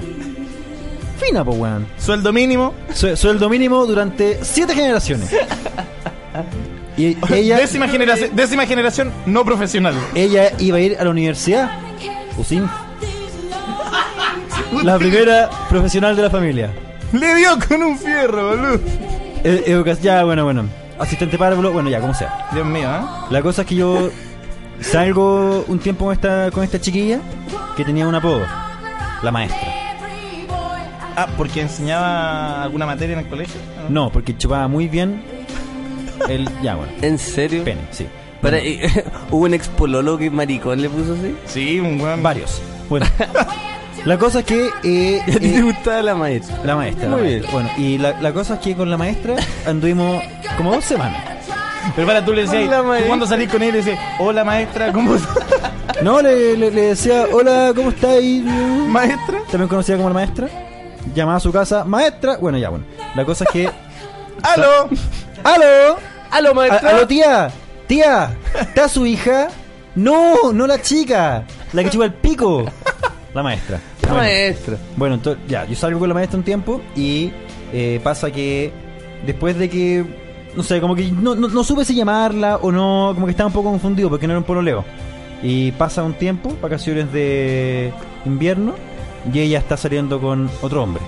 Speaker 5: Fina, po, weón.
Speaker 4: Sueldo mínimo.
Speaker 5: Sue- sueldo mínimo durante siete generaciones.
Speaker 4: <laughs>
Speaker 5: Y ella,
Speaker 4: Décima, generación, décima generación no profesional.
Speaker 5: ella iba a ir a la universidad. Usim.
Speaker 4: <laughs>
Speaker 5: La primera profesional de la familia.
Speaker 4: Le dio con un fierro, boludo.
Speaker 5: E- educa- ya, bueno, bueno. Asistente párvulo, bueno, ya, como sea.
Speaker 4: Dios mío, ¿eh?
Speaker 5: La cosa es que yo salgo un tiempo con esta, con esta chiquilla que tenía un apodo. La maestra.
Speaker 4: Ah, porque enseñaba alguna materia en el colegio.
Speaker 5: No, porque chupaba muy bien el... Ya, bueno.
Speaker 3: ¿En serio?
Speaker 5: Pene, sí.
Speaker 3: Para- <laughs> hubo un expolólogo que maricón le puso así.
Speaker 4: Sí, un weón.
Speaker 5: Varios. Bueno. <laughs> La cosa es que... eh,
Speaker 3: ¿Y <laughs> a ti
Speaker 5: eh,
Speaker 3: te gustaba la maestra?
Speaker 5: La maestra. la
Speaker 3: Muy bien.
Speaker 5: maestra. Bueno, y la, la cosa es que con la maestra anduvimos como dos
Speaker 3: <laughs>
Speaker 5: semanas.
Speaker 4: Pero para tú le decías,
Speaker 3: Hola,
Speaker 4: tú
Speaker 3: maestra.
Speaker 4: cuando salís con él le decías, hola maestra,
Speaker 3: <laughs>
Speaker 4: ¿cómo estás?
Speaker 5: No, le, le- le decía, hola, ¿cómo estáis?
Speaker 4: maestra?
Speaker 5: También conocida como la maestra. Llamaba a su casa, maestra. Bueno, ya, bueno. La cosa es que.
Speaker 4: ¡Aló!
Speaker 5: <laughs> ¡Aló!
Speaker 3: <laughs> ¡Aló,
Speaker 5: A-
Speaker 3: maestra!
Speaker 5: ¡Aló, tía! ¡Tía! ¿Está su hija? No, no la chica. La que chupa el pico. La maestra.
Speaker 3: La
Speaker 5: Bueno.
Speaker 3: maestra.
Speaker 5: Bueno, entonces, ya, yo salgo con la maestra un tiempo y eh, pasa que después de que, no sé, como que no, no, no supe si llamarla o no, como que estaba un poco confundido porque no era un pololeo. Y pasa un tiempo, vacaciones de invierno, y ella está saliendo con otro hombre.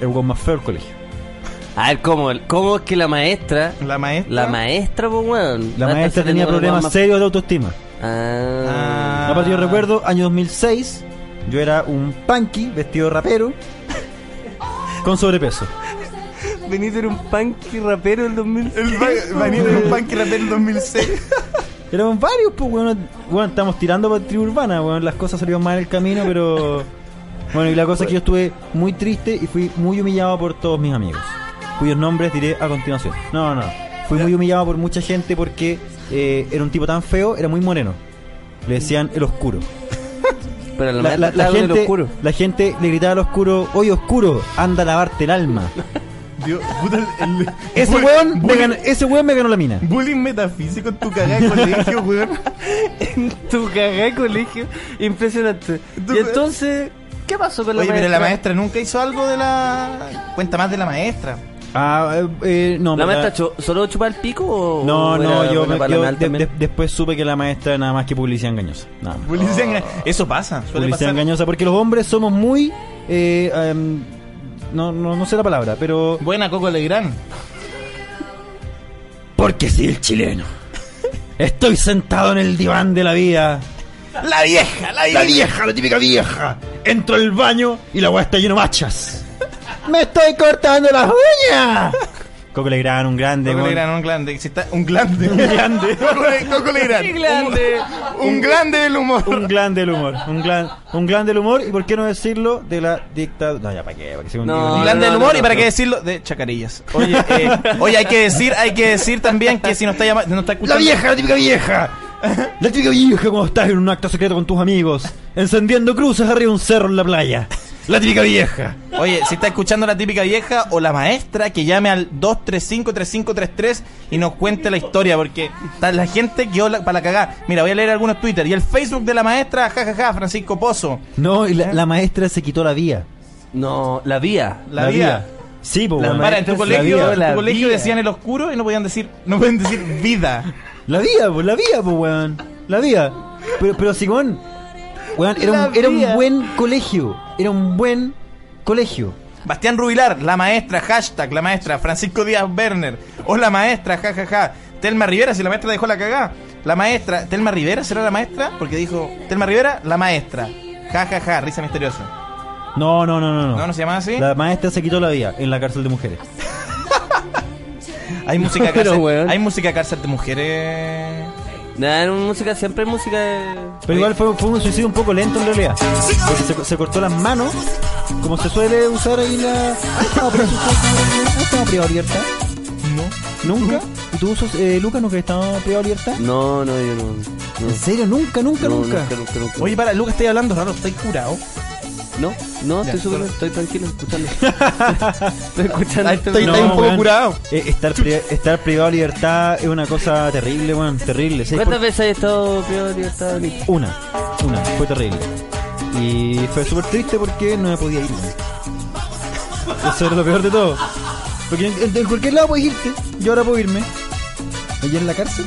Speaker 5: El weón más feo del colegio.
Speaker 3: A ver, ¿cómo, ¿cómo es que la maestra.
Speaker 4: La maestra.
Speaker 3: La maestra, pues, weón.
Speaker 5: La
Speaker 3: va a estar
Speaker 5: maestra tenía
Speaker 3: saliendo con el
Speaker 5: problemas
Speaker 3: más-
Speaker 5: serios de autoestima.
Speaker 3: Ah.
Speaker 5: No, pero yo recuerdo, año 2006, yo era un punky vestido de
Speaker 3: <laughs>
Speaker 5: rapero con sobrepeso.
Speaker 3: Benito era un punky rapero del 2000.
Speaker 4: Vanito era un punk la del 2006.
Speaker 5: Eran varios, pues, weón. Bueno, estamos tirando por tribu urbana, weón. Las cosas salieron mal en el camino, pero. Bueno, y la cosa es que yo estuve muy triste y fui muy humillado por todos mis amigos, cuyos nombres diré a continuación. No, no, no. Fui muy humillado por mucha gente porque eh, era un tipo tan feo, era muy moreno. Le decían el oscuro.
Speaker 3: Pero
Speaker 5: La,
Speaker 3: la,
Speaker 5: la-
Speaker 3: maestra
Speaker 5: la
Speaker 3: estaba con el
Speaker 5: gente,
Speaker 3: oscuro.
Speaker 5: la gente le gritaba al oscuro, oye oscuro, anda a lavarte el
Speaker 3: <laughs>
Speaker 5: alma.
Speaker 4: Dios, puta, el, el-
Speaker 5: Ese
Speaker 4: bull-
Speaker 5: weón, me
Speaker 4: bullying-
Speaker 5: ganó- ese weón me ganó la mina.
Speaker 4: Bullying metafísico en tu cagada de colegio,
Speaker 3: <laughs>
Speaker 4: weón.
Speaker 3: Tu cagá de colegio. Impresionante.
Speaker 4: Tu-
Speaker 3: Y entonces, ¿qué pasó con la
Speaker 4: Oye,
Speaker 3: maestra?
Speaker 4: pero la maestra nunca hizo algo de la. Cuenta más de la maestra.
Speaker 5: Ah, eh, eh, no,
Speaker 3: ¿La
Speaker 5: me-
Speaker 3: maestra cho- solo chupaba el pico o.?
Speaker 5: No,
Speaker 3: o
Speaker 5: no,
Speaker 3: era
Speaker 5: yo,
Speaker 3: buena
Speaker 5: me-
Speaker 3: para
Speaker 5: yo
Speaker 3: la nal
Speaker 5: de-
Speaker 3: también?
Speaker 5: de- después supe que la maestra era nada más que publicidad engañosa. Nada más.
Speaker 4: Publicidad enga- Eso pasa. Suele
Speaker 5: Publicidad
Speaker 4: pasar.
Speaker 5: engañosa, porque los hombres somos muy... eh, em, no, no, no sé la palabra, pero...
Speaker 4: Buena Coco Legrand.
Speaker 5: Porque soy el chileno. Estoy sentado en el diván de la vida.
Speaker 4: La vieja, la
Speaker 5: La vieja, la típica vieja. Entro al baño y la weá está lleno de machas. ¡Me estoy cortando las uñas! Coco Legrand, un grande.
Speaker 4: Coco
Speaker 5: weón.
Speaker 4: Legrand, un grande. Si está- Un grande. Un grande. <laughs> Coco Le- Coco Legrand.
Speaker 3: Un grande.
Speaker 4: Un, un grande del humor.
Speaker 5: Un gran del humor, un gran, un gran del humor y por qué no decirlo de la dictadura. No, ya para qué, para que sea un
Speaker 3: No,
Speaker 5: lío.
Speaker 4: Un
Speaker 3: no,
Speaker 4: grande del humor
Speaker 3: no,
Speaker 4: y para
Speaker 3: no.
Speaker 4: qué decirlo de chacarillas. <laughs> Oye, eh, oye, hay que decir, hay que decir también que si no está llamando, no está
Speaker 5: La
Speaker 4: escuchando.
Speaker 5: vieja, la típica vieja. <laughs> La típica vieja cuando estás en un acto secreto con tus amigos, encendiendo cruces arriba de un cerro en la playa. La típica vieja.
Speaker 4: Oye, si está escuchando la típica vieja o la maestra, que llame al 235-3533 y nos cuente la historia, porque ta- la gente quedó la- para la cagada. Mira, voy a leer algunos Twitter. Y el Facebook de la maestra, jajaja, Francisco Pozo.
Speaker 5: No, y la, la maestra se quitó la vía.
Speaker 3: No, la vía.
Speaker 4: La, vida.
Speaker 5: Sí, pues.
Speaker 3: La
Speaker 5: weón.
Speaker 4: Para, en tu
Speaker 3: maestra se
Speaker 4: colegio,
Speaker 3: la
Speaker 4: en
Speaker 3: vía.
Speaker 4: tu colegio
Speaker 3: La
Speaker 4: decían el oscuro y no podían decir, no pueden decir vida.
Speaker 5: La vía, pues, la vía, pues, weón. La vía. Pero, pero Simón, weón, era un,
Speaker 4: La
Speaker 5: era un
Speaker 4: vía.
Speaker 5: buen colegio. Era un buen colegio.
Speaker 4: Bastián Rubilar, la maestra, hashtag, la maestra, Francisco Díaz Werner, o la maestra, jajaja, Telma Rivera, si la maestra dejó la cagada, la maestra, Telma Rivera será la maestra, porque dijo, Telma Rivera, la maestra, jajaja, risa misteriosa.
Speaker 5: No, no, no, no. No,
Speaker 4: ¿No, no se llama así?
Speaker 5: La maestra se quitó la vía en la cárcel de mujeres. <laughs>
Speaker 4: Hay música
Speaker 3: Pero,
Speaker 4: cárcel,
Speaker 3: weón.
Speaker 4: hay música cárcel de mujeres.
Speaker 3: Nada, en música, siempre hay música. de-
Speaker 5: Pero igual fue, fue un suicidio un poco lento en realidad. Porque se, se cortó las manos, como se suele usar ahí la. ¿Has estado preso? ¿Has estado privado de libertad? No. ¿Nunca? ¿Y tú, sos- eh, Lucas, nunca has estado privado de libertad?
Speaker 3: No, no, yo no. no.
Speaker 5: ¿En serio? ¿Nunca, nunca,
Speaker 3: No,
Speaker 5: nunca?
Speaker 3: nunca, nunca, nunca.
Speaker 4: Oye, para, Lucas, estoy hablando raro, estoy curado.
Speaker 3: No, no,
Speaker 4: Ya,
Speaker 3: estoy súper,
Speaker 4: solo-
Speaker 3: estoy tranquilo escuchando. estoy escuchando. este-
Speaker 4: estoy-
Speaker 3: No.
Speaker 4: un poco
Speaker 5: weón.
Speaker 4: curado.
Speaker 5: Eh, estar, pri- estar privado de libertad es una cosa terrible, weón. Terrible. ¿Sabes por
Speaker 3: ¿Cuántas veces has estado privado de libertad, Benito?
Speaker 5: Una, una, fue terrible. Y fue súper triste porque no me podía ir. weón. Eso era lo peor de todo. Porque en, en- en cualquier lado puedes irte. Yo ahora puedo irme. ¿Allí en la cárcel?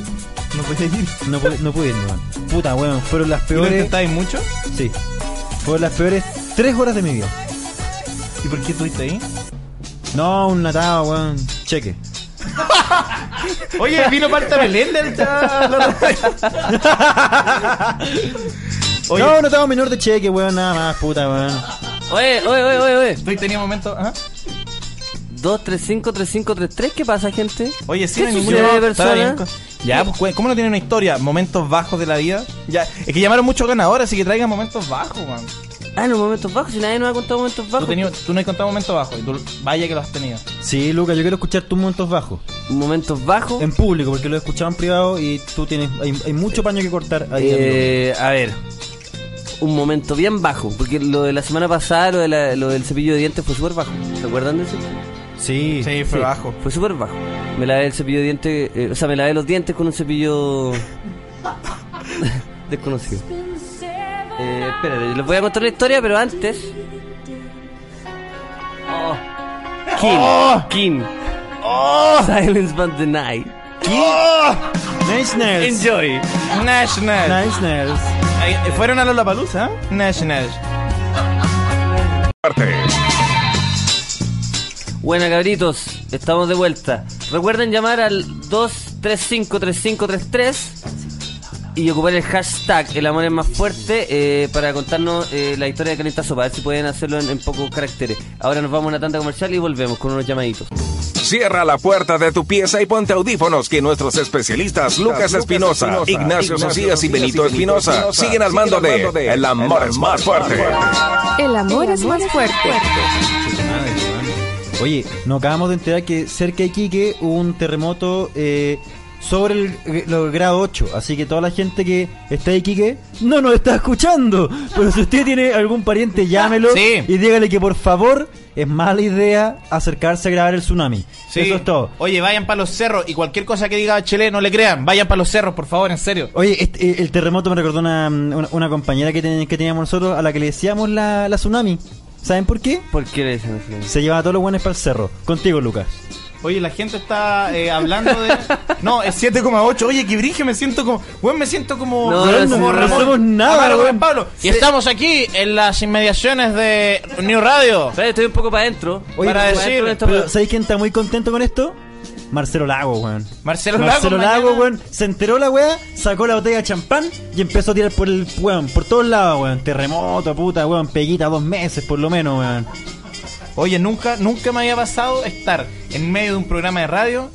Speaker 5: No podía ir. No, pude- no pude irme, weón. Puta, weón. Fueron las
Speaker 4: ¿Y lo
Speaker 5: peores.
Speaker 4: intentáis mucho?
Speaker 5: Sí. Fueron las peores tres horas de mi vida.
Speaker 4: ¿Y por qué estuviste ahí?
Speaker 5: No, un natado, weón.
Speaker 4: <laughs>
Speaker 5: Cheque.
Speaker 4: Oye, vino Marta Meléndez. Oye.
Speaker 5: No, un natado menor de cheque, weón. Nada más, puta, weón.
Speaker 3: Oye, oye, oye, oye, oye.
Speaker 4: Estoy tenía momento, ajá.
Speaker 3: 2353533, ¿qué pasa, gente?
Speaker 4: Oye, sí,
Speaker 3: ¿Qué
Speaker 4: no hay ningún
Speaker 3: sucede,
Speaker 4: llamado.
Speaker 3: persona?
Speaker 4: Está bien. Ya, pues, cu- ¿cómo no tiene una historia? ¿Momentos bajos de la vida? Ya, es que llamaron muchos ganadores, así que traigan momentos bajos, man.
Speaker 3: Ah, los momentos bajos, si nadie nos ha contado momentos
Speaker 4: Tú,
Speaker 3: bajos.
Speaker 4: tenido- tú no has contado momentos bajos, y tú, vaya que los has tenido.
Speaker 5: Sí, Luca, yo quiero escuchar tus momentos bajos.
Speaker 3: Momentos bajos.
Speaker 5: En público, porque lo he escuchado en privado y tú tienes. Hay, hay mucho paño que cortar ahí. amigo.
Speaker 3: Eh, a ver, un momento bien bajo, porque lo de la semana pasada, lo, de la- lo del cepillo de dientes fue súper bajo. ¿Se acuerdan de eso?
Speaker 5: sí.
Speaker 4: Sí, fue
Speaker 3: Sí,
Speaker 4: bajo.
Speaker 3: Fue súper bajo. Me lavé el cepillo de dientes, eh, o sea, me lavé los dientes con un cepillo. <laughs> desconocido. Eh, espérate, les voy a contar una historia, pero antes. Oh. King. King. Silence but the night.
Speaker 5: Nationals.
Speaker 3: Enjoy.
Speaker 4: National.
Speaker 5: Nationals.
Speaker 4: Ahí- Fueron a Lollapalooza, ¿eh? National.
Speaker 1: Parte.
Speaker 3: Buena cabritos, estamos de vuelta. Recuerden llamar al 2353533 y ocupar el hashtag El amor es más fuerte eh, para contarnos eh, la historia de Calenta Sopa, a ver si pueden hacerlo en, en pocos caracteres. Ahora nos vamos a una tanda comercial y volvemos con unos llamaditos.
Speaker 1: Cierra la puerta de tu pieza y ponte audífonos que nuestros especialistas Lucas Espinosa, Ignacio Socias y Benito Espinosa siguen al mando de El amor es más fuerte.
Speaker 2: El amor es más fuerte.
Speaker 5: Oye, nos acabamos de enterar que cerca de Iquique hubo un terremoto eh, sobre el, el grado 8. Así que toda la gente que está de Iquique no nos está escuchando. <laughs> Pero si usted tiene algún pariente, llámelo
Speaker 4: Sí.
Speaker 5: y dígale que por favor es mala idea acercarse a grabar el tsunami. Eso es todo.
Speaker 4: Oye, vayan para los cerros y cualquier cosa que diga Chile no le crean. Vayan para los cerros, por favor, en serio.
Speaker 5: Oye, este, eh, el terremoto me recordó una, mm, una, una compañera que, ten- que teníamos nosotros a la que le decíamos la, la tsunami. ¿Saben por qué?
Speaker 3: ¿Por qué le dicen así?
Speaker 5: Se llevaba a todos los buenos para el cerro. Contigo, Lucas.
Speaker 4: Oye, la gente está eh, hablando de. No, es 7,8. Oye, que brige, me siento como. Weón, me siento como.
Speaker 3: No,
Speaker 4: weón,
Speaker 3: no,
Speaker 4: como
Speaker 3: no, no
Speaker 5: hacemos nada,
Speaker 4: Amaro
Speaker 5: weón.
Speaker 4: Juan Pablo. Y estamos aquí en las inmediaciones de New Radio.
Speaker 3: Pero estoy un poco para adentro.
Speaker 4: Oye,
Speaker 3: para
Speaker 4: pero-
Speaker 3: adentro de esto,
Speaker 5: Pero,
Speaker 3: pero-
Speaker 5: ¿sabéis quién está muy contento con esto? Marcelo Lago, weón.
Speaker 4: Marcelo Lago.
Speaker 5: Marcelo Lago,
Speaker 4: mañana.
Speaker 5: weón. Se enteró la weá, sacó la botella de champán y empezó a tirar por el weón, por todos lados, weón. Terremoto, puta, weón, peguita, dos meses por lo menos, weón.
Speaker 4: Oye, nunca, nunca me había pasado estar en medio de un programa de radio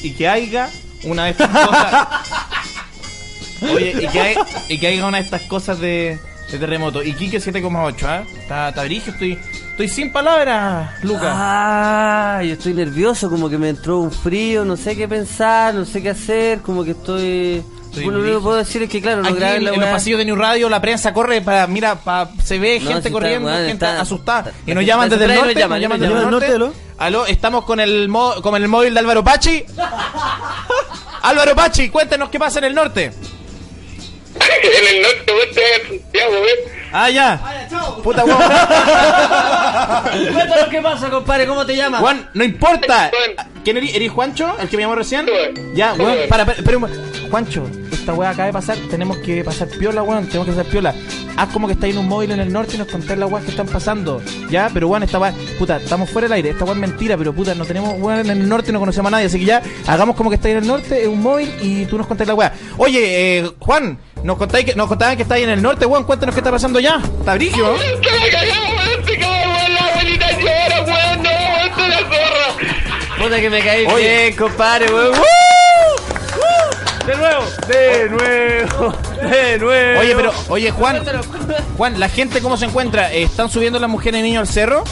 Speaker 4: y que haya una de estas
Speaker 5: <laughs>
Speaker 4: cosas. Oye, y que, hay- y que haya una de estas cosas de, de terremoto. Y Kike 7,8, ¿ah? Está, está brígido, estoy, estoy sin palabras, Lucas.
Speaker 3: Ah, yo estoy nervioso, como que me entró un frío, no sé qué pensar, no sé qué hacer, como que estoy...
Speaker 4: Estoy
Speaker 3: bueno, lo único
Speaker 4: brígido.
Speaker 3: que puedo decir es que, claro, no
Speaker 4: Aquí
Speaker 3: graben
Speaker 4: en,
Speaker 3: la
Speaker 4: en los
Speaker 3: weá.
Speaker 4: pasillos de New Radio la prensa corre para, mira, pa- se ve
Speaker 3: No,
Speaker 4: gente
Speaker 3: sí está,
Speaker 4: corriendo,
Speaker 3: weón,
Speaker 4: gente
Speaker 3: está-
Speaker 4: asustada.
Speaker 3: la
Speaker 4: Y
Speaker 3: gente
Speaker 4: nos llaman
Speaker 3: está
Speaker 4: desde el
Speaker 3: asustada
Speaker 4: norte,
Speaker 3: y nos
Speaker 4: nos
Speaker 3: llaman,
Speaker 4: llaman
Speaker 3: nos
Speaker 4: desde el
Speaker 5: llaman.
Speaker 4: norte. Aló, estamos con el, mo- con el móvil de Álvaro Pachi. Álvaro Pachi, cuéntenos qué pasa en el norte.
Speaker 6: <laughs> en el norte, vos te vas a Santiago, weón.
Speaker 4: Ah, ya.
Speaker 3: <laughs>
Speaker 4: Puta, weón.
Speaker 3: Cuéntanos qué pasa, compadre, ¿cómo te llamas?
Speaker 4: Juan, no importa.
Speaker 6: Juan.
Speaker 4: ¿Quién eres? ¿Eres Juancho? ¿El que me llamó recién?
Speaker 6: Juan.
Speaker 4: Ya,
Speaker 6: Juan.
Speaker 4: weón. Para, para, espera un mo- Juancho, esta weá acaba de pasar. Tenemos que pasar piola, weón. Tenemos que pasar piola. Haz como que estáis en un móvil en el norte y nos contás las weas que están pasando. Ya, pero weón, esta weá. Puta, estamos fuera del aire. Esta weá es mentira, pero puta, no tenemos weón en el norte, no conocemos a nadie. Así que ya, hagamos como que estáis en el norte, en un móvil y tú nos contás la weá. Oye, eh, Juan, nos, contáis que, nos contaban que estáis en el norte, weón. Cuéntanos qué está pasando ya. Está brígido. ¿no?
Speaker 6: Weón, que la cagamos, weón, se cagó, weón, la abuelita llora, weón, no, weón, está la zorra.
Speaker 3: Puta que me caí
Speaker 4: Oye.
Speaker 3: bien, compadre, weón. ¡Woo! ¡Woo! De nuevo, de nuevo, de nuevo.
Speaker 4: Oye, pero, oye, Juan,
Speaker 3: Cuéntanos, cuéntanos.
Speaker 4: Juan, ¿la gente cómo se encuentra? ¿Están subiendo las mujeres y niños al cerro?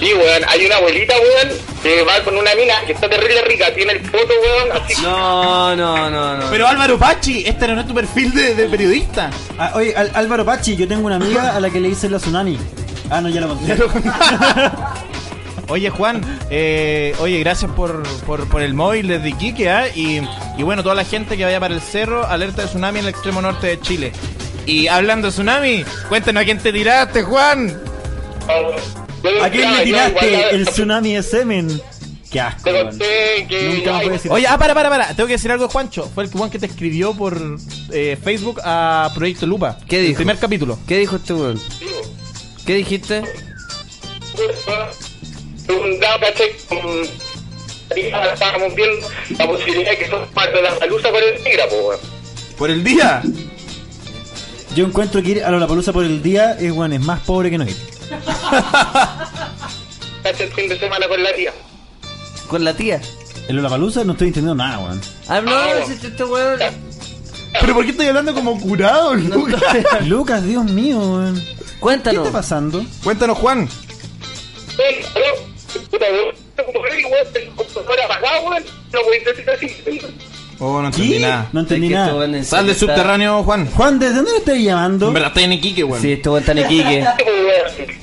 Speaker 6: Sí, weón, hay una abuelita, weón, que va con una mina que está terrible rica, tiene el foto, weón, así
Speaker 3: No, no, no, no.
Speaker 4: Pero Álvaro Pachi, este no es tu perfil de, de periodista.
Speaker 5: Ah, oye, Al- Álvaro Pachi, yo tengo una amiga a la que le hice la tsunami. Ah, no, ya lo conté.
Speaker 4: Oye, Juan, eh, oye, gracias por, por, por el móvil desde Iquique, ¿ah? y, y bueno, toda la gente que vaya para el cerro, alerta de tsunami en el extremo norte de Chile. Y hablando de tsunami, cuéntanos a quién te tiraste, Juan.
Speaker 6: ¿A
Speaker 5: ¿A quién le tiraste el tsunami de semen? Qué asco,
Speaker 6: Te
Speaker 5: weón.
Speaker 6: conté que.
Speaker 5: Nunca más voy a decir-
Speaker 4: Oye, ah, para, para, para, tengo que decir algo, Juancho. Fue el Juan que te escribió por eh, Facebook a Proyecto Lupa.
Speaker 3: ¿Qué
Speaker 4: El
Speaker 3: dijo?
Speaker 4: primer capítulo.
Speaker 3: ¿Qué dijo este weón? ¿Qué dijiste?
Speaker 6: Un dado, caché, con. Estábamos viendo la posibilidad de que son parte de la palusa por el negra, po,
Speaker 5: <laughs>
Speaker 6: weón.
Speaker 4: Por el día.
Speaker 5: Yo encuentro que ir a Lollapalooza por el día es, weón, es más pobre que no ir.
Speaker 6: Caché el fin de semana con la tía.
Speaker 3: Con la tía.
Speaker 5: En Lollapalooza no estoy entendiendo nada, weón.
Speaker 3: Ah, no,
Speaker 6: Ah.
Speaker 3: si este, este weón.
Speaker 4: ¿Pero por qué estoy hablando como
Speaker 5: <laughs>
Speaker 4: curado, Lucas?
Speaker 5: Lucas, Dios mío, weón. ¿Qué
Speaker 3: Cuéntanos.
Speaker 5: está pasando?
Speaker 4: Cuéntanos, Juan.
Speaker 6: Weón, aló, puta, weón, como mujer y weón, el computador apagado, weón, no podéis decir así.
Speaker 4: Oh, no entendí nada.
Speaker 5: No entendí
Speaker 3: Es que este
Speaker 5: nada.
Speaker 3: weón en
Speaker 4: Sal del
Speaker 3: serio está-
Speaker 4: subterráneo, Juan.
Speaker 5: Juan, ¿desde dónde lo estás llamando? <laughs>
Speaker 4: En verdad estoy en Iquique, Juan.
Speaker 3: Sí, este weón está en Iquique.
Speaker 6: Weón,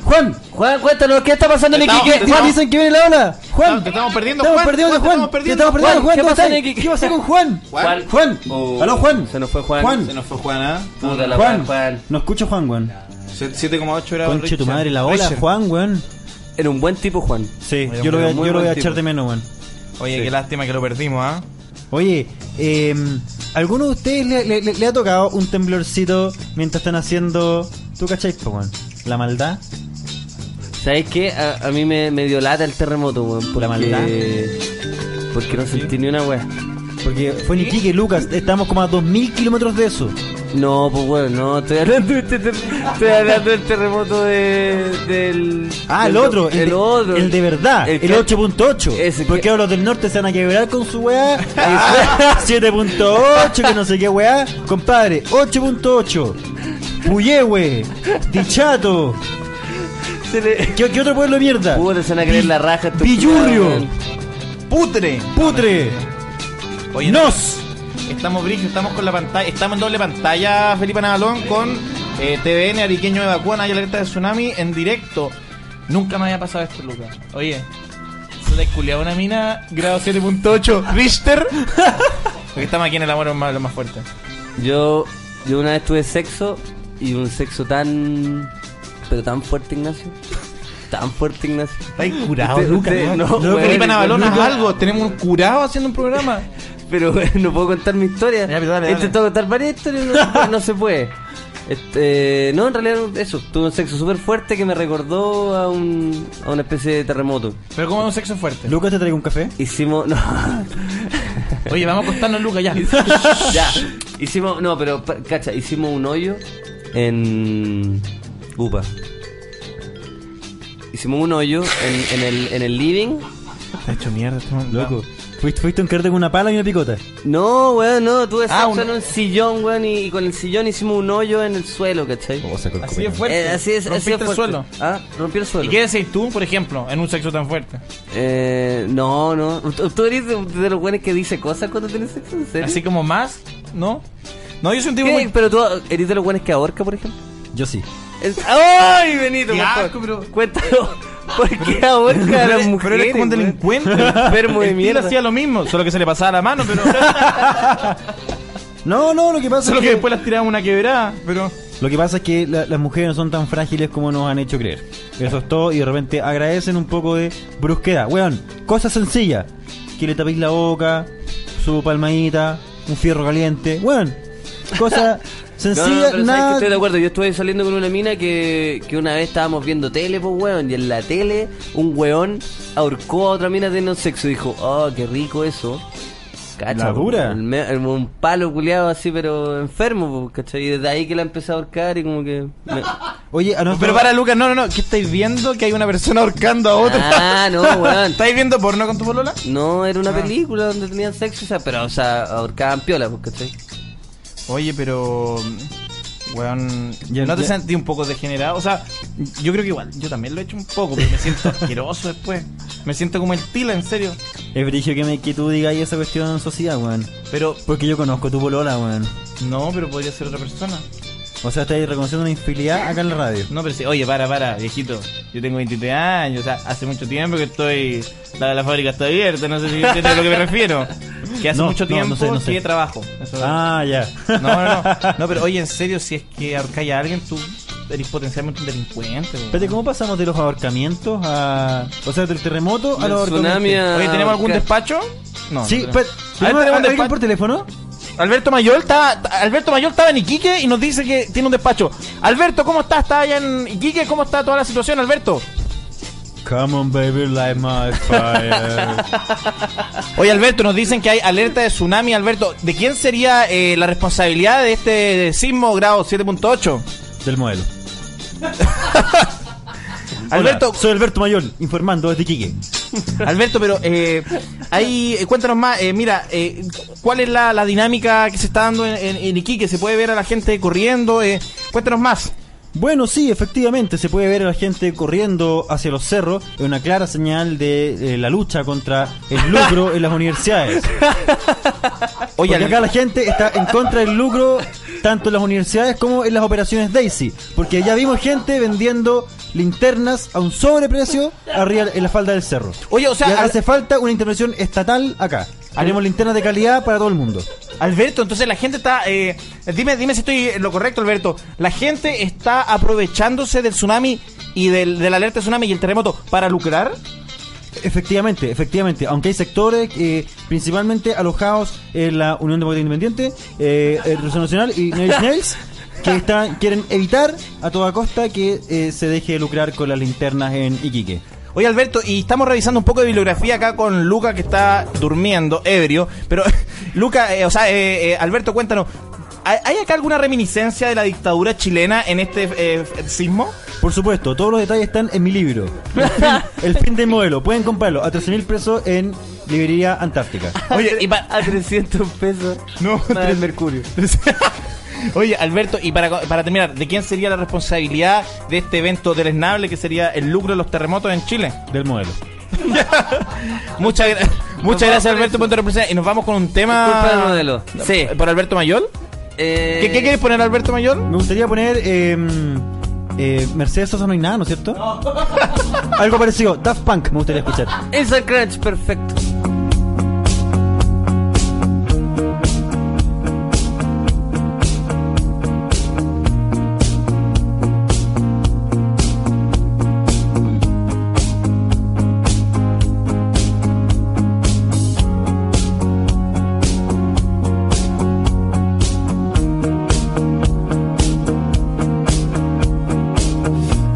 Speaker 5: Juan, Juan.
Speaker 3: Juan, cuéntanos, ¿qué está pasando en
Speaker 4: Estamos-
Speaker 3: Iquique?
Speaker 4: estamos-
Speaker 5: Juan, dicen que viene la ola. Juan.
Speaker 4: Te estamos perdiendo,
Speaker 5: Estamos
Speaker 4: Juan,
Speaker 5: perdidos de
Speaker 4: Juan, te
Speaker 5: Juan.
Speaker 4: estamos
Speaker 5: Te
Speaker 4: perdiendo.
Speaker 5: estamos perdiendo de
Speaker 3: Juan,
Speaker 5: Juan.
Speaker 3: ¿qué
Speaker 5: ¿Dónde
Speaker 3: pasó,
Speaker 5: está?
Speaker 4: Eh,
Speaker 3: Nicky?
Speaker 5: ¿Qué pasó con Juan?
Speaker 3: Juan.
Speaker 5: Juan.
Speaker 3: Oh,
Speaker 5: Aló, Juan.
Speaker 3: Se nos fue Juan.
Speaker 5: Juan.
Speaker 4: Se nos fue ¿ah? Juana.
Speaker 3: Puta la
Speaker 5: Juan.
Speaker 3: Juan. Juan.
Speaker 5: No escucho Juan, weón.
Speaker 4: 7,8 era
Speaker 5: Conche tu
Speaker 4: Richard.
Speaker 5: madre, la ola,
Speaker 4: Richard.
Speaker 5: Juan, weón.
Speaker 3: Era un buen tipo, Juan.
Speaker 5: Sí,
Speaker 4: Muy
Speaker 5: yo lo voy a,
Speaker 3: buen- muy
Speaker 5: yo lo voy a
Speaker 3: buen
Speaker 5: echar
Speaker 3: tipo.
Speaker 5: de menos, weón.
Speaker 4: Oye, qué lástima que lo perdimos, ¿ah?
Speaker 5: Oye, eh, ¿alguno de ustedes le, le- le- le ha tocado un temblorcito mientras están haciendo. ¿Tú cachai, po, weón? La maldad.
Speaker 3: ¿Sabes qué? A, a mí me, me dio lata el terremoto, weón. Por
Speaker 5: La maldad.
Speaker 3: Porque no sentí ni una weá.
Speaker 5: Porque fue en Iquique, Lucas. Estamos como a 2000 kilómetros de eso.
Speaker 3: No, pues weón, no, estoy hablando, de este ter- estoy hablando del terremoto de, del.
Speaker 5: Ah, el
Speaker 3: del-
Speaker 5: otro, el,
Speaker 3: El
Speaker 5: de,
Speaker 3: otro.
Speaker 5: El de verdad, el,
Speaker 3: El que-
Speaker 5: 8.8.
Speaker 3: Ese
Speaker 5: Porque
Speaker 3: que-
Speaker 5: ahora los del norte se van a quebrar con su
Speaker 3: <laughs>
Speaker 5: weá. Ah, <laughs> 7.8, que no sé qué weá. Compadre, 8.8. Puyehue, Dichato.
Speaker 3: Se le.
Speaker 5: ¿Qué, qué otro pueblo de mierda?
Speaker 3: Puta, se van a creer la raja. estos
Speaker 5: Villurrio.
Speaker 3: culiados, weón.
Speaker 4: ¡Putre!
Speaker 5: Putre,
Speaker 4: Oye,
Speaker 5: Nos.
Speaker 4: Estamos brillo, estamos con la pantalla, estamos en doble pantalla, Felipe Navalón, con eh, TVN, Ariqueño Evacúa, y Alerta de Tsunami, en directo. Nunca me había pasado esto, Lucas. Oye, le culiaba una mina, grado 7.8, Richter. Porque estamos aquí en el amor es más, lo más fuerte.
Speaker 3: Yo, yo una vez tuve sexo y un sexo tan. Pero tan fuerte, Ignacio. <laughs> Tan fuerte, Ignacio.
Speaker 4: Estáis
Speaker 3: curado, Ah, Lucas, ¿no?
Speaker 4: no,
Speaker 3: Weón,
Speaker 4: Felipe Navalón, haz
Speaker 3: Lucas.
Speaker 4: algo. Tenemos un curado haciendo un programa.
Speaker 3: Pero <laughs> bueno, no puedo contar mi historia.
Speaker 4: Ya, pero dale,
Speaker 3: He
Speaker 4: dale.
Speaker 3: intentado contar varias historias, no, no se puede. Este, no, en realidad eso, tuve un sexo súper fuerte que me recordó a, un, a una especie de terremoto.
Speaker 4: Pero como es un sexo fuerte.
Speaker 5: Lucas, te traigo un café.
Speaker 4: <laughs>
Speaker 3: Hicimos, no,
Speaker 4: Oye, vamos a acostarnos, Lucas, ya.
Speaker 3: ya, hicimos, no, pero pa- cacha, hicimos un hoyo en Upa. Hicimos un hoyo en, en el, en el living.
Speaker 4: Está hecho mierda, este man.
Speaker 5: Loco, fuiste, fuiste a encararte con una pala y una picota.
Speaker 3: No, weón, no, tuve sexo
Speaker 4: Ah, un-
Speaker 3: en un sillón, weón, y, y con el sillón hicimos un hoyo en el suelo, ¿cachai?
Speaker 4: Oh, Así es fuerte.
Speaker 3: Eh, así es, así
Speaker 4: Rompiste
Speaker 3: es
Speaker 4: el
Speaker 3: fuerte.
Speaker 4: suelo.
Speaker 3: Ah, rompí el suelo.
Speaker 4: ¿Y qué decís tú, por ejemplo, en un sexo tan fuerte?
Speaker 3: Eh, no, no. ¿Tú tú eres de, de los buenos que dice cosas cuando tienes sexo? ¿En serio?
Speaker 4: Así como más, ¿no? No, yo soy un tipo
Speaker 3: ¿Qué?
Speaker 4: muy...
Speaker 3: Pero tú eres de los buenos que ahorca, por ejemplo.
Speaker 5: Yo sí.
Speaker 3: Es- ¡Ay, Benito!
Speaker 4: Qué
Speaker 3: por favor!
Speaker 4: asco, pero- <laughs>
Speaker 3: Cuéntalo. ¿Por qué ahorca a las mujeres?
Speaker 4: pero eres como un
Speaker 3: güey?
Speaker 4: delincuente.
Speaker 3: <laughs> Enfermo de
Speaker 4: El tío
Speaker 3: mierda.
Speaker 4: hacía lo mismo, solo que se le pasaba la mano,
Speaker 5: <laughs>
Speaker 4: pero
Speaker 5: No, no, lo que pasa
Speaker 4: solo
Speaker 5: es
Speaker 4: que después las tiraba una quebrada, pero
Speaker 5: Lo que pasa es que la- las mujeres no son tan frágiles como nos han hecho creer. Eso es todo y de repente agradecen un poco de brusquedad. Weón, cosa sencilla. Que le tapéis la boca, su palmadita, un fierro caliente. Weón, cosa
Speaker 3: <laughs> No, no,
Speaker 5: sencilla,
Speaker 3: pero sabes que
Speaker 5: nada...
Speaker 3: estoy de acuerdo. Yo estuve saliendo con una mina que, que una vez estábamos viendo tele, pues, weón. Y en la tele, un weón ahorcó a otra mina teniendo sexo. Y dijo, oh, qué rico eso. Cacha,
Speaker 5: La
Speaker 3: po,
Speaker 5: dura.
Speaker 3: el me- el- un palo culiado así, pero enfermo, po, ¿cachai? Y desde ahí que la empecé a ahorcar y como que.
Speaker 5: <laughs>
Speaker 3: me-
Speaker 5: Oye, a nosotros...
Speaker 4: Pero para Lucas, no, no, no, ¿qué estáis viendo? Que hay una persona ahorcando a otra.
Speaker 3: Ah, no,
Speaker 4: <laughs>
Speaker 3: weón.
Speaker 4: ¿Estáis viendo porno con tu polola? Ah.
Speaker 3: No, era una película donde tenían sexo, o sea, pero, o sea, ahorcaban piola, pues, ¿cachai?
Speaker 4: Oye, pero weón,
Speaker 5: Ya-
Speaker 4: ¿no te
Speaker 5: ya-
Speaker 4: sentí un poco degenerado? O sea, yo creo que igual, yo también lo he hecho un poco, pero
Speaker 5: <laughs>
Speaker 4: me siento asqueroso después. Me siento como el Tila, en serio.
Speaker 5: Es brillo que, me, que tú digas esa cuestión en sociedad, weón.
Speaker 4: Pero
Speaker 5: Porque yo conozco tu polola, weón.
Speaker 4: no, pero podría ser otra persona.
Speaker 5: O sea, estáis reconociendo una infidelidad acá en la radio.
Speaker 4: No, pero sí, oye, para, para, viejito. Yo tengo 23 años, o sea, hace mucho tiempo que estoy. La, la fábrica está abierta, no sé si entiendes a lo que me refiero. Que hace
Speaker 5: No,
Speaker 4: mucho
Speaker 5: no,
Speaker 4: tiempo
Speaker 5: no sé, no sé.
Speaker 4: que trabajo. Eso es.
Speaker 5: Ah, ya.
Speaker 4: No, no, no. No, pero oye, en serio, si es que ahorcáis a alguien, tú eres potencialmente un delincuente. weón.
Speaker 5: Espérate, ¿cómo pasamos de los ahorcamientos a... O sea, del terremoto a
Speaker 3: Del
Speaker 5: los
Speaker 3: tsunami
Speaker 5: ahorcamientos?
Speaker 3: a-
Speaker 4: Oye, ¿tenemos algún
Speaker 3: Ca-
Speaker 4: despacho? No.
Speaker 5: Sí,
Speaker 4: no
Speaker 5: pues,
Speaker 4: A ver,
Speaker 5: ¿tenemos
Speaker 4: tenemos
Speaker 5: alguien
Speaker 4: despacho.
Speaker 5: por teléfono?
Speaker 4: Alberto Mayol estaba, Alberto Mayol estaba en Iquique y nos dice que tiene un despacho. Alberto, ¿cómo estás? ¿Estás allá en Iquique? ¿Cómo está toda la situación, Alberto?
Speaker 5: Come on, baby, light my fire.
Speaker 4: Oye, Alberto, nos dicen que hay alerta de tsunami. Alberto, ¿de quién sería eh, la responsabilidad de este sismo grado 7.8?
Speaker 5: Del
Speaker 4: <laughs>
Speaker 5: modelo.
Speaker 4: Alberto,
Speaker 5: Hola, soy Alberto Mayol, informando desde Quique.
Speaker 4: Alberto, pero eh, ahí, eh, cuéntanos más. eh, mira, eh, ¿cuál es la, la dinámica que se está dando en, en, en Iquique? ¿Se puede ver a la gente corriendo? Eh, cuéntanos más.
Speaker 5: Bueno, sí, efectivamente, se puede ver a la gente corriendo hacia los cerros, es una clara señal de eh, la lucha contra el lucro en las universidades.
Speaker 4: <laughs> Oye,
Speaker 5: Porque acá
Speaker 4: Alberto,
Speaker 5: la gente está en contra del lucro tanto en las universidades como en las operaciones Daisy, porque allá vimos gente vendiendo linternas a un sobreprecio arriba en la falda del cerro.
Speaker 4: Oye, o sea,
Speaker 5: Y
Speaker 4: al-
Speaker 5: hace falta una intervención estatal acá. Haremos linternas de calidad para todo el mundo.
Speaker 4: Alberto, entonces la gente está. eh, dime, dime si estoy en lo correcto, Alberto. La gente está aprovechándose del tsunami y del, de la alerta de tsunami y el terremoto para lucrar.
Speaker 5: Efectivamente, efectivamente. Aunque hay sectores eh, principalmente alojados en la Unión Democrática Independiente, eh, eh, Revolución Nacional y
Speaker 4: <laughs>
Speaker 5: Nine Inch Nails, que están, quieren evitar a toda costa que eh, se deje de lucrar con las linternas en Iquique.
Speaker 4: Oye, Alberto, y estamos revisando un poco de bibliografía acá con Luca que está durmiendo, ebrio. Pero, <laughs> Luca, eh, o sea, eh, eh, Alberto, cuéntanos. ¿hay- ¿Hay acá alguna reminiscencia de la dictadura chilena en este eh, sismo?
Speaker 5: Por supuesto, todos los detalles están en mi libro. El fin, el fin del modelo. Pueden comprarlo a 13.000 pesos en Librería Antártica.
Speaker 4: Oye, y pa-
Speaker 3: A 300 pesos.
Speaker 4: No,
Speaker 3: Más
Speaker 4: tres-
Speaker 3: el mercurio.
Speaker 4: Oye, Alberto, y para, para terminar, ¿de quién sería la responsabilidad de este evento deleznable que sería el lucro de los terremotos en Chile?
Speaker 5: Del modelo.
Speaker 4: <laughs> Muchas, gra- muchas
Speaker 3: vamos
Speaker 4: gracias,
Speaker 3: con
Speaker 4: Alberto,
Speaker 3: eso.
Speaker 4: por tu representación. Y nos vamos con un
Speaker 3: Disculpa el
Speaker 4: tema.
Speaker 3: modelo. Sí.
Speaker 4: ¿Por Alberto Mayol?
Speaker 3: Eh,
Speaker 4: ¿Qué, qué quieres poner, Alberto Mayol?
Speaker 5: Me gustaría poner eh, eh, Mercedes Sosa no hay nada, ¿no es cierto? <laughs> Algo parecido. Daft Punk me gustaría escuchar.
Speaker 3: Inside Crunch, perfecto.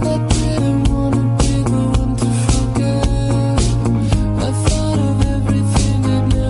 Speaker 10: I didn't wanna be the one to forget. I thought of everything.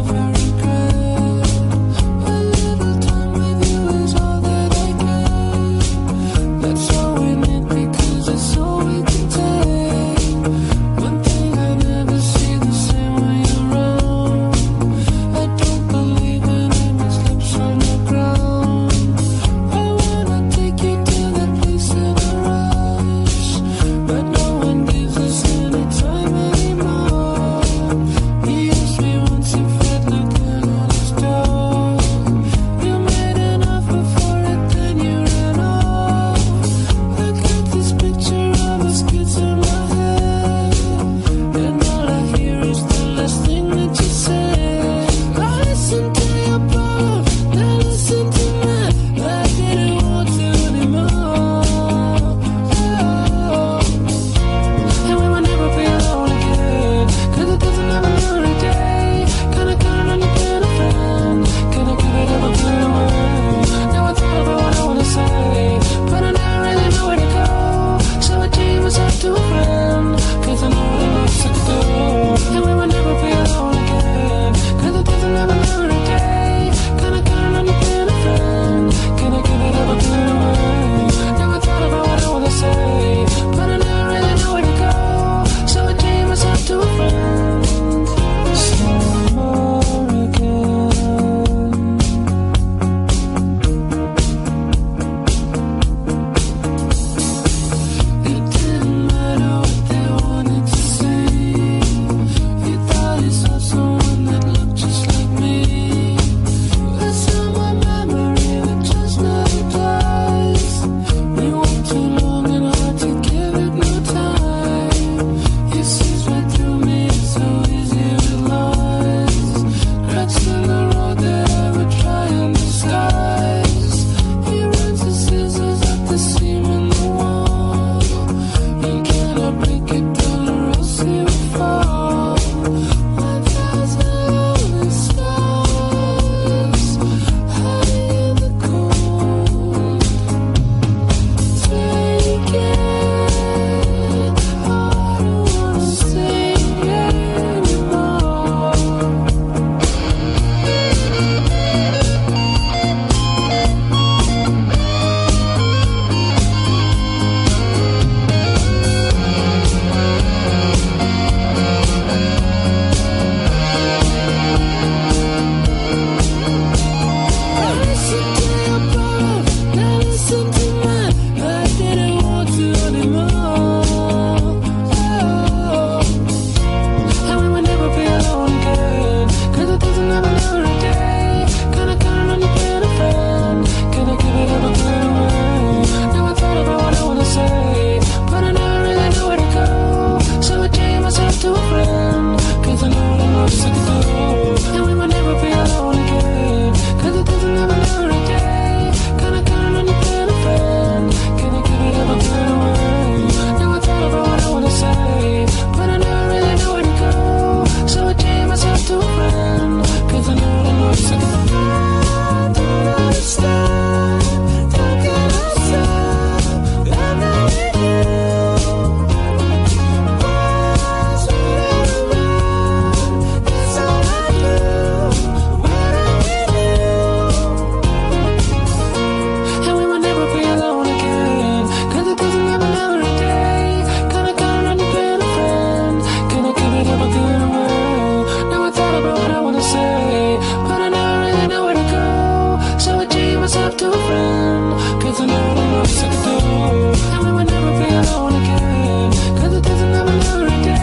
Speaker 4: eh.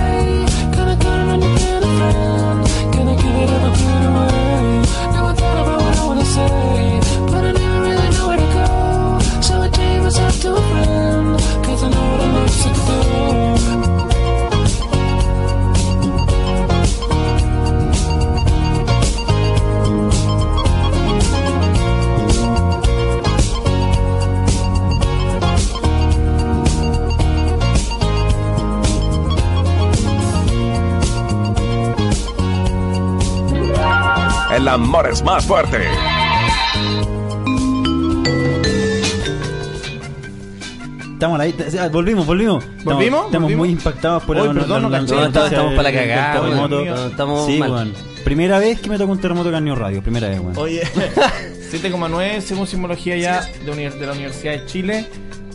Speaker 1: el amor es más fuerte.
Speaker 5: Estamos ahí, te- ah, volvimos, volvimos. Estamos-
Speaker 4: ¿Volvimos?
Speaker 5: Estamos
Speaker 4: ¿Volvimos?
Speaker 5: muy impactados por
Speaker 4: Hoy,
Speaker 5: la,
Speaker 4: perdón,
Speaker 5: la-
Speaker 4: no
Speaker 5: la-
Speaker 4: caché.
Speaker 3: No,
Speaker 5: la-
Speaker 3: estamos,
Speaker 5: la-
Speaker 3: estamos para la
Speaker 5: del
Speaker 3: cagada, weón.
Speaker 5: terremoto.
Speaker 3: No, estamos
Speaker 5: Sí,
Speaker 3: mal.
Speaker 5: weón. Primera vez que me toca un terremoto acá en New Radio, primera vez, weón.
Speaker 4: <laughs> Oye, 7,9 según simbología ya de, uni- de la Universidad de Chile.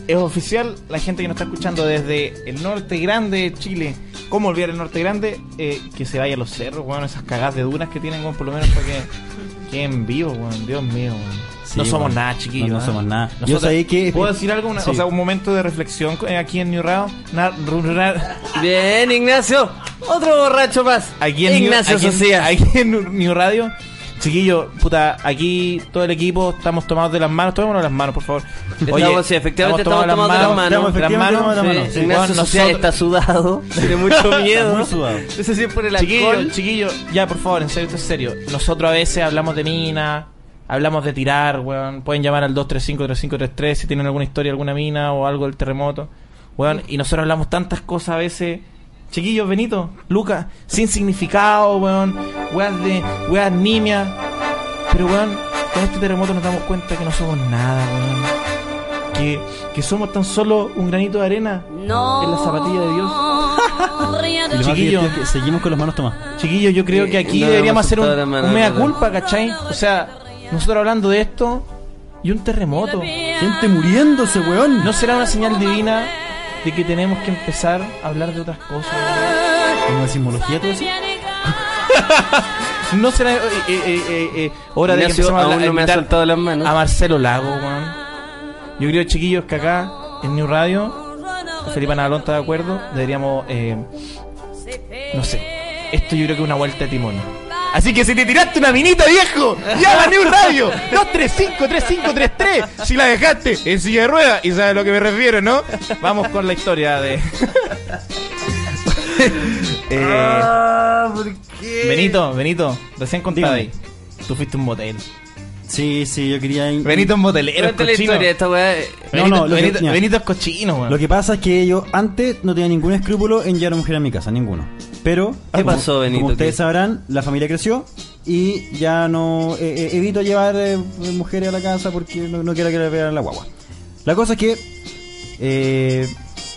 Speaker 4: Es oficial, la gente que nos está escuchando desde el norte grande de Chile, ¿cómo olvidar el norte grande? Eh, que se vaya a los cerros, weón, esas cagadas de dunas que tienen, weón, por lo menos para que queden vivos, weón, Dios mío, weón.
Speaker 5: Sí,
Speaker 4: no somos
Speaker 5: weón.
Speaker 4: nada, chiquillos.
Speaker 5: No, no
Speaker 4: ¿eh?
Speaker 5: somos nada. Yo
Speaker 4: Nosotros-
Speaker 5: sabía que- este-
Speaker 4: ¿Puedo decir algo? Una-
Speaker 5: Sí.
Speaker 4: O sea, un momento de reflexión eh, aquí en New Radio. Na- ru- ra-
Speaker 3: Bien, Ignacio. Otro borracho más.
Speaker 4: aquí en
Speaker 3: Ignacio
Speaker 4: New, aquí en-
Speaker 3: Socias.
Speaker 4: aquí en New Radio. Chiquillo, puta, aquí todo el equipo estamos tomados de las manos. Tomémonos las manos, por favor.
Speaker 3: Estamos- sí, efectivamente estamos tomados de las manos.
Speaker 4: Las
Speaker 5: Estamos
Speaker 4: manos.
Speaker 5: efectivamente tomados de las manos.
Speaker 4: Sí,
Speaker 3: Ignacio
Speaker 4: bueno,
Speaker 3: Socias
Speaker 4: nosotros-
Speaker 3: está sudado. <laughs> Tiene
Speaker 4: <laughs>
Speaker 3: mucho miedo.
Speaker 5: Muy sudado.
Speaker 3: <laughs> No sé si es por el
Speaker 4: Chiquillo,
Speaker 3: alcohol.
Speaker 4: chiquillo, ya por favor, en serio, esto es serio. Nosotros a veces hablamos de mina, hablamos de tirar, weón. Pueden llamar al 235-3533 si tienen alguna historia, alguna mina o algo del terremoto. Weón, y nosotros hablamos tantas cosas a veces. Chiquillos, Benito, Lucas, sin significado, weón. Weas de. Weas nimias. Pero weón, con este terremoto nos damos cuenta que no somos nada, weón. Que, que somos tan solo un granito de arena
Speaker 10: No.
Speaker 4: en la zapatilla de Dios.
Speaker 10: ría de
Speaker 5: Y <laughs> lo más
Speaker 4: Chiquillo.
Speaker 5: divertido es que seguimos con las manos tomadas.
Speaker 4: Chiquillos, yo creo
Speaker 3: Eh,
Speaker 4: que aquí
Speaker 3: no,
Speaker 4: deberíamos
Speaker 3: hemos
Speaker 4: hacer un,
Speaker 3: soltado la mano,
Speaker 4: un mea
Speaker 3: ¿verdad?
Speaker 4: culpa, ¿cachai? O sea, nosotros hablando de esto y un terremoto.
Speaker 5: Gente muriéndose, weón.
Speaker 4: ¿No será una señal divina de que tenemos que empezar a hablar de otras cosas?
Speaker 5: Una simbología todo eso.
Speaker 4: ¿No será eh, eh, eh, eh, eh, hora de que
Speaker 3: Ignacio
Speaker 4: empecemos a, hablar-
Speaker 3: aún no me ha
Speaker 4: invitar
Speaker 3: soltado las manos.
Speaker 4: a Marcelo Lago, weón? Yo creo, chiquillos, que acá en New Radio, Felipe Nadalón está de acuerdo, deberíamos, eh, no sé, esto yo creo que es una vuelta de timonio. Así que si te tiraste una minita, viejo, llama a New Radio 235-3533. Si la dejaste en silla de rueda, y sabes a lo que me refiero, ¿no? Vamos con la historia de. <laughs> Eh, Benito, Benito, recién contado
Speaker 5: Dígame.
Speaker 4: ahí. Tú fuiste un motel.
Speaker 5: Sí, sí, yo quería. in-
Speaker 4: Benito es motelero, es
Speaker 3: Cuéntale la
Speaker 4: cochino.
Speaker 3: historia de esta weá. eh,
Speaker 5: No,
Speaker 4: Benito,
Speaker 5: no, lo que-
Speaker 4: Benito-
Speaker 5: ya.
Speaker 4: Benito es cochino, weón.
Speaker 5: Lo que pasa es que yo antes no tenía ningún escrúpulo en llevar a una mujer a mi casa, ninguno. Pero,
Speaker 3: ¿Qué pasó, Benito?
Speaker 5: Como ustedes
Speaker 3: ¿Qué?
Speaker 5: sabrán, la familia creció y ya no eh, eh, evito llevar eh, mujeres a la casa porque no, no quiero que le vean la guagua. La cosa es que, eh,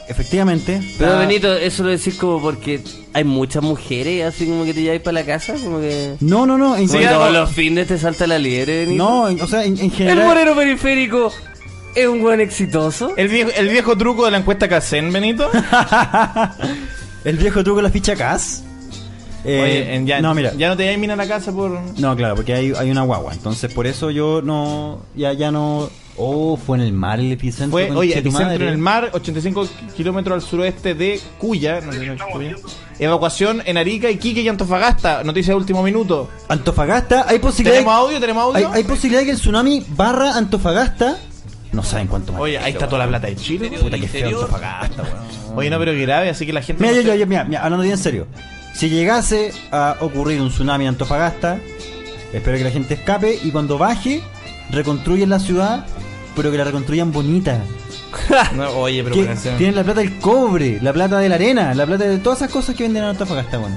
Speaker 5: efectivamente.
Speaker 3: Pero
Speaker 5: la-
Speaker 3: Benito, eso lo decís como porque hay muchas mujeres así como que te lleváis para la casa, como que...
Speaker 5: No, no, no. En
Speaker 3: Como
Speaker 5: general-
Speaker 3: todos los fines te salta la liebre, Benito.
Speaker 5: no, en- o sea, en, en
Speaker 3: El
Speaker 5: general.
Speaker 3: moreno periférico es un buen exitoso.
Speaker 4: El viejo, el viejo truco de la encuesta Casen, Benito.
Speaker 5: <laughs> el viejo truco de la ficha CAS. Eh,
Speaker 4: Oye, en- ya,
Speaker 5: no, mira.
Speaker 4: ya no te mina a la casa por.
Speaker 5: No, claro, porque hay, hay una guagua. Entonces, por eso yo no. Ya, ya no. Oh, fue en el mar el epicentro.
Speaker 4: Fue,
Speaker 5: conche
Speaker 4: oye,
Speaker 5: tu
Speaker 4: epicentro
Speaker 5: madre.
Speaker 4: en el mar, 85 kilómetros al suroeste de Cuya. no sé si es Cuya. Evacuación en Arica, Iquique y Antofagasta. Noticia de último minuto.
Speaker 5: Antofagasta, hay posibilidad.
Speaker 4: ¿Tenemos audio? ¿Tenemos
Speaker 5: Hay,
Speaker 4: audio?
Speaker 5: hay posibilidad de que el tsunami barra Antofagasta. No saben cuánto más.
Speaker 4: Oye, ahí está toda la plata de Chile. Puta que feo Antofagasta, weón. Oye, no, pero que grave, así que la gente.
Speaker 5: Mira,
Speaker 4: no
Speaker 5: yo,
Speaker 4: se-
Speaker 5: yo, yo, mira, mira, hablando bien en serio. Si llegase a ocurrir un tsunami en Antofagasta, espero que la gente escape y cuando baje, reconstruyen la ciudad, pero que la reconstruyan bonita.
Speaker 4: <laughs> No, oye, pero
Speaker 5: Que
Speaker 4: para hacer-
Speaker 5: tienen la plata del cobre, la plata de la arena, la plata de todas esas cosas que venden en Antofagasta, bueno.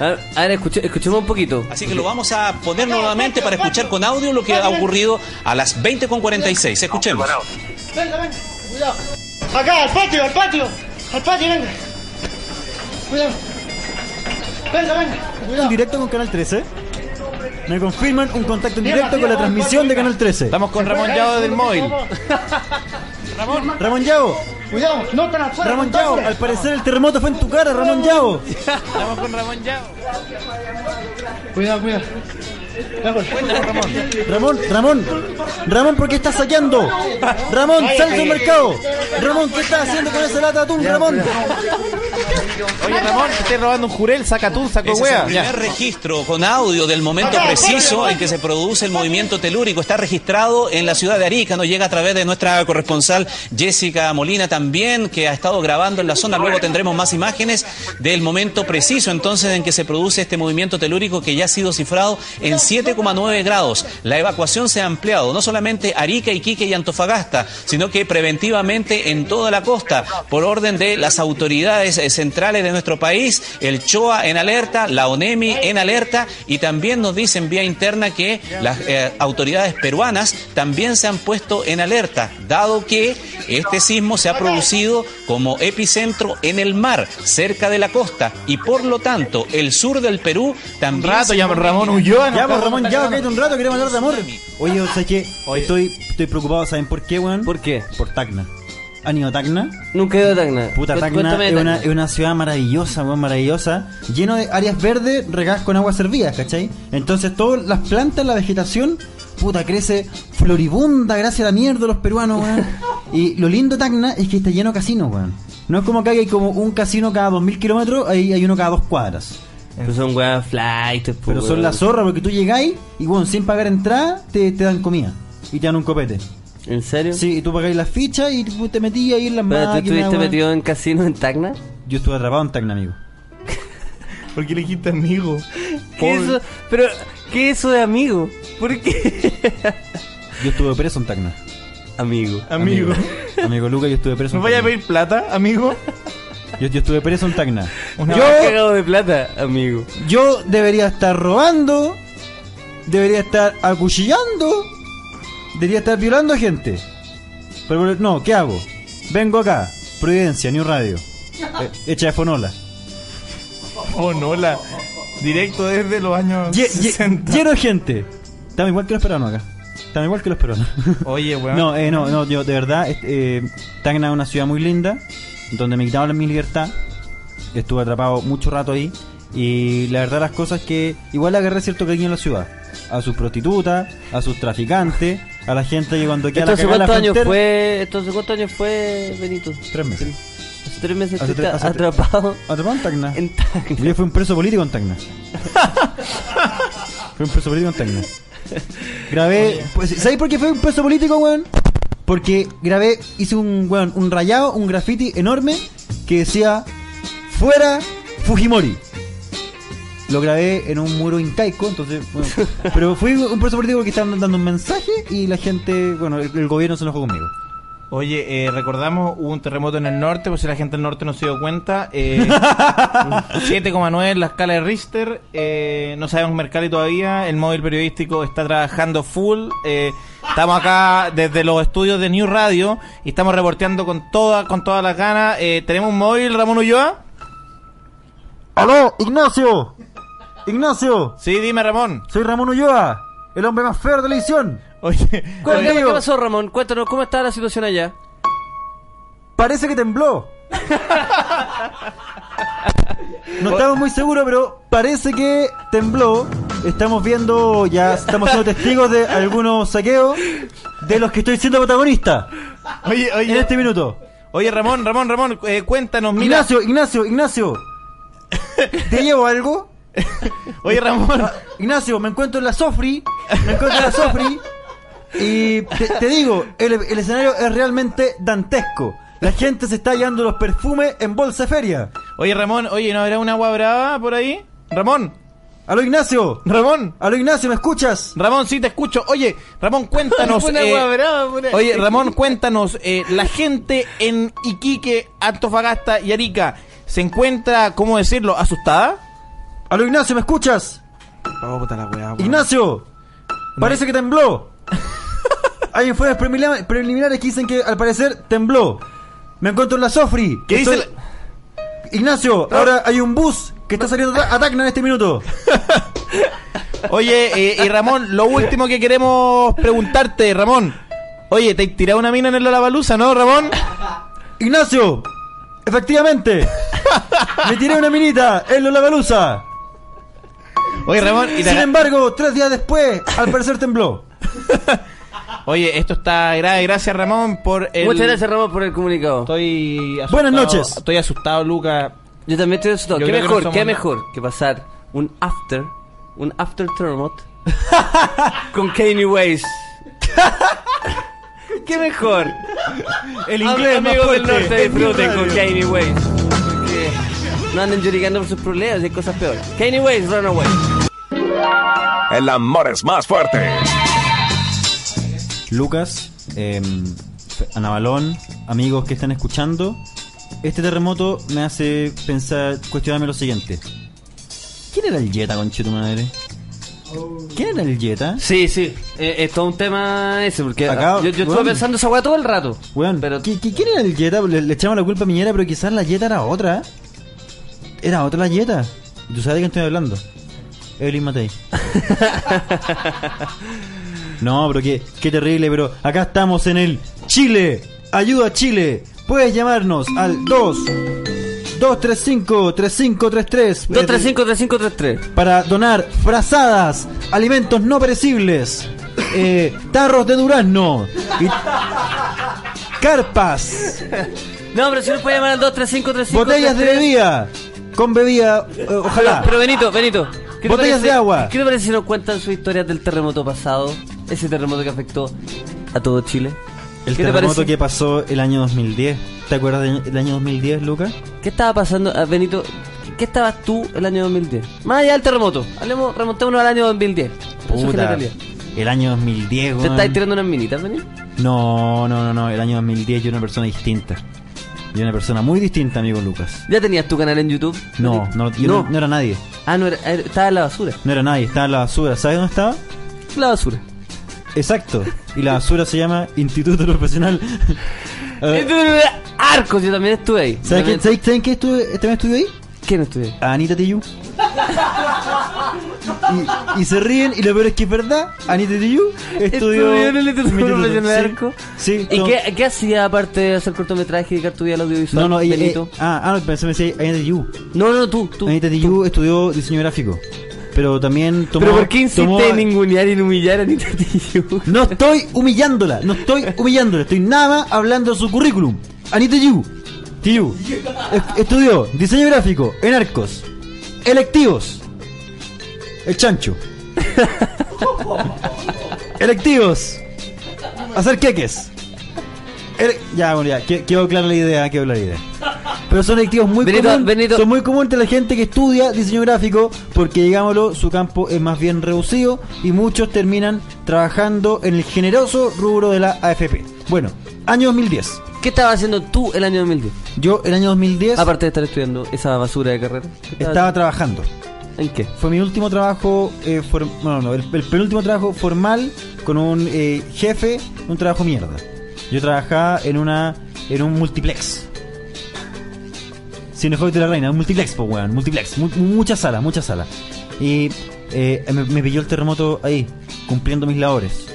Speaker 3: A ver, a ver, escuche- escuchemos un poquito.
Speaker 11: Así que lo vamos a poner nuevamente para escuchar con audio lo que ha ocurrido a las 20.46. Escuchemos.
Speaker 12: Venga, venga, cuidado. Acá, al patio, al patio. Al patio, venga. Cuidado. Venga, venga,
Speaker 5: En
Speaker 12: cuidado.
Speaker 5: directo con Canal 13. Me confirman un contacto en directo con la transmisión de Canal 13.
Speaker 4: Estamos con Ramón Llado del móvil.
Speaker 5: Ramón Yao,
Speaker 12: Cuidado, no tan afuera.
Speaker 5: Ramón
Speaker 12: no tan
Speaker 5: Yao,
Speaker 12: afuera.
Speaker 5: al parecer el terremoto fue en tu cara, Ramón Yao.
Speaker 4: <laughs> Estamos con Ramón Llado.
Speaker 12: Cuidado, cuidado. Lejos.
Speaker 5: Ramón, Ramón, Ramón, ¿por qué estás saqueando? Ramón, sal del mercado. Ramón, ¿qué estás haciendo con esa lata de atún, Ramón?
Speaker 4: Oye, Ramón, te estoy robando un jurel, saca tú, saco
Speaker 11: Ese es el
Speaker 4: wea. Ya.
Speaker 11: primer registro con audio del momento preciso en que se produce el movimiento telúrico. Está registrado en la ciudad de Arica, nos llega a través de nuestra corresponsal Jessica Molina también, que ha estado grabando en la zona. Luego tendremos más imágenes del momento preciso entonces en que se produce este movimiento telúrico que ya ha sido cifrado en 7,9 grados. La evacuación se ha ampliado, no solamente Arica, Iquique y Antofagasta, sino que preventivamente en toda la costa, por orden de las autoridades eh, eh, centrales de nuestro país, el CHOA en alerta, la ONEMI en alerta y también nos dicen vía interna que las eh, autoridades peruanas también se han puesto en alerta, dado que este sismo se ha producido como epicentro en el mar, cerca de la costa y por lo tanto el sur del Perú
Speaker 4: Un
Speaker 11: también...
Speaker 4: rato,
Speaker 11: se
Speaker 4: ya
Speaker 11: contamina.
Speaker 4: Ramón huyó. ¿no?
Speaker 5: Ya, pues Ramón, ya, cállate un rato, queremos hablar de amor. Oye, o sea que estoy, estoy preocupado, ¿saben por qué, weón?
Speaker 3: ¿Por qué?
Speaker 5: Por Tacna. ¿Han ido a Tacna?
Speaker 3: Nunca he ido a Tacna.
Speaker 5: Puta,
Speaker 3: Cu-
Speaker 5: Tacna
Speaker 3: cuéntame de
Speaker 5: es una, es
Speaker 3: Tacna.
Speaker 5: una ciudad maravillosa, weón, maravillosa, lleno de áreas verdes regadas con agua servida, ¿cachai? Entonces todas las plantas, la vegetación, puta, crece floribunda gracias a la mierda de los peruanos,
Speaker 3: <laughs>
Speaker 5: weón. Y lo lindo de Tacna es que está lleno de casinos, weón. No es como acá que hay como un casino cada 2.000 kilómetros, ahí hay uno cada dos cuadras.
Speaker 3: Pero Pues son weas flight. po,
Speaker 5: Pero son
Speaker 3: weón.
Speaker 5: la zorra porque tú llegáis y, weón, sin pagar entrada, te, te dan comida. Y te dan un copete.
Speaker 3: ¿En serio?
Speaker 5: Sí, y tú pagáis las fichas y pues, te metí ahí en las
Speaker 3: ¿Pero tú
Speaker 5: máquinas,
Speaker 3: estuviste
Speaker 5: weón.
Speaker 3: metido en casino en Tacna?
Speaker 5: Yo estuve atrapado en Tacna, amigo.
Speaker 4: <laughs> ¿Por qué le dijiste amigo?
Speaker 3: ¿Qué eso? Pero, ¿qué eso de amigo? ¿Por qué?
Speaker 5: Yo estuve preso en Tacna.
Speaker 3: amigo.
Speaker 4: Amigo.
Speaker 5: Amigo Luca, yo estuve preso.
Speaker 4: ¿Me
Speaker 5: en
Speaker 4: vaya a
Speaker 5: Tacna.
Speaker 4: pedir plata, amigo?
Speaker 5: Yo, yo estuve preso en Tacna.
Speaker 4: Una
Speaker 3: Yo
Speaker 5: yo,
Speaker 3: cagado de plata, amigo.
Speaker 5: yo debería estar robando, debería estar acuchillando, debería estar violando a gente. Pero no, ¿qué hago? Vengo acá, Providencia, New
Speaker 4: <laughs>
Speaker 5: Radio, eh, hecha de fonola.
Speaker 4: Oh, no, la. Directo desde los años
Speaker 5: Lle- lle-
Speaker 4: 60.
Speaker 5: lleno de gente. Estamos igual que los peruanos acá. Estamos igual que los peruanos. <laughs>
Speaker 4: Oye, weón.
Speaker 5: No, eh, no, no, yo de verdad, este, eh, Tacna es una ciudad muy linda, donde me quitaron mi libertad. Estuve atrapado mucho rato ahí. Y la verdad las cosas que igual agarré cierto cariño en la ciudad. A sus prostitutas, a sus traficantes, a la gente que cuando queda
Speaker 3: ¿Esto
Speaker 5: la
Speaker 3: hace
Speaker 5: cagada en la
Speaker 3: cuántos años
Speaker 5: frontera-
Speaker 3: fue? ¿Esto hace cuántos años fue, Benito?
Speaker 5: Tres meses.
Speaker 3: Hace tres meses
Speaker 5: Hace
Speaker 3: tú
Speaker 5: tres-
Speaker 3: estás
Speaker 5: hace tres-
Speaker 3: atrapado
Speaker 5: Atrapado en Tacna.
Speaker 3: en Tacna.
Speaker 5: Yo fui un preso político en
Speaker 3: <laughs>
Speaker 5: Tacna. fui un preso político en Tacna. Grabé. Pues, ¿Sabéis por qué fue un preso político, weón? Porque grabé, hice un weón, un rayado, un graffiti enorme que decía Fuera Fujimori. Lo grabé en un muro incaico, entonces,
Speaker 3: <laughs>
Speaker 5: bueno, pero fui un preso político porque estaban dando un mensaje y la gente, bueno, el, el gobierno se enojó conmigo.
Speaker 4: Oye, eh, recordamos, hubo un terremoto en el norte, por si la gente del norte no se dio cuenta. eh, 7,9 en la escala de Richter. eh, no sabemos Mercalli todavía. El móvil periodístico está trabajando full. eh, estamos acá desde los estudios de New Radio y estamos reporteando con toda, con todas las ganas. Eh, ¿Tenemos un móvil, Ramón Ulloa?
Speaker 5: ¡Aló, Ignacio! ¡Ignacio!
Speaker 4: Sí, dime, Ramón.
Speaker 5: Soy Ramón Ulloa, el hombre más feo de la edición.
Speaker 4: Oye,
Speaker 3: Cuéntame,
Speaker 5: Conmigo.
Speaker 3: ¿Qué pasó, Ramón? Cuéntanos, ¿cómo está la situación allá?
Speaker 5: Parece que tembló. No estamos muy seguros, pero parece que tembló. Estamos viendo, ya estamos siendo testigos de algunos saqueos de los que estoy siendo protagonista
Speaker 4: oye,
Speaker 5: en
Speaker 4: oye,
Speaker 5: este minuto.
Speaker 4: oye, Ramón, Ramón, Ramón, eh, cuéntanos, mira.
Speaker 5: Ignacio, Ignacio, Ignacio. ¿Te llevo algo?
Speaker 4: <laughs>
Speaker 5: Ah,
Speaker 4: Oye, Ramón.
Speaker 5: Ignacio, me encuentro en la Sofri. Me encuentro en la Sofri. Y te, te digo, el, el escenario es realmente dantesco. La gente se está llevando los perfumes en bolsa de feria. Ah,
Speaker 4: Oye, Ramón, oye, ¿no habrá una agua brava por ahí? Ramón,
Speaker 5: ¡Aló, Ignacio!
Speaker 4: Ramón,
Speaker 5: ¡Aló, Ignacio, ¿me escuchas?
Speaker 4: Ramón, sí te escucho. Oye, Ramón,
Speaker 3: <laughs>
Speaker 4: cuéntanos.
Speaker 3: Una
Speaker 4: eh,
Speaker 3: agua brava, una-
Speaker 4: Oye, Ramón, cuéntanos. eh, la gente en Iquique, Antofagasta y Arica se encuentra, ¿cómo decirlo? ¿Asustada?
Speaker 5: ¡Aló, Ignacio, ¿me escuchas?
Speaker 4: Oh, puta la weá, weón.
Speaker 5: ¡Ignacio! Parece que
Speaker 4: <laughs>
Speaker 5: tembló. Hay informes prelimina- preliminares que dicen que al parecer tembló. Me encuentro en la Sofri.
Speaker 4: ¿Qué dice
Speaker 5: Estoy- Ignacio, ahora hay un bus que está saliendo a Tacna en este minuto.
Speaker 4: Oye, eh, y Ramón, lo último que queremos preguntarte, Ramón. Oye, te tirado una mina en el Lollapalooza, ¿no, Ramón?
Speaker 5: Ignacio,
Speaker 4: <laughs>
Speaker 5: efectivamente, me tiré una minita en Lollapalooza.
Speaker 4: Oye, Ramón, y te
Speaker 5: Sin
Speaker 4: aga-
Speaker 5: embargo, tres días después, al parecer tembló.
Speaker 4: Oye, esto está grave. Gracias, Ramón, por el...
Speaker 3: Muchas gracias, Ramón, por el comunicado.
Speaker 4: Estoy asustado.
Speaker 5: Buenas noches.
Speaker 4: Estoy asustado, Luca.
Speaker 3: Yo también estoy asustado.
Speaker 4: Yo
Speaker 3: ¿Qué
Speaker 4: creo que
Speaker 3: mejor,
Speaker 4: no somos
Speaker 3: qué
Speaker 4: nada.
Speaker 3: mejor que pasar un after, un after
Speaker 5: <laughs>
Speaker 3: terremoto con Kanye West? ¿Qué mejor?
Speaker 4: El
Speaker 3: Am- amigos del norte disfruten con Kanye West. Porque no anden llorigando por sus problemas, hay cosas peores. Kanye West, Runaway.
Speaker 1: El amor es más fuerte.
Speaker 5: em, Lucas, eh, Ana Balón, amigos que están escuchando, Este terremoto me hace pensar, cuestionarme lo siguiente. ¿Quién era el Jetta, conche tu madre? ¿Quién era el Jetta?
Speaker 3: Sí, sí. Eh, es todo un tema ese, porque
Speaker 5: Acá,
Speaker 3: yo, yo estuve
Speaker 5: weón.
Speaker 3: pensando esa weá todo el rato.
Speaker 5: Weón,
Speaker 3: pero
Speaker 5: ¿qui- qui- ¿quién era el Jetta? Le, le echamos la culpa a Piñera, pero quizás la Jetta era otra. Era otra la Jetta. ¿Y tú sabes de quién estoy hablando? Evelyn Matei. <laughs> no, pero qué, qué terrible, pero acá estamos en el Chile. Ayuda Chile. Puedes llamarnos al 2 235 3533 <laughs>
Speaker 3: 235-3533.
Speaker 5: para donar frazadas, alimentos no perecibles, eh, tarros de durazno, y carpas,
Speaker 3: No, pero si nos puede llamar al 235-3533.
Speaker 5: botellas de bebida, con bebida, eh,
Speaker 3: Pero,
Speaker 5: ojalá.
Speaker 3: pero Benito, Benito. ¿qué te
Speaker 5: Botellas
Speaker 3: parece-
Speaker 5: de agua.
Speaker 3: ¿Qué te parece si nos cuentan su historia del terremoto pasado? Ese terremoto que afectó a todo Chile.
Speaker 5: El
Speaker 3: ¿Qué te
Speaker 5: terremoto
Speaker 3: parece?
Speaker 5: que pasó el año 2010. ¿Te acuerdas del del año 2010, Lucas?
Speaker 3: ¿Qué estaba pasando, ah, Benito? ¿qué- ¿Qué estabas tú el año 2010? Más allá del terremoto. Hablemos, remontémonos al año 2010. Eso es
Speaker 5: Puta.
Speaker 3: generalidad.
Speaker 5: El año 2010,
Speaker 3: ¿Te
Speaker 5: weón.
Speaker 3: estáis tirando unas minitas, Benito?
Speaker 5: No, no, no, no. El año 2010 yo era una persona distinta. Yo era una persona muy distinta, amigo Lucas.
Speaker 3: ¿Ya tenías tu canal en YouTube?
Speaker 5: No,
Speaker 3: Benito?
Speaker 5: no, yo no. no era nadie.
Speaker 3: Ah, no, era, era- estaba en la basura.
Speaker 5: No era nadie. Estaba en la basura. ¿Sabes dónde estaba?
Speaker 3: La basura.
Speaker 5: Exacto. Y la basura se llama Instituto
Speaker 3: <laughs>
Speaker 5: Profesional. Eh,
Speaker 3: Arcos, yo también estuve ahí.
Speaker 5: ¿Sabes
Speaker 3: También-
Speaker 5: qué, ¿sabes, sabes qué estuve, también estuve ahí?
Speaker 3: ¿Quién estuve ahí?
Speaker 5: A Anita Tiyu. Y, y se ríen, y lo peor es que es verdad. Anita Tiyu <laughs> estudió.
Speaker 3: Estudió <laughs> en el Instituto
Speaker 5: mi título.
Speaker 3: Profesional
Speaker 5: Sí,
Speaker 3: Arco.
Speaker 5: Sí,
Speaker 3: ¿Y
Speaker 5: no.
Speaker 3: qué, qué hacía aparte de hacer cortometraje y dedicar tu vida al audiovisual?
Speaker 5: No, no, ella.
Speaker 3: Benito?
Speaker 5: eh, ah, ah, no, pensé, me decía Anita Tiyu.
Speaker 3: no, no, tú, tú.
Speaker 5: Anita Tiyu estudió diseño gráfico. Pero también tomó.
Speaker 3: ¿Pero por qué insiste
Speaker 5: tomó-
Speaker 3: en ningunear y en humillar a Anita Tijoux?
Speaker 5: No estoy humillándola, no estoy humillándola, estoy nada más hablando de su currículum. Anita Yu, Tiyu, es- estudió diseño gráfico en arcos, electivos, el chancho, <laughs> electivos, hacer queques. Ele- ya, bueno, ya, que- quedó clara la idea, quedó clara la idea. Pero son electivos muy
Speaker 3: Benito,
Speaker 5: comunes,
Speaker 3: Benito.
Speaker 5: son muy comunes entre la gente que estudia diseño gráfico, porque digámoslo, su campo es más bien reducido y muchos terminan trabajando en el generoso rubro de la AFP. Bueno, año 2010.
Speaker 3: ¿Qué estabas haciendo tú el año 2010?
Speaker 5: Yo el año 2010
Speaker 3: Aparte de estar estudiando esa basura de carrera. ¿qué estabas
Speaker 5: estaba trabajando.
Speaker 3: haciendo? ¿En qué?
Speaker 5: Fue mi último trabajo, eh, form- bueno, no, el, el penúltimo trabajo formal con un eh, jefe, un trabajo mierda. Yo trabajaba en una en un multiplex. Cinefox de la Reina, un multiplex, po, weón, multiplex, mu- muchas salas, muchas salas. Y eh, me, me pilló el terremoto ahí, cumpliendo mis labores.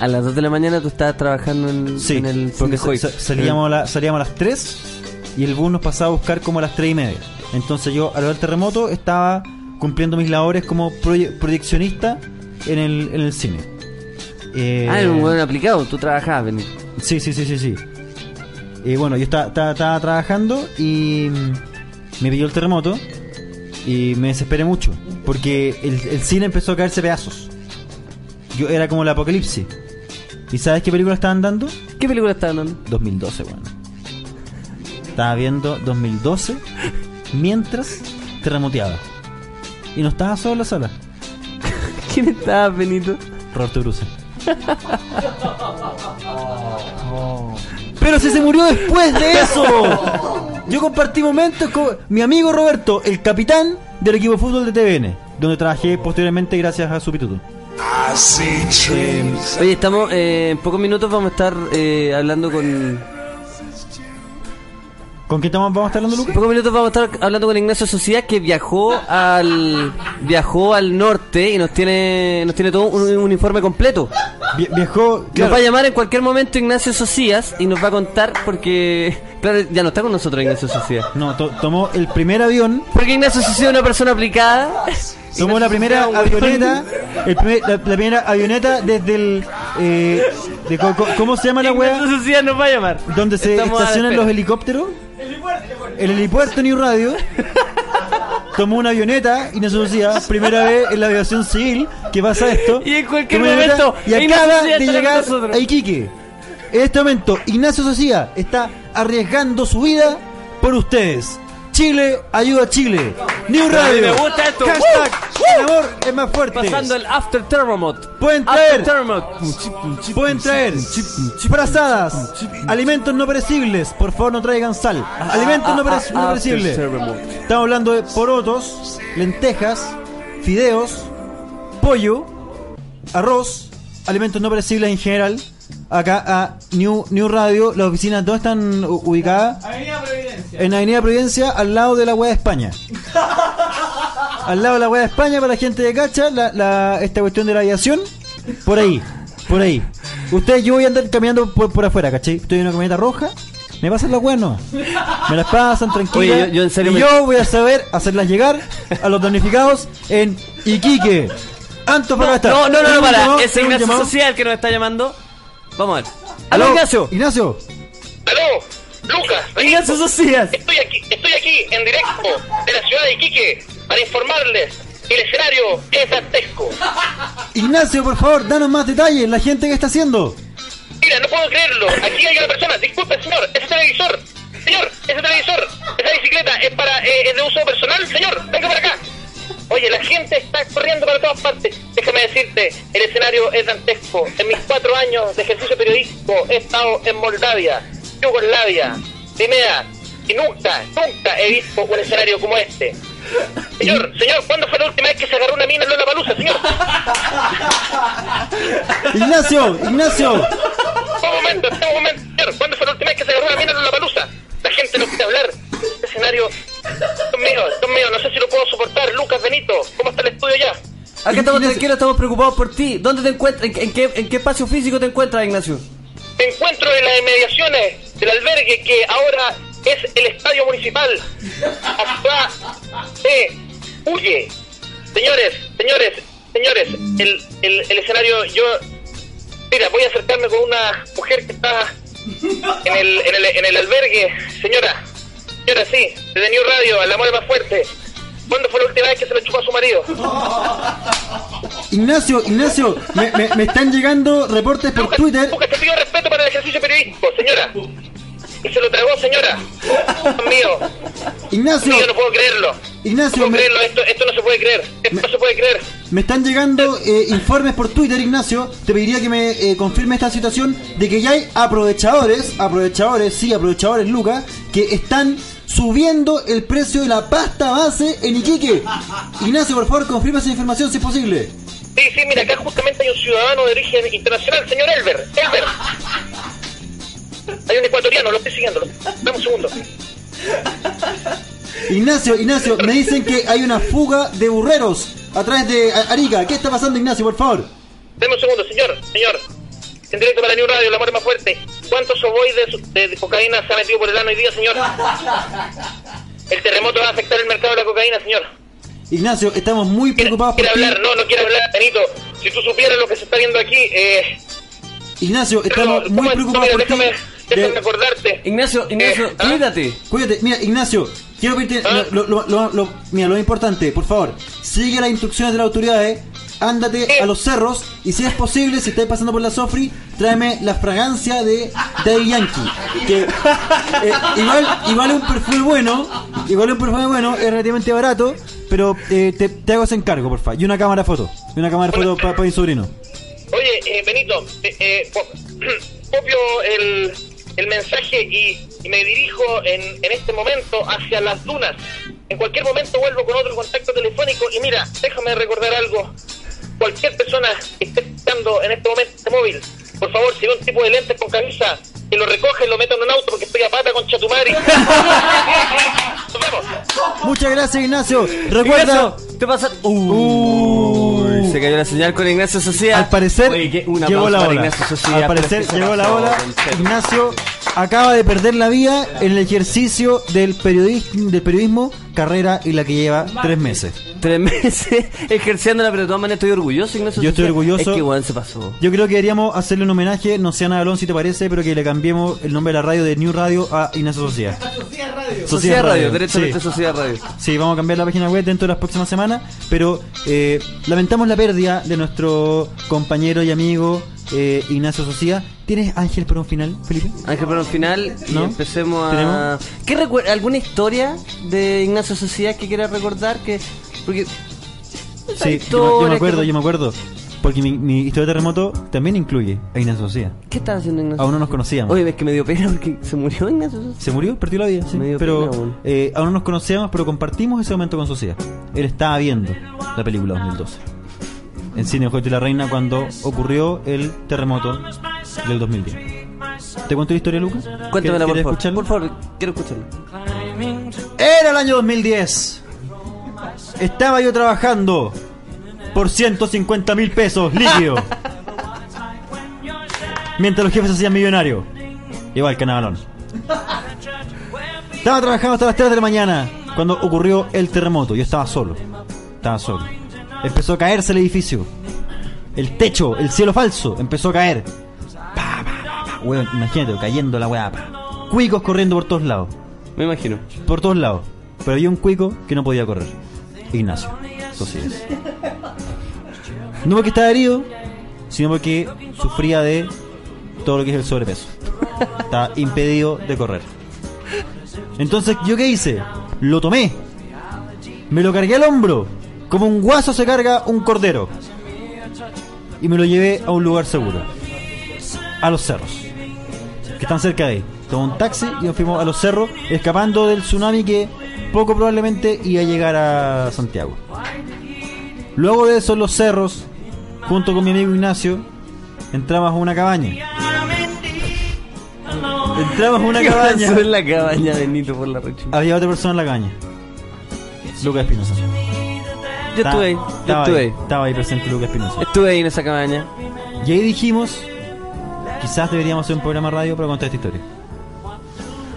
Speaker 3: A las 2 de la mañana tú estabas trabajando en,
Speaker 5: Sí,
Speaker 3: en el
Speaker 5: porque
Speaker 3: Cinejoy.
Speaker 5: sa- salíamos, a la- salíamos a las 3 y el bus nos pasaba a buscar como a las 3 y media. Entonces yo, al ver el terremoto, estaba cumpliendo mis labores como proye- proyeccionista en el, en el cine. Eh,
Speaker 3: Ah, era un buen aplicado, tú trabajabas, Benito.
Speaker 5: Sí, sí, sí, sí, sí. Y bueno, yo estaba, estaba- estaba trabajando y mm, me pilló el terremoto y me desesperé mucho porque el, el cine empezó a caerse pedazos. Yo era como el apocalipsis. ¿Y sabes qué película estaban dando?
Speaker 3: ¿Qué película estabas dando?
Speaker 5: 2012, weón. Estaba viendo 2012 mientras terremoteaba. Y no estaba solo en la sala.
Speaker 3: <laughs> ¿Quién estaba, Benito?
Speaker 5: Roberto Bruce. Pero si se murió después de eso. Yo compartí momentos con mi amigo Roberto, el capitán del equipo de fútbol de TVN, donde trabajé posteriormente gracias a su pituto.
Speaker 3: Oye, estamos, eh, en pocos minutos vamos a estar eh, hablando con...
Speaker 5: ¿Con quién estamos, vamos a estar hablando,
Speaker 3: En
Speaker 5: Lucas?
Speaker 3: pocos minutos vamos a estar hablando con Ignacio Sociedad que viajó al viajó al norte y nos tiene nos tiene todo un, un uniforme completo.
Speaker 5: Vi- viajó. claro.
Speaker 3: Nos va a llamar en cualquier momento Ignacio Socias y nos va a contar porque claro, ya no está con nosotros Ignacio Socias.
Speaker 5: No, to- tomó el primer avión
Speaker 3: Porque Ignacio Socias es una persona aplicada.
Speaker 5: Somos la
Speaker 3: <laughs>
Speaker 5: primera avioneta, el primer- la, la primera avioneta desde el... eh, de co- co- ¿Cómo se llama la
Speaker 3: Ignacio
Speaker 5: wea?
Speaker 3: Socias nos va a llamar.
Speaker 5: Donde se
Speaker 3: Estamos a la
Speaker 5: estacionan
Speaker 3: espera.
Speaker 5: los helicópteros. El helipuerto New
Speaker 3: <laughs>
Speaker 5: Radio. Tomó una avioneta y nos decía, primera vez en la aviación civil que pasa esto.
Speaker 3: Y en cualquier
Speaker 5: Tomó una avioneta
Speaker 3: momento,
Speaker 5: Y
Speaker 3: Ignacio
Speaker 5: acaba
Speaker 3: Socias
Speaker 5: de
Speaker 3: estará con
Speaker 5: llegar
Speaker 3: nosotros.
Speaker 5: a Iquique. En este momento, Ignacio Socia está arriesgando su vida por ustedes. Chile ayuda a Chile. New Radio.
Speaker 3: Me gusta esto. Uh,
Speaker 5: Hashtag el amor es más fuerte.
Speaker 3: Pasando el After Termomot.
Speaker 5: Pueden
Speaker 3: After
Speaker 5: traer,
Speaker 3: Termomot.
Speaker 5: pueden traer brazadas, alimentos no perecibles. Por favor, no traigan sal. Alimentos Ah, no, perec- no perecibles. Estamos hablando de porotos, lentejas, fideos, pollo, arroz, alimentos no perecibles en general. Acá a New, New Radio, las oficinas todas están u- ubicadas en Avenida Providencia, al lado de la Hueá de España. Al lado de la Hueá de España, para la gente de Cacha, la, la- esta cuestión de la aviación, por ahí, por ahí. Ustedes, yo voy a andar caminando por, por afuera, ¿cachai? Estoy en una camioneta roja, me pasan las hueás no. Me las pasan tranquila.
Speaker 3: Oye, yo- yo en serio
Speaker 5: y
Speaker 3: me-
Speaker 5: yo voy a saber hacerlas llegar a los damnificados en Iquique. Antofagasta.
Speaker 3: No, no, no, no,
Speaker 5: Un
Speaker 3: para.
Speaker 5: llamado,
Speaker 3: Es
Speaker 5: un
Speaker 3: Ignacio
Speaker 5: llamado.
Speaker 3: Social que nos está llamando. Vamos a ver.
Speaker 5: Aló,
Speaker 3: ¡Aló, Ignacio!
Speaker 5: Ignacio.
Speaker 6: ¡Aló! ¡Lucas!
Speaker 3: ¡Ignacio Socias!
Speaker 6: Estoy aquí, estoy aquí en directo de la ciudad de Iquique para informarles que el escenario es dantesco.
Speaker 5: Ignacio, por favor, danos más detalles. La gente que está haciendo.
Speaker 6: Mira, no puedo creerlo. Aquí hay una persona. Disculpe, señor. Ese televisor. Señor, ese televisor. Esa bicicleta es para eh, es de uso personal. Señor, venga para acá. Oye, la gente está corriendo para todas partes. Déjame decirte, el escenario es dantesco. En mis cuatro años de ejercicio periodístico he estado en Moldavia, Yugoslavia, Crimea, y nunca, nunca he visto un escenario como este. Señor, señor, ¿cuándo fue la última vez que se agarró una mina en Lola Palusa, señor?
Speaker 5: Ignacio, Ignacio.
Speaker 6: Un momento, un momento, señor. ¿Cuándo fue la última vez que se agarró una mina en la palusa? La gente no quiere hablar. Este escenario. Dios mío, Dios mío, no sé si lo puedo soportar. Lucas Benito, ¿cómo está el estudio ya?
Speaker 3: Acá estamos tranquilos, estamos preocupados por ti. ¿Dónde te encuentras? ¿En, en qué, en qué espacio físico te encuentras, Ignacio?
Speaker 6: Me encuentro en las inmediaciones del albergue que ahora es el estadio municipal. Acá se huye. Señores, señores, señores, el, el, el escenario, yo. Mira, voy a acercarme con una mujer que está en el, en el, en el albergue. Señora, señora, sí, desde New Radio, al amor es más fuerte. ¿Cuándo fue la última vez que se le chupó a su marido?
Speaker 5: Ignacio, Ignacio. Me, me- me están llegando reportes por
Speaker 6: Lucas,
Speaker 5: Twitter.
Speaker 6: Lucas, te pido respeto para el ejercicio periodístico, señora. Y se lo tragó, señora. Dios mío.
Speaker 5: Ignacio,
Speaker 6: Sí, yo no puedo creerlo.
Speaker 5: Ignacio,
Speaker 6: No puedo
Speaker 5: me,
Speaker 6: creerlo, esto, esto no se puede creer. Esto no se puede creer.
Speaker 5: me están llegando eh, informes por Twitter, Ignacio. Te pediría que me eh, confirme esta situación de que ya hay aprovechadores, aprovechadores, sí, aprovechadores, Lucas, que están subiendo el precio de la pasta base en Iquique. Ignacio, por favor, confirma esa información si es posible.
Speaker 6: Sí, sí, mira, acá justamente hay un ciudadano de origen internacional, señor Elber. Elber. Hay un ecuatoriano, lo estoy siguiendo. lo- Dame un segundo.
Speaker 5: Ignacio, Ignacio, me dicen que hay una fuga de burreros a través de A- Arica. ¿Qué está pasando, Ignacio, por favor?
Speaker 6: Dame un segundo, señor. Señor. En directo para New Radio, el amor es más fuerte. ¿Cuántos ovoides de, de cocaína se ha metido por el ano hoy día, señor? El terremoto va a afectar el mercado de la cocaína, señor.
Speaker 5: Ignacio, estamos muy
Speaker 6: Quiero
Speaker 5: preocupados por
Speaker 6: hablar,
Speaker 5: ti.
Speaker 6: no, no quiero hablar, Benito. Si tú supieras lo que se está viendo aquí, eh.
Speaker 5: Ignacio,
Speaker 6: no,
Speaker 5: estamos
Speaker 6: ¿cómo
Speaker 5: muy
Speaker 6: es?
Speaker 5: preocupados
Speaker 6: Mira,
Speaker 5: por ti.
Speaker 6: déjame,
Speaker 5: De-
Speaker 6: déjame acordarte.
Speaker 3: Ignacio, Ignacio,
Speaker 6: Eh, ¿ah?
Speaker 3: cuídate.
Speaker 5: Cuídate, mira, Ignacio, quiero pedirte
Speaker 6: ¿Ah?
Speaker 5: lo, lo- lo- lo- mira, lo importante, por favor, sigue las instrucciones de las autoridades, ándate
Speaker 6: Sí.
Speaker 5: a los cerros y si es posible, si estás pasando por la Sofri, tráeme la fragancia de Daddy Yankee. Que, eh, igual, igual es un perfume bueno, igual es un perfume bueno, es relativamente barato, pero eh, te, te hago ese encargo, por favor, y una cámara foto, y una cámara foto para mi sobrino.
Speaker 6: Oye, eh, Benito, eh, eh, po- <clears throat> copio el, el mensaje y, y me dirijo en, en este momento hacia las dunas. En cualquier momento vuelvo con otro contacto telefónico y mira, déjame recordar algo. Cualquier persona que esté escuchando en este momento este móvil, por favor, si ve un tipo de lentes con camisa, que lo recoge y lo meta en un auto porque estoy a pata con Chatumari. Nos vemos.
Speaker 5: Muchas gracias, Ignacio. Recuerda,
Speaker 3: Ignacio, te pasa. Uy, se cayó la señal con Ignacio Socias.
Speaker 5: Al parecer
Speaker 3: Oye, que un aplauso
Speaker 5: llegó la
Speaker 3: para
Speaker 5: ola.
Speaker 3: Ignacio Socias.
Speaker 5: Al parecer
Speaker 3: Pero es que se
Speaker 5: llegó la
Speaker 3: pasó,
Speaker 5: ola.
Speaker 3: en serio.
Speaker 5: Ignacio acaba de perder la vida en el ejercicio del periodismo, del periodismo carrera y la que lleva tres meses.
Speaker 3: Tres meses ejerciéndola, pero de todas maneras estoy orgulloso, Ignacio
Speaker 5: Yo estoy
Speaker 3: Socias.
Speaker 5: orgulloso.
Speaker 3: Es que weón se pasó.
Speaker 5: <laughs> Yo creo que deberíamos hacerle un homenaje, no sé a Ana Alonso si te parece, pero que le cambiemos el nombre de la radio de New Radio a Ignacio Sociedad.
Speaker 3: Sociedad Radio, directamente
Speaker 5: sí.
Speaker 3: Sociedad Radio.
Speaker 5: Sí, vamos a cambiar la página web dentro de las próximas semanas, pero eh, lamentamos la pérdida de nuestro compañero y amigo eh, Ignacio Sociedad. ¿Tienes Ángel para un final, Felipe?
Speaker 3: Ángel, pero al final y
Speaker 5: ¿No?
Speaker 3: empecemos a.
Speaker 5: ¿Tenemos?
Speaker 3: ¿Qué recuer- ¿Alguna historia de Ignacio Sociedad que quieras recordar? Que... Porque Esa
Speaker 5: Sí, yo, yo
Speaker 3: historia
Speaker 5: me
Speaker 3: que-
Speaker 5: acuerdo, yo me acuerdo. Porque mi, mi historia de terremoto también incluye a Ignacio Socia.
Speaker 3: ¿Qué estaba haciendo Ignacio?
Speaker 5: Aún no nos conocíamos.
Speaker 3: Oye, ves que me dio pena porque se murió Ignacio.
Speaker 5: Se murió, perdió la vida, sí.
Speaker 3: Me dio
Speaker 5: pero
Speaker 3: pena, weón.
Speaker 5: eh, aún no nos conocíamos, pero compartimos ese momento con Socia. Él estaba viendo la película 2012. En cine Ojo de la Reina cuando ocurrió el terremoto del 2010. ¿Te cuento la historia, Lucas?
Speaker 3: Cuéntamela, por
Speaker 5: ¿Quieres
Speaker 3: favor.
Speaker 5: escucharla?
Speaker 3: Por favor, quiero escucharla.
Speaker 5: Era el año 2010. Estaba yo trabajando por 150 mil pesos
Speaker 3: <laughs>
Speaker 5: líquido. Mientras los jefes hacían millonario. Igual que Navalón. Estaba trabajando hasta las 3 de la mañana cuando ocurrió el terremoto. Yo estaba solo. Estaba solo. Empezó a caerse el edificio. El techo, el cielo falso, empezó a caer. Pa, pa, pa, pa. Weón, imagínate, cayendo la weá. pa. Cuicos corriendo por todos lados
Speaker 3: Me imagino.
Speaker 5: por todos lados. Pero había un cuico que no podía correr. Ignacio. Eso sí es. No porque estaba herido, sino porque sufría de todo lo que es el sobrepeso. Estaba impedido de correr. Entonces, ¿yo qué hice? Lo tomé. Me lo cargué al hombro. Como un guaso se carga un cordero. Y me lo llevé a un lugar seguro. A los cerros que están cerca de ahí. Tomó un taxi y nos fuimos a los cerros, escapando del tsunami que poco probablemente iba a llegar a Santiago. Luego de eso, en los cerros, junto con mi amigo Ignacio, entramos a una cabaña. Entramos a una
Speaker 3: <laughs> ¿Qué
Speaker 5: cabaña.
Speaker 3: pasó en la cabaña de Nito por la rechucha?
Speaker 5: Había otra persona en la cabaña. Lucas Espinosa.
Speaker 3: Yo estuve ahí, yo
Speaker 5: Estaba
Speaker 3: estuve
Speaker 5: ahí,
Speaker 3: ahí.
Speaker 5: estaba ahí presente Lucas Espinosa.
Speaker 3: Estuve ahí en esa cabaña.
Speaker 5: Y ahí dijimos, quizás deberíamos hacer un programa de radio para contar esta historia.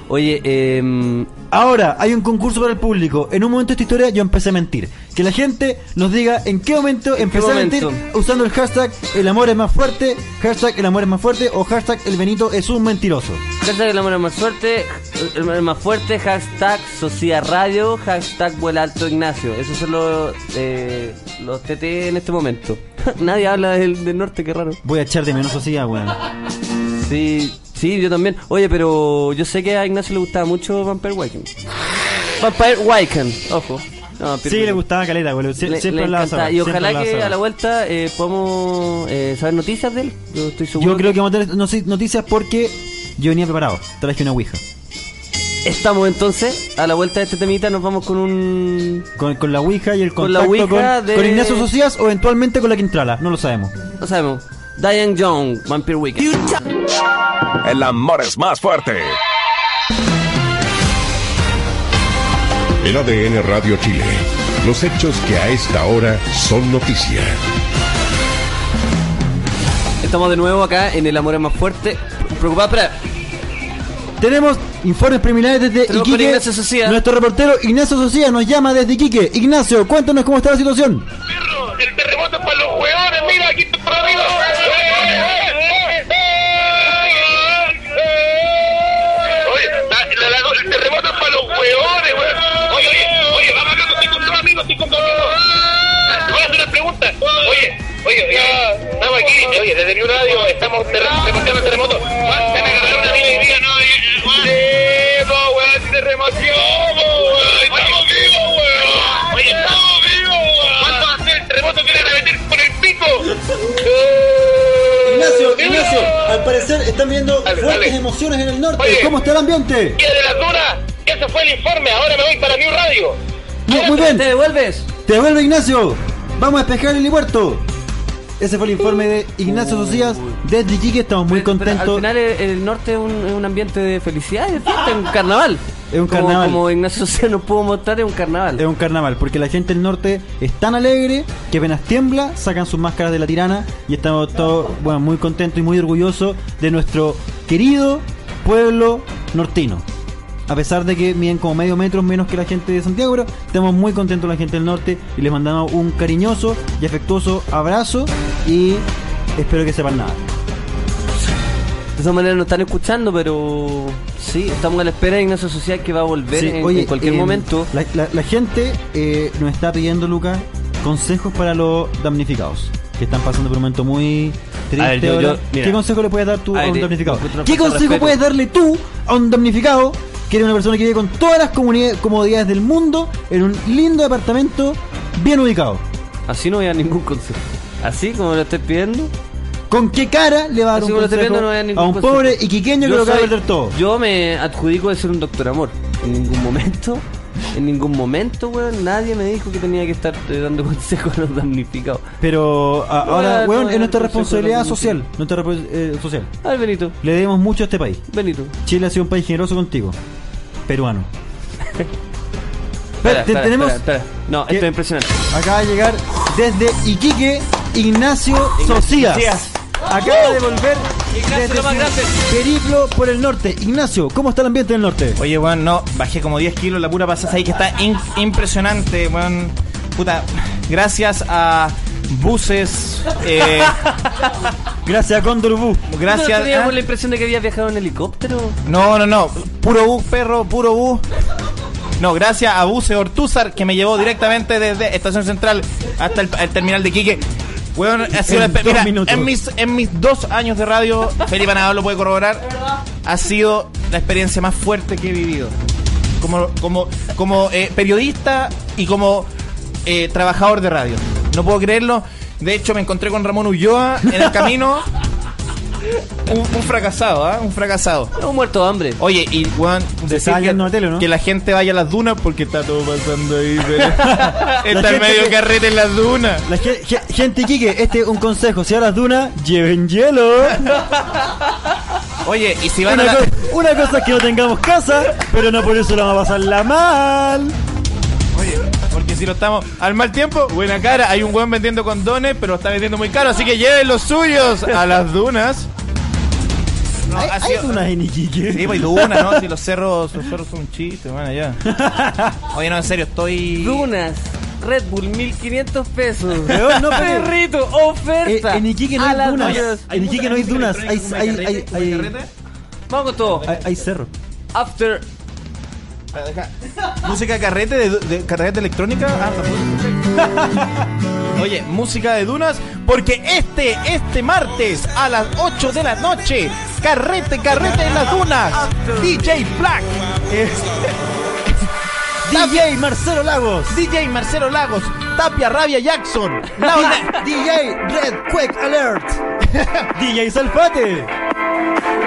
Speaker 3: Oye, eh,
Speaker 5: Ahora hay un concurso para el público. En un momento de esta historia yo empecé a mentir. Que la gente nos diga en qué momento empecé
Speaker 3: momento?
Speaker 5: a mentir usando el hashtag el amor es más fuerte, hashtag el amor es más fuerte o hashtag el Benito es un mentiroso.
Speaker 3: hashtag el amor es más fuerte, el amor es más fuerte, hashtag Socia Radio, hashtag Vuela Alto Ignacio. Esos son los, eh, los TT en este momento. <laughs> Nadie habla del, del norte, qué raro.
Speaker 5: Voy a echar de menos así, ah, weón.
Speaker 3: Sí, sí, yo también. Oye, pero yo sé que a Ignacio le gustaba mucho Vampire Weekend. Vampire Weekend, ojo. No,
Speaker 5: Sí,
Speaker 3: Pirulí.
Speaker 5: le gustaba Caleta, weón. Sie-
Speaker 3: Le-
Speaker 5: siempre
Speaker 3: le
Speaker 5: hablaba
Speaker 3: encanta.
Speaker 5: Saba,
Speaker 3: Y
Speaker 5: siempre
Speaker 3: ojalá
Speaker 5: hablaba
Speaker 3: que
Speaker 5: Saba.
Speaker 3: a la vuelta eh, podamos eh, saber noticias de él. Yo estoy seguro.
Speaker 5: Yo creo que vamos a tener noci- noticias porque yo venía preparado. Traje una ouija.
Speaker 3: Estamos entonces, a la vuelta de este temita nos vamos con un...
Speaker 5: Con, con la ouija y el
Speaker 3: Mm, Con la
Speaker 5: contacto
Speaker 3: ouija
Speaker 5: con,
Speaker 3: de-
Speaker 5: con Ignacio Socias o eventualmente con la Quintrala. No lo sabemos.
Speaker 3: No sabemos. Diane Young, Vampire Weekend.
Speaker 13: El amor es más fuerte.
Speaker 1: En ADN Radio Chile, los hechos que a esta hora son noticia.
Speaker 3: Estamos de nuevo acá en El Amor es Más Fuerte. Preocupada, espera.
Speaker 5: Tenemos informes preliminares desde
Speaker 3: Tenemos con
Speaker 5: Iquique.
Speaker 3: Ignacio Socía.
Speaker 5: Nuestro reportero Ignacio Socía nos llama desde Iquique. Ignacio, cuéntanos cómo está la situación.
Speaker 6: perro, el terremoto es para los hueones, mira, aquí está por arriba. Oye, la- la- la- el terremoto es para los hueones, weón. Oye, oye, oye, vamos acá, estoy con dos amigos, estoy con dos amigos. Te voy a hacer una pregunta. Oye, oye, oye, estamos aquí, oye, desde New Radio estamos terre- reporteando el terremoto. Juan, te van a agarrar una mina y diga, no, eh, Juan. Sí, po, weón, si te remocionó, weón. Estamos vivos, weón. Oye, estamos vivos, weón. ¿Cuánto va a ser el terremoto que le meter con el pico?
Speaker 10: Ignacio,
Speaker 6: Eh,
Speaker 10: Ignacio, al parecer están viendo
Speaker 6: Dale,
Speaker 10: fuertes
Speaker 6: dale.
Speaker 10: emociones en el norte.
Speaker 6: Oye.
Speaker 10: ¿Cómo está el ambiente?
Speaker 6: Día de las dunas, ese fue el informe, ahora me voy para New Radio.
Speaker 5: Bien, muy
Speaker 3: ¿Te
Speaker 5: bien.
Speaker 3: devuelves?
Speaker 5: Te vuelve Ignacio. Vamos a despejar el puerto. Ese fue el informe de Ignacio Socias desde Iquique. Estamos muy
Speaker 3: Pero- pero Al
Speaker 5: contentos.
Speaker 3: final eh, el, norte es un, es un ambiente de felicidad, y de fiesta, es un carnaval.
Speaker 5: Es un
Speaker 3: Como-
Speaker 5: carnaval.
Speaker 3: Como, Ignacio Socia nos pudo mostrar, es un carnaval.
Speaker 5: Es un carnaval, porque la gente del norte es tan alegre que apenas tiembla, sacan sus máscaras de la tirana y estamos todos bueno, muy contentos y muy orgullosos de nuestro querido pueblo nortino. A pesar de que miden como medio metro menos que la gente de Santiago, pero estamos muy contentos la gente del norte y les mandamos un cariñoso y afectuoso abrazo y espero que sepan nada.
Speaker 3: De esa manera nos están escuchando, pero sí, estamos a la espera de Ignacio Social que va a volver
Speaker 5: Sí,
Speaker 3: en,
Speaker 5: oye,
Speaker 3: en cualquier
Speaker 5: eh,
Speaker 3: momento.
Speaker 5: La, la- la gente eh, nos está pidiendo, Lucas, consejos para los damnificados. Que están pasando por un momento muy triste.
Speaker 4: A ver, yo- yo-
Speaker 5: ahora.
Speaker 4: mira.
Speaker 5: ¿Qué consejo le puedes dar tú
Speaker 3: A
Speaker 5: a,
Speaker 3: ver,
Speaker 5: un
Speaker 3: te-
Speaker 5: damnificado?
Speaker 3: te- te- te-
Speaker 5: ¿Qué
Speaker 3: te-
Speaker 5: consejo
Speaker 3: respeto.
Speaker 5: puedes darle tú a un damnificado que eres una persona que vive con todas las comuni- comodidades del mundo en un lindo departamento bien ubicado?
Speaker 3: Así no voy a ningún concierto. Así como lo estoy pidiendo.
Speaker 5: ¿Con qué cara le va a dar Ah,
Speaker 3: así
Speaker 5: un
Speaker 3: como lo estoy
Speaker 5: consejo
Speaker 3: pidiendo no voy a ningún
Speaker 5: a un
Speaker 3: concierto.
Speaker 5: pobre iquiqueño que
Speaker 3: Yo
Speaker 5: lo acaba de
Speaker 3: soy-
Speaker 5: perder todo?
Speaker 3: Yo me adjudico de ser un doctor amor. En ningún momento, en ningún momento, weón, nadie me dijo que tenía que estar eh, dando <laughs> consejos a los damnificados.
Speaker 5: Pero a-
Speaker 3: Yo voy a
Speaker 5: ahora,
Speaker 3: dar-
Speaker 5: weón,
Speaker 3: no,
Speaker 5: es nuestra
Speaker 3: no sé,
Speaker 5: responsabilidad
Speaker 3: pero-
Speaker 5: social. Nuestra repos- eh, social.
Speaker 3: A ver, Benito,
Speaker 5: Le debemos mucho a este país.
Speaker 3: Benito.
Speaker 5: Chile ha sido un país generoso contigo. Peruano.
Speaker 3: Espera,
Speaker 5: te-
Speaker 3: espera,
Speaker 5: tenemos-
Speaker 3: espera, espera. No,
Speaker 5: ¿Qué?
Speaker 3: esto es impresionante.
Speaker 5: Acaba de llegar desde Iquique Ignacio Socias. Acaba de volver desde su periplo por el norte. Ignacio, ¿cómo está el ambiente del norte?
Speaker 4: Oye, weón, no, bajé como 10 kilos la pura pasada. Ahí que está in- impresionante, weón. Puta, gracias a buses, eh,
Speaker 5: <laughs> Gracias a Condor Bu.
Speaker 3: Nosotros
Speaker 4: gracias.
Speaker 3: teníamos
Speaker 4: ¿ah?
Speaker 3: la impresión de que había viajado en helicóptero.
Speaker 4: No, no, no, puro bus, perro, puro bus. No, gracias a Buses Ortúzar que me llevó directamente desde Estación Central hasta el, el terminal de Quique. Weón, ha sido
Speaker 5: En
Speaker 4: la-
Speaker 5: dos
Speaker 4: mira,
Speaker 5: minutos.
Speaker 4: en mis, en mis dos años de radio, Felipe Nadal lo puede corroborar, ha sido la experiencia más fuerte que he vivido. Como, como, como eh, periodista y como eh, trabajador de radio. No puedo creerlo. De hecho, me encontré con Ramón Ulloa en el camino. Un, un fracasado, ¿ah? Un fracasado.
Speaker 3: Era un muerto de hambre.
Speaker 4: Oye, y Juan, decir
Speaker 5: estaba
Speaker 4: que,
Speaker 5: yendo a la tele, ¿no?
Speaker 4: que la gente vaya a las dunas porque está todo pasando ahí. pero-
Speaker 5: La
Speaker 4: <laughs> está
Speaker 5: gente
Speaker 4: en medio
Speaker 5: que-
Speaker 4: carrete en las dunas.
Speaker 5: La ge- ge- gente Iquique, este es un consejo. Si ahora las dunas, lleven hielo.
Speaker 4: Oye, y si van a
Speaker 5: Una,
Speaker 4: la-
Speaker 5: co- una cosa es que no tengamos casa, pero no por eso la vamos a pasarla mal.
Speaker 4: Oye, porque si lo estamos al mal tiempo, buena cara. Hay un weón vendiendo condones, pero lo está vendiendo muy caro. Así que lleven los suyos a las dunas. No,
Speaker 5: Hay,
Speaker 4: ha
Speaker 5: hay
Speaker 4: sido-
Speaker 5: dunas en Iquique.
Speaker 4: Sí, pues dunas, ¿no? Si los cerros, los cerros son un chiste, man, <laughs> allá. Oye, no, en serio, estoy.
Speaker 3: Dunas. Red Bull, 1500 pesos.
Speaker 5: <laughs> Weón, no, pero-
Speaker 3: Perrito,
Speaker 5: Eh,
Speaker 3: oferta.
Speaker 5: en Iquique no
Speaker 3: A
Speaker 5: hay
Speaker 3: las
Speaker 5: dunas.
Speaker 3: dunas.
Speaker 5: En Iquique no hay dunas. Hay, hay, hay, hay,
Speaker 3: Vamos con todo.
Speaker 5: hay- hay cerro.
Speaker 3: After
Speaker 4: Música carrete de, de carrete electrónica. Ah, tampoco. <laughs> Oye, música de dunas, porque este, este martes a las 8 de la noche, carrete, carrete en las dunas. DJ
Speaker 5: <laughs>
Speaker 4: Black,
Speaker 5: DJ Marcelo Lagos.
Speaker 4: DJ Marcelo Lagos, Tapia Rabia Jackson, Laura-
Speaker 5: DJ Red Quake Alert.
Speaker 4: <laughs>
Speaker 5: DJ Salfate.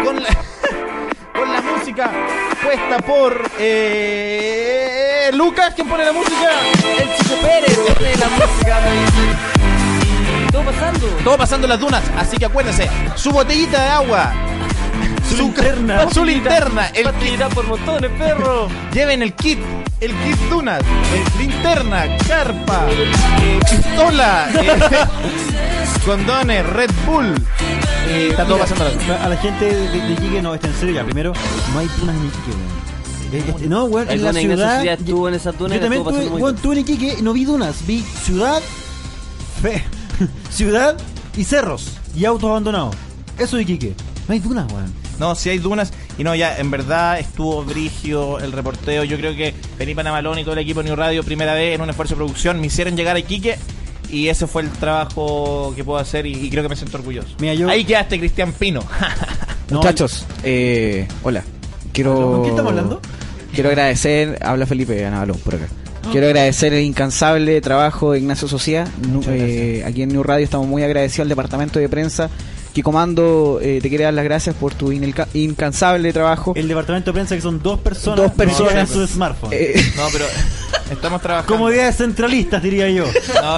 Speaker 4: con, la, con la música puesta por eh, Lucas, ¿quién pone la música?
Speaker 3: El Chico Pérez pone la música. ¿no? Todo pasando.
Speaker 4: Todo pasando en las dunas, así que acuérdense, su botellita de agua,
Speaker 5: Su linterna.
Speaker 4: su linterna, el
Speaker 3: Patillita por montones, perro.
Speaker 4: <laughs> Lleven el kit, el kit dunas, eh, linterna, carpa, eh, pistola, <laughs> eh, condones, Red Bull. Eh, está todo pasando la
Speaker 5: A la gente de, de Iquique, no, está en serio ya. Primero, no hay dunas en Iquique, weón. Eh, este, No, weón,
Speaker 3: Hay
Speaker 5: en la
Speaker 3: dunas, Ignacio
Speaker 5: ciudad.
Speaker 3: Silla estuvo en esas dunas y
Speaker 5: Yo
Speaker 3: la
Speaker 5: también
Speaker 3: estuvo
Speaker 5: tuve,
Speaker 3: pasando muy
Speaker 5: weón,
Speaker 3: bien.
Speaker 5: tuve en Iquique y no vi dunas. Vi ciudad, fe- <laughs> ciudad y cerros y autos abandonados. Eso de Iquique. No hay dunas, weón.
Speaker 4: No, si hay dunas. Y no, ya, en verdad estuvo Brigio, el reporteo. Yo creo que Felipe Navalón y todo el equipo de New Radio, primera vez en un esfuerzo de producción, me hicieron llegar a Iquique. Y ese fue el trabajo que puedo hacer y, y creo que me siento orgulloso.
Speaker 5: Mira, yo-
Speaker 4: Ahí quedaste, Cristian
Speaker 5: <laughs>
Speaker 4: Pino.
Speaker 5: No,
Speaker 14: Muchachos, eh, hola. Quiero,
Speaker 5: ¿Con quién estamos hablando?
Speaker 14: Quiero agradecer, habla Felipe Anabalón por acá.
Speaker 5: Ah.
Speaker 14: Quiero agradecer el incansable trabajo de Ignacio Socia. Nu- eh, aquí en New Radio estamos muy agradecidos al departamento de prensa. que comando eh, te quiere dar las gracias por tu inelca- incansable trabajo.
Speaker 5: El departamento de prensa que son dos personas.
Speaker 14: Dos personas.
Speaker 5: en su smartphone.
Speaker 14: Eh,
Speaker 4: no,
Speaker 5: <laughs>
Speaker 4: pero estamos trabajando.
Speaker 5: Comodidades centralistas, diría yo.
Speaker 4: No.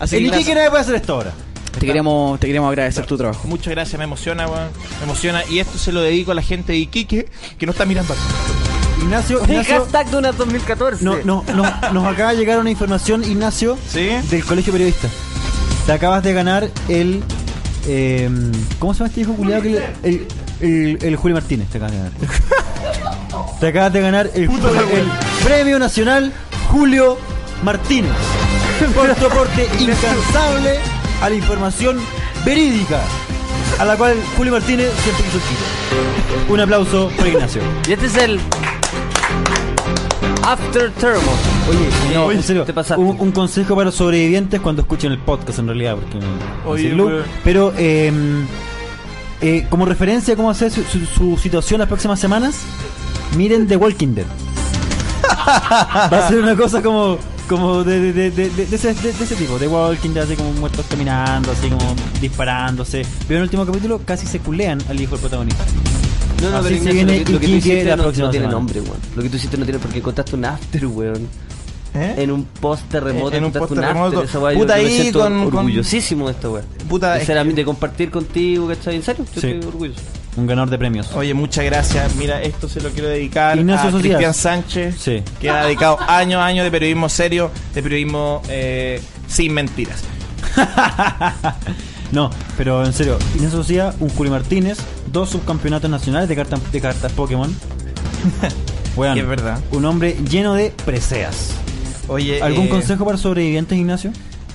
Speaker 14: así
Speaker 5: El
Speaker 14: que
Speaker 5: Iquique
Speaker 14: gracias.
Speaker 5: nadie puede hacer esto ahora.
Speaker 14: te queremos, te queremos agradecer tu trabajo.
Speaker 4: Muchas gracias, me emociona, weón. Me emociona. Y esto se lo dedico a la gente de Iquique que no está mirando acá.
Speaker 5: Ignacio,
Speaker 3: El
Speaker 5: Ignacio.
Speaker 3: hashtag Dunas 2014.
Speaker 5: No, no, no, nos acaba de llegar una información, Ignacio,
Speaker 4: ¿Sí?
Speaker 5: del Colegio Periodista. Te acabas de ganar el. eh, ¿Cómo se llama este hijo culiado? que le- El, el, el Julio Martínez te acabas de ganar. te acabas de ganar el, el Premio Nacional Julio Martínez. Por tu aporte incansable a la información verídica. A la cual Julio Martínez siempre hizo el Un aplauso para Ignacio.
Speaker 3: Y este es el After Thermo.
Speaker 5: Oye, no, en serio,
Speaker 3: te pasaste.
Speaker 5: un, un consejo para los sobrevivientes cuando escuchen el podcast en realidad, porque no-
Speaker 4: Oye,
Speaker 5: no sé, Lu,
Speaker 4: weón.
Speaker 5: pero eh, eh, como referencia a cómo hacer su, su- su situación las próximas <laughs> semanas, miren The Walking Dead. Va a ser una cosa como como de, de, de, de, de- de ese, de- de ese tipo, de Walking Dead, así como muertos caminando, así como disparándose. Pero en el último capítulo casi se culean al hijo del protagonista.
Speaker 3: No, no,
Speaker 5: Así
Speaker 3: pero
Speaker 5: se
Speaker 3: Ignacio,
Speaker 5: viene
Speaker 3: Ah, lo que, lo que tú
Speaker 5: Iquique
Speaker 3: hiciste
Speaker 5: la
Speaker 3: no, no
Speaker 5: próxima
Speaker 3: tiene
Speaker 5: semana.
Speaker 3: nombre, weón. Lo que tú hiciste no tiene porque contaste un after, weón.
Speaker 5: ¿Eh?
Speaker 3: En un post terremoto,
Speaker 4: En un
Speaker 3: contaste
Speaker 4: post-terremoto.
Speaker 3: after, esa weá,
Speaker 4: Puta,
Speaker 3: yo, yo me
Speaker 4: ahí
Speaker 3: siento
Speaker 4: con- con-
Speaker 3: orgullosísimo de esta weá.
Speaker 4: Puta,
Speaker 3: de, ser ami- de compartir contigo, ¿cachai? En serio, yo
Speaker 5: Sí.
Speaker 3: estoy orgulloso.
Speaker 5: Un ganador de premios.
Speaker 4: Oye, muchas gracias. Mira, esto se lo quiero dedicar
Speaker 5: Ignacio
Speaker 4: a
Speaker 5: Socias.
Speaker 4: Cristian Sánchez,
Speaker 5: Sí.
Speaker 4: que ha dedicado años, años de periodismo serio, de periodismo eh, sin mentiras.
Speaker 5: No, pero en serio, Inés Socia, un Juli Martínez, dos subcampeonatos nacionales de cartas de cartas Pokémon. <laughs> Weón,
Speaker 4: Y es verdad.
Speaker 5: Un hombre lleno de preseas.
Speaker 4: Oye,
Speaker 5: ¿Algún
Speaker 4: eh,
Speaker 5: consejo para sobrevivientes, Ignacio?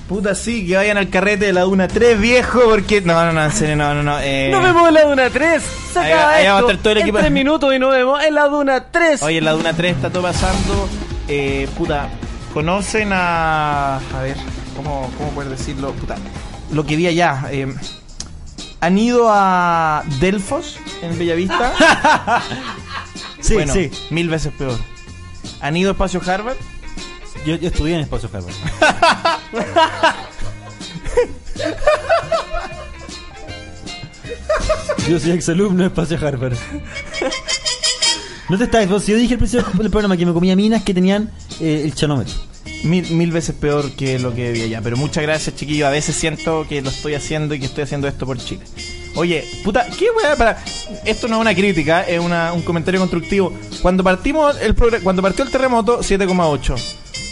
Speaker 4: Puta, sí, que vayan al carrete de la Duna 3, viejo, porque... No, no, no, en serio, no, no, no. eh,
Speaker 3: Nos vemos en la Duna 3. Se
Speaker 4: Ahí
Speaker 3: acaba
Speaker 4: va- ahí va a
Speaker 3: esto
Speaker 4: estar todo el
Speaker 3: en
Speaker 4: equipo.
Speaker 3: tres minutos y nos vemos en la Duna 3.
Speaker 4: Oye, en la Duna 3 está todo pasando. Eh, puta, conocen a. A ver, ¿cómo, cómo poder decirlo? Puta, lo que vi allá. eh, ¿Han ido a Delfos en <laughs> Bellavista?
Speaker 5: Sí,
Speaker 4: Bueno,
Speaker 5: sí.
Speaker 4: Mil veces peor. ¿Han ido a Espacio Harvard?
Speaker 5: Yo, yo estudié en Espacio Harvard. yo soy exalumno de Espacio
Speaker 4: <laughs>
Speaker 5: Harvard. No te estás, vos. Yo dije al principio del programa que me comía minas que tenían eh, el chanómetro.
Speaker 4: Mil, mil veces peor que lo que vi allá. Pero muchas gracias, chiquillo. A veces siento que lo estoy haciendo y que estoy haciendo esto por Chile. Oye, puta, qué weá para. Esto no es una crítica, es una- un comentario constructivo. Cuando partimos el progre- cuando partió el terremoto, 7,8.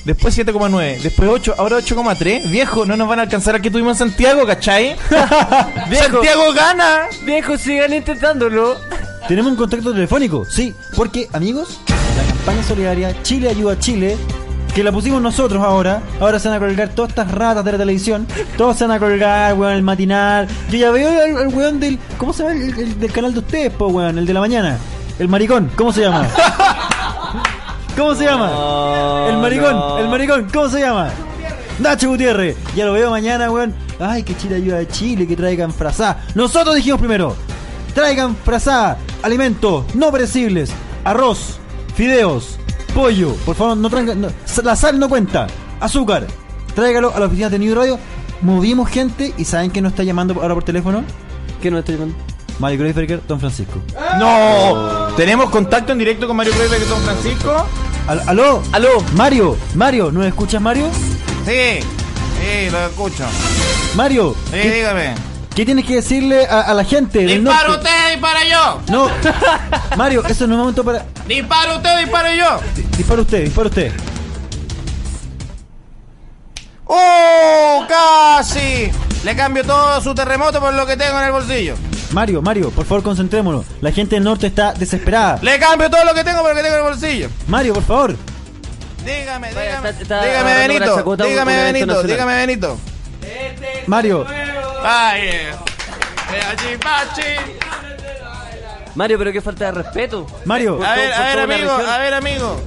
Speaker 4: Después 7,9, después 8, ahora 8,3. Viejo, no nos van a alcanzar al que tuvimos en Santiago, <laughs> ¿cachai? Santiago gana.
Speaker 3: Viejo, sigan intentándolo.
Speaker 5: Tenemos un contacto telefónico, sí, porque amigos, la campaña solidaria Chile ayuda a Chile, que la pusimos nosotros ahora, ahora se van a colgar todas estas ratas de la televisión, todos se van a colgar, weón, el matinal. Yo ya veo al, al weón del, ¿cómo se llama? El, el del canal de ustedes, po, weón, el de la mañana, el maricón, ¿cómo se llama? ¿Cómo se llama? El maricón, el maricón, ¿cómo se llama? Nacho Gutiérrez, ya lo veo mañana, weón. Ay, que Chile ayuda a Chile, que traigan frazada. Nosotros dijimos primero, traigan frazada, alimentos no perecibles, arroz, fideos, pollo. Por favor, no traigan, no- la sal no cuenta, azúcar. Tráigalo a la oficina de New Radio. Movimos gente y ¿saben que nos está llamando ahora por teléfono?
Speaker 3: ¿Qué nos está llamando?
Speaker 5: Mario Kreisberger, Don Francisco.
Speaker 4: No. Tenemos contacto en directo con Mario Pepe que Don Francisco.
Speaker 5: Al- ¿Aló?
Speaker 4: Aló.
Speaker 5: Mario, Mario, ¿nos escuchas, Mario?
Speaker 4: Sí. Sí, lo escucho.
Speaker 5: Mario,
Speaker 4: Sí,
Speaker 5: ¿qué,
Speaker 4: dígame.
Speaker 5: qué tienes que decirle a, a la gente? del
Speaker 4: Dispara
Speaker 5: norte?
Speaker 4: usted, dispara yo. <laughs>
Speaker 5: No, Mario, eso no es momento para.
Speaker 4: Dispara usted, disparo yo.
Speaker 5: Dispara usted, dispara usted.
Speaker 4: ¡Oh! ¡Casi! Le cambio todo su terremoto por lo que tengo en el bolsillo.
Speaker 5: Mario, Mario, por favor, concentrémonos. La gente del norte está desesperada.
Speaker 4: Le cambio todo lo que tengo por lo que tengo en el bolsillo.
Speaker 5: Mario, por favor.
Speaker 4: Dígame,
Speaker 3: Vaya,
Speaker 4: dígame.
Speaker 3: está- está
Speaker 4: dígame,
Speaker 3: agarrando
Speaker 4: Benito.
Speaker 3: para Chacota un-
Speaker 4: dígame,
Speaker 3: un evento
Speaker 4: Benito.
Speaker 3: nacional.
Speaker 4: Dígame, Benito.
Speaker 5: Mario,
Speaker 4: Ay, eh. Eh, allí, pachi.
Speaker 3: Mario, pero qué falta de respeto.
Speaker 5: Mario,
Speaker 4: A ver, a
Speaker 3: todo-
Speaker 4: ver,
Speaker 3: toda una
Speaker 4: amigo,
Speaker 3: región.
Speaker 4: a ver, amigo.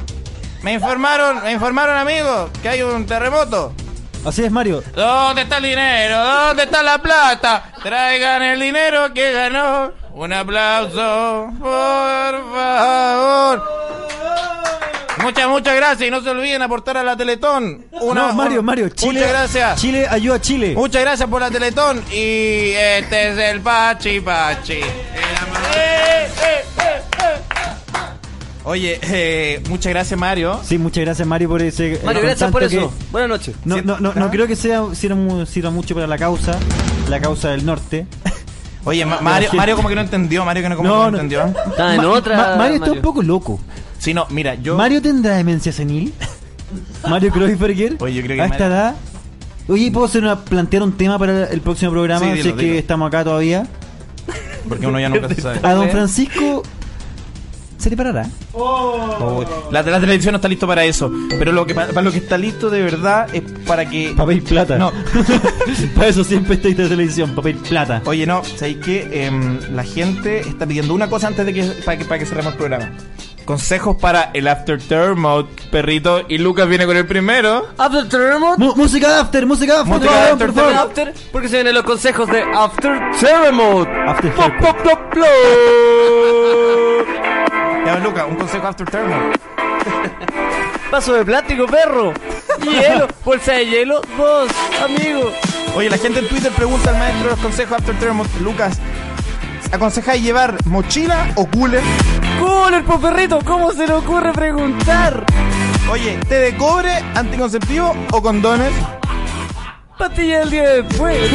Speaker 4: Me informaron, me informaron, amigo, que hay un terremoto.
Speaker 5: así es, Mario.
Speaker 4: ¿Dónde está el dinero? ¿Dónde está la plata? Traigan el dinero que ganó. Un aplauso, por favor. Muchas, muchas gracias y no se olviden aportar a la Teletón. Una-
Speaker 5: no, Mario, Mario, Chile.
Speaker 4: Muchas gracias.
Speaker 5: Chile ayuda a Chile.
Speaker 4: Muchas gracias por la Teletón y este es el Pachi Pachi. Eh, eh, eh, eh. Oye, eh, muchas gracias Mario.
Speaker 5: Sí, muchas gracias, Mario, por ese.
Speaker 3: Mario,
Speaker 5: eh,
Speaker 3: gracias por
Speaker 5: constante
Speaker 3: eso.
Speaker 5: que-
Speaker 3: Buenas noches.
Speaker 5: No, no, no, no
Speaker 4: ¿Ah?
Speaker 5: creo que sea sirva, mu- sirva mucho para la causa, la causa del norte.
Speaker 4: <laughs>
Speaker 5: <laughs>
Speaker 4: Oye, Ma- Mario, Mario como que no entendió, Mario que no, como que no entendió.
Speaker 3: Está en otra,
Speaker 5: Mario está un
Speaker 3: Mario.
Speaker 5: poco loco.
Speaker 4: Sí, no, mira, yo...
Speaker 5: ¿Mario tendrá demencia
Speaker 4: <laughs>
Speaker 5: senil? ¿Mario Kreuzberger?
Speaker 4: Oye, yo creo que
Speaker 5: ¿A esta
Speaker 4: Mario-
Speaker 5: edad? Oye, ¿puedo hacer una, plantear un tema para el próximo programa?
Speaker 4: Sí,
Speaker 5: si
Speaker 4: dilo,
Speaker 5: es que
Speaker 4: dilo.
Speaker 5: estamos acá todavía.
Speaker 4: Porque uno ya nunca
Speaker 5: <laughs>
Speaker 4: se sabe.
Speaker 5: A don Francisco se le parará.
Speaker 4: Oh, La, la televisión no está listo para eso. Pero lo que pa- para, lo que está listo de verdad es para que.
Speaker 5: Papel plata.
Speaker 4: No.
Speaker 5: <laughs> para eso siempre estáis de televisión, papel plata.
Speaker 4: Oye, no, ¿sabéis qué? Em, la gente está pidiendo una cosa antes de que para que, para que cerremos el programa. Consejos para el after termo, perrito. Y Lucas viene con el primero.
Speaker 3: After Terremoto.
Speaker 5: Mu- música de after, música de after,
Speaker 4: Música de
Speaker 5: weón,
Speaker 4: after,
Speaker 5: por
Speaker 3: After,
Speaker 5: favor.
Speaker 3: after, porque se vienen los consejos de After Terremoto.
Speaker 5: After
Speaker 3: Pop,
Speaker 5: Terremoto.
Speaker 3: pop, pop, plo. <laughs>
Speaker 4: Ya, Lucas, un consejo after termo. <laughs>
Speaker 3: Vaso de plástico, perro. hielo, bolsa de hielo, dos, amigo.
Speaker 4: Oye, la gente en Twitter pregunta al maestro de los consejos After Terremoto. Lucas, ¿aconsejáis llevar mochila o cooler?
Speaker 3: ¡Cooler, po perrito! ¿Cómo se le ocurre preguntar?
Speaker 4: Oye, ¿té de cobre, anticonceptivo o condones?
Speaker 3: Patilla del día después. <laughs>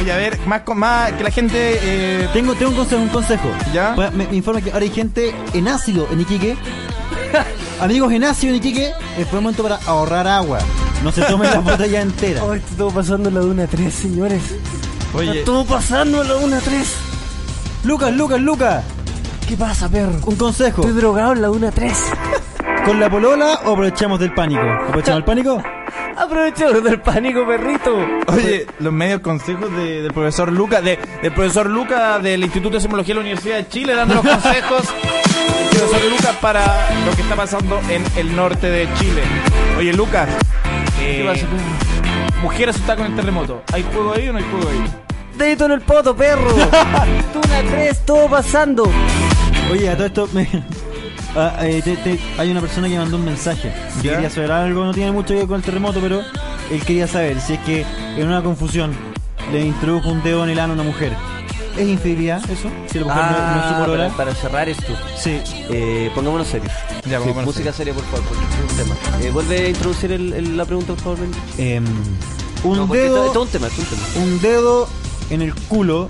Speaker 4: Oye, a ver, más, con- más que la gente... eh,
Speaker 5: Tengo, tengo un consejo, un consejo.
Speaker 4: ¿Ya?
Speaker 5: Pues Me, me informa que ahora hay gente en ácido en Iquique. Amigos en ácido en Iquique, es buen momento para ahorrar agua. No se tomen
Speaker 3: <laughs>
Speaker 5: la botella entera.
Speaker 3: Hoy estuvo pasando la duna 3, señores.
Speaker 4: Oye,
Speaker 3: Estuvo pasando la duna 3.
Speaker 5: Lucas, Lucas, Lucas,
Speaker 3: ¿Qué pasa, perro?
Speaker 5: un consejo.
Speaker 3: Estoy drogado en la duna 3.
Speaker 5: ¿Con la polola o aprovechamos del pánico? ¿Aprovechamos el pánico?
Speaker 3: Aprovechemos del pánico, perrito.
Speaker 4: Oye, los medios consejos de- del profesor Luca, de- del profesor Luca del Instituto de Semología de la Universidad de Chile, dando los consejos del profesor Luca para lo que está pasando en el norte de Chile. Oye, Lucas, eh, mujer asustada con el terremoto. ¿Hay juego ahí o no hay juego ahí?
Speaker 3: Dedito en el poto, <laughs> perro. duna 3, todo pasando.
Speaker 5: Oye, a todo esto me- <laughs> Ah, eh, te- te- hay una persona que mandó un mensaje. que
Speaker 4: ¿Ya?
Speaker 5: Quería saber algo, no tiene mucho que ver con el terremoto, pero él quería saber si es que en una confusión le introdujo un dedo en el ano a una mujer. ¿Es infidelidad eso? Si la mujer no- no, supo
Speaker 3: para,
Speaker 5: lograr.
Speaker 3: para cerrar esto,
Speaker 5: Sí.
Speaker 3: eh, pongámonos serios.
Speaker 4: Ya, pongámonos
Speaker 3: música seria, por favor, porque es un tema. Eh, Vuelve a introducir el- el- la pregunta, por favor. Ben.
Speaker 5: Em, un
Speaker 3: No, porque esto-
Speaker 5: dedo.
Speaker 3: esto es un tema, esto es un tema.
Speaker 5: un dedo en el culo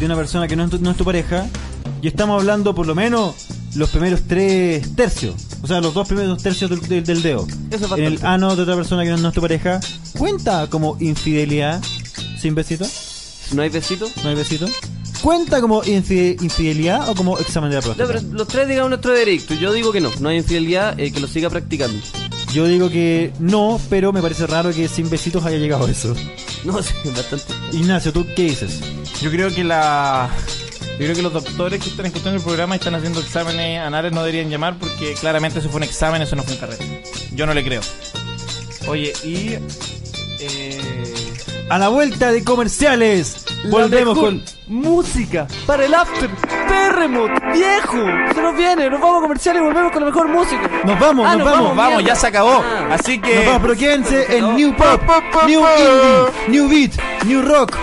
Speaker 5: de una persona que no es, tu, no es tu pareja y estamos hablando por lo menos los primeros tres tercios, o sea, los dos primeros tercios del, del- del dedo.
Speaker 3: Eso es
Speaker 5: en el
Speaker 3: bastante.
Speaker 5: ano de otra persona que no, no es tu pareja, ¿cuenta como infidelidad sin besito?
Speaker 3: ¿No hay besito?
Speaker 5: ¿No hay besito? ¿Cuenta como infide- infidelidad o como examen de la
Speaker 3: No,
Speaker 5: próstata?
Speaker 3: pero los tres digan nuestro directo. Yo digo que no, no hay infidelidad, eh, que lo siga practicando.
Speaker 5: Yo digo que no, pero me parece raro que sin besitos haya llegado eso.
Speaker 3: No, <laughs> sí, bastante.
Speaker 5: Ignacio, ¿tú qué dices?
Speaker 4: Yo creo que la. Yo creo que los doctores que están escuchando el programa y están haciendo exámenes anales no deberían llamar porque claramente eso fue un examen, eso no fue un carrete. Yo no le creo. Oye, y. eh,
Speaker 5: A la vuelta de comerciales, volvemos con...
Speaker 3: música para el after. Terremoto, viejo. Se nos viene, nos vamos a comercial y volvemos con la mejor música.
Speaker 5: Nos vamos,
Speaker 3: Ah,
Speaker 5: nos
Speaker 3: nos
Speaker 5: vamos.
Speaker 4: Vamos, vamos,
Speaker 3: mierda.
Speaker 4: ya se acabó.
Speaker 3: Ah.
Speaker 4: Así
Speaker 5: Nos
Speaker 4: que.
Speaker 5: vamos, pero
Speaker 4: <laughs>
Speaker 5: quédense en New Pop, New Indie, New Beat, New Rock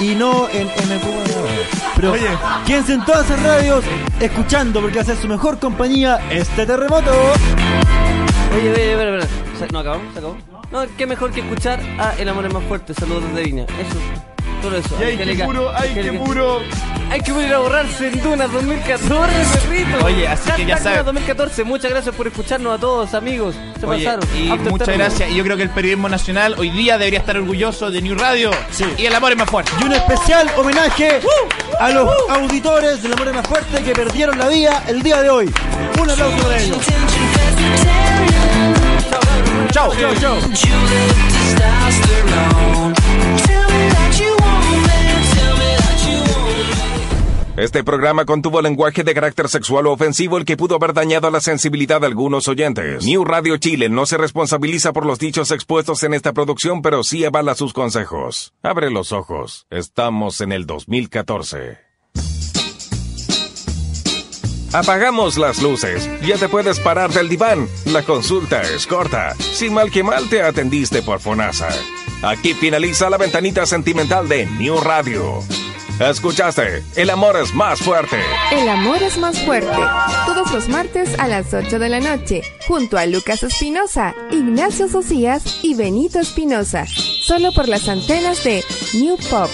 Speaker 5: y no en MQ. Pero
Speaker 4: Oye.
Speaker 5: quédense en todas las radios escuchando porque va a ser su mejor compañía este terremoto.
Speaker 3: Oye, oye, espera, espera. ¿Se- ¿No acabamos? ¿Se acabó? No, qué mejor que escuchar a El Amor es más fuerte. Saludos desde Viña. Eso, todo eso.
Speaker 4: Y ay, qué
Speaker 3: Angélica,
Speaker 4: puro, ay, qué
Speaker 3: Angélica.
Speaker 4: puro.
Speaker 3: Hay que volver a borrarse en Duna 2014, perrito.
Speaker 4: Oye, así que ya
Speaker 3: Hashtag
Speaker 4: saben.
Speaker 3: Duna 2014, muchas gracias por escucharnos a todos, amigos. Se
Speaker 4: Oye,
Speaker 3: pasaron.
Speaker 4: y
Speaker 3: After
Speaker 4: muchas
Speaker 3: Terremoto.
Speaker 4: gracias. Y yo creo que el periodismo nacional hoy día debería estar orgulloso de New Radio. Y el amor es más fuerte.
Speaker 5: Y un especial homenaje a los auditores de la Morena Fuerte que perdieron la vida el día de hoy. Un aplauso para ellos.
Speaker 4: Chao, chao, chao.
Speaker 1: Este programa contuvo lenguaje de carácter sexual o ofensivo el que pudo haber dañado la sensibilidad de algunos oyentes. New Radio Chile no se responsabiliza por los dichos expuestos en esta producción, pero sí avala sus consejos. Abre los ojos. Estamos en el 2014. Apagamos las luces. Ya te puedes parar del diván. La consulta es corta. Si mal que mal te atendiste por Fonasa. Aquí finaliza la ventanita sentimental de New Radio. Escuchaste, el amor es más fuerte.
Speaker 2: El amor es más fuerte. Todos los martes a las 8 de la noche, junto a Lucas Espinosa, Ignacio Socias y Benito Espinosa, solo por las antenas de New Pop.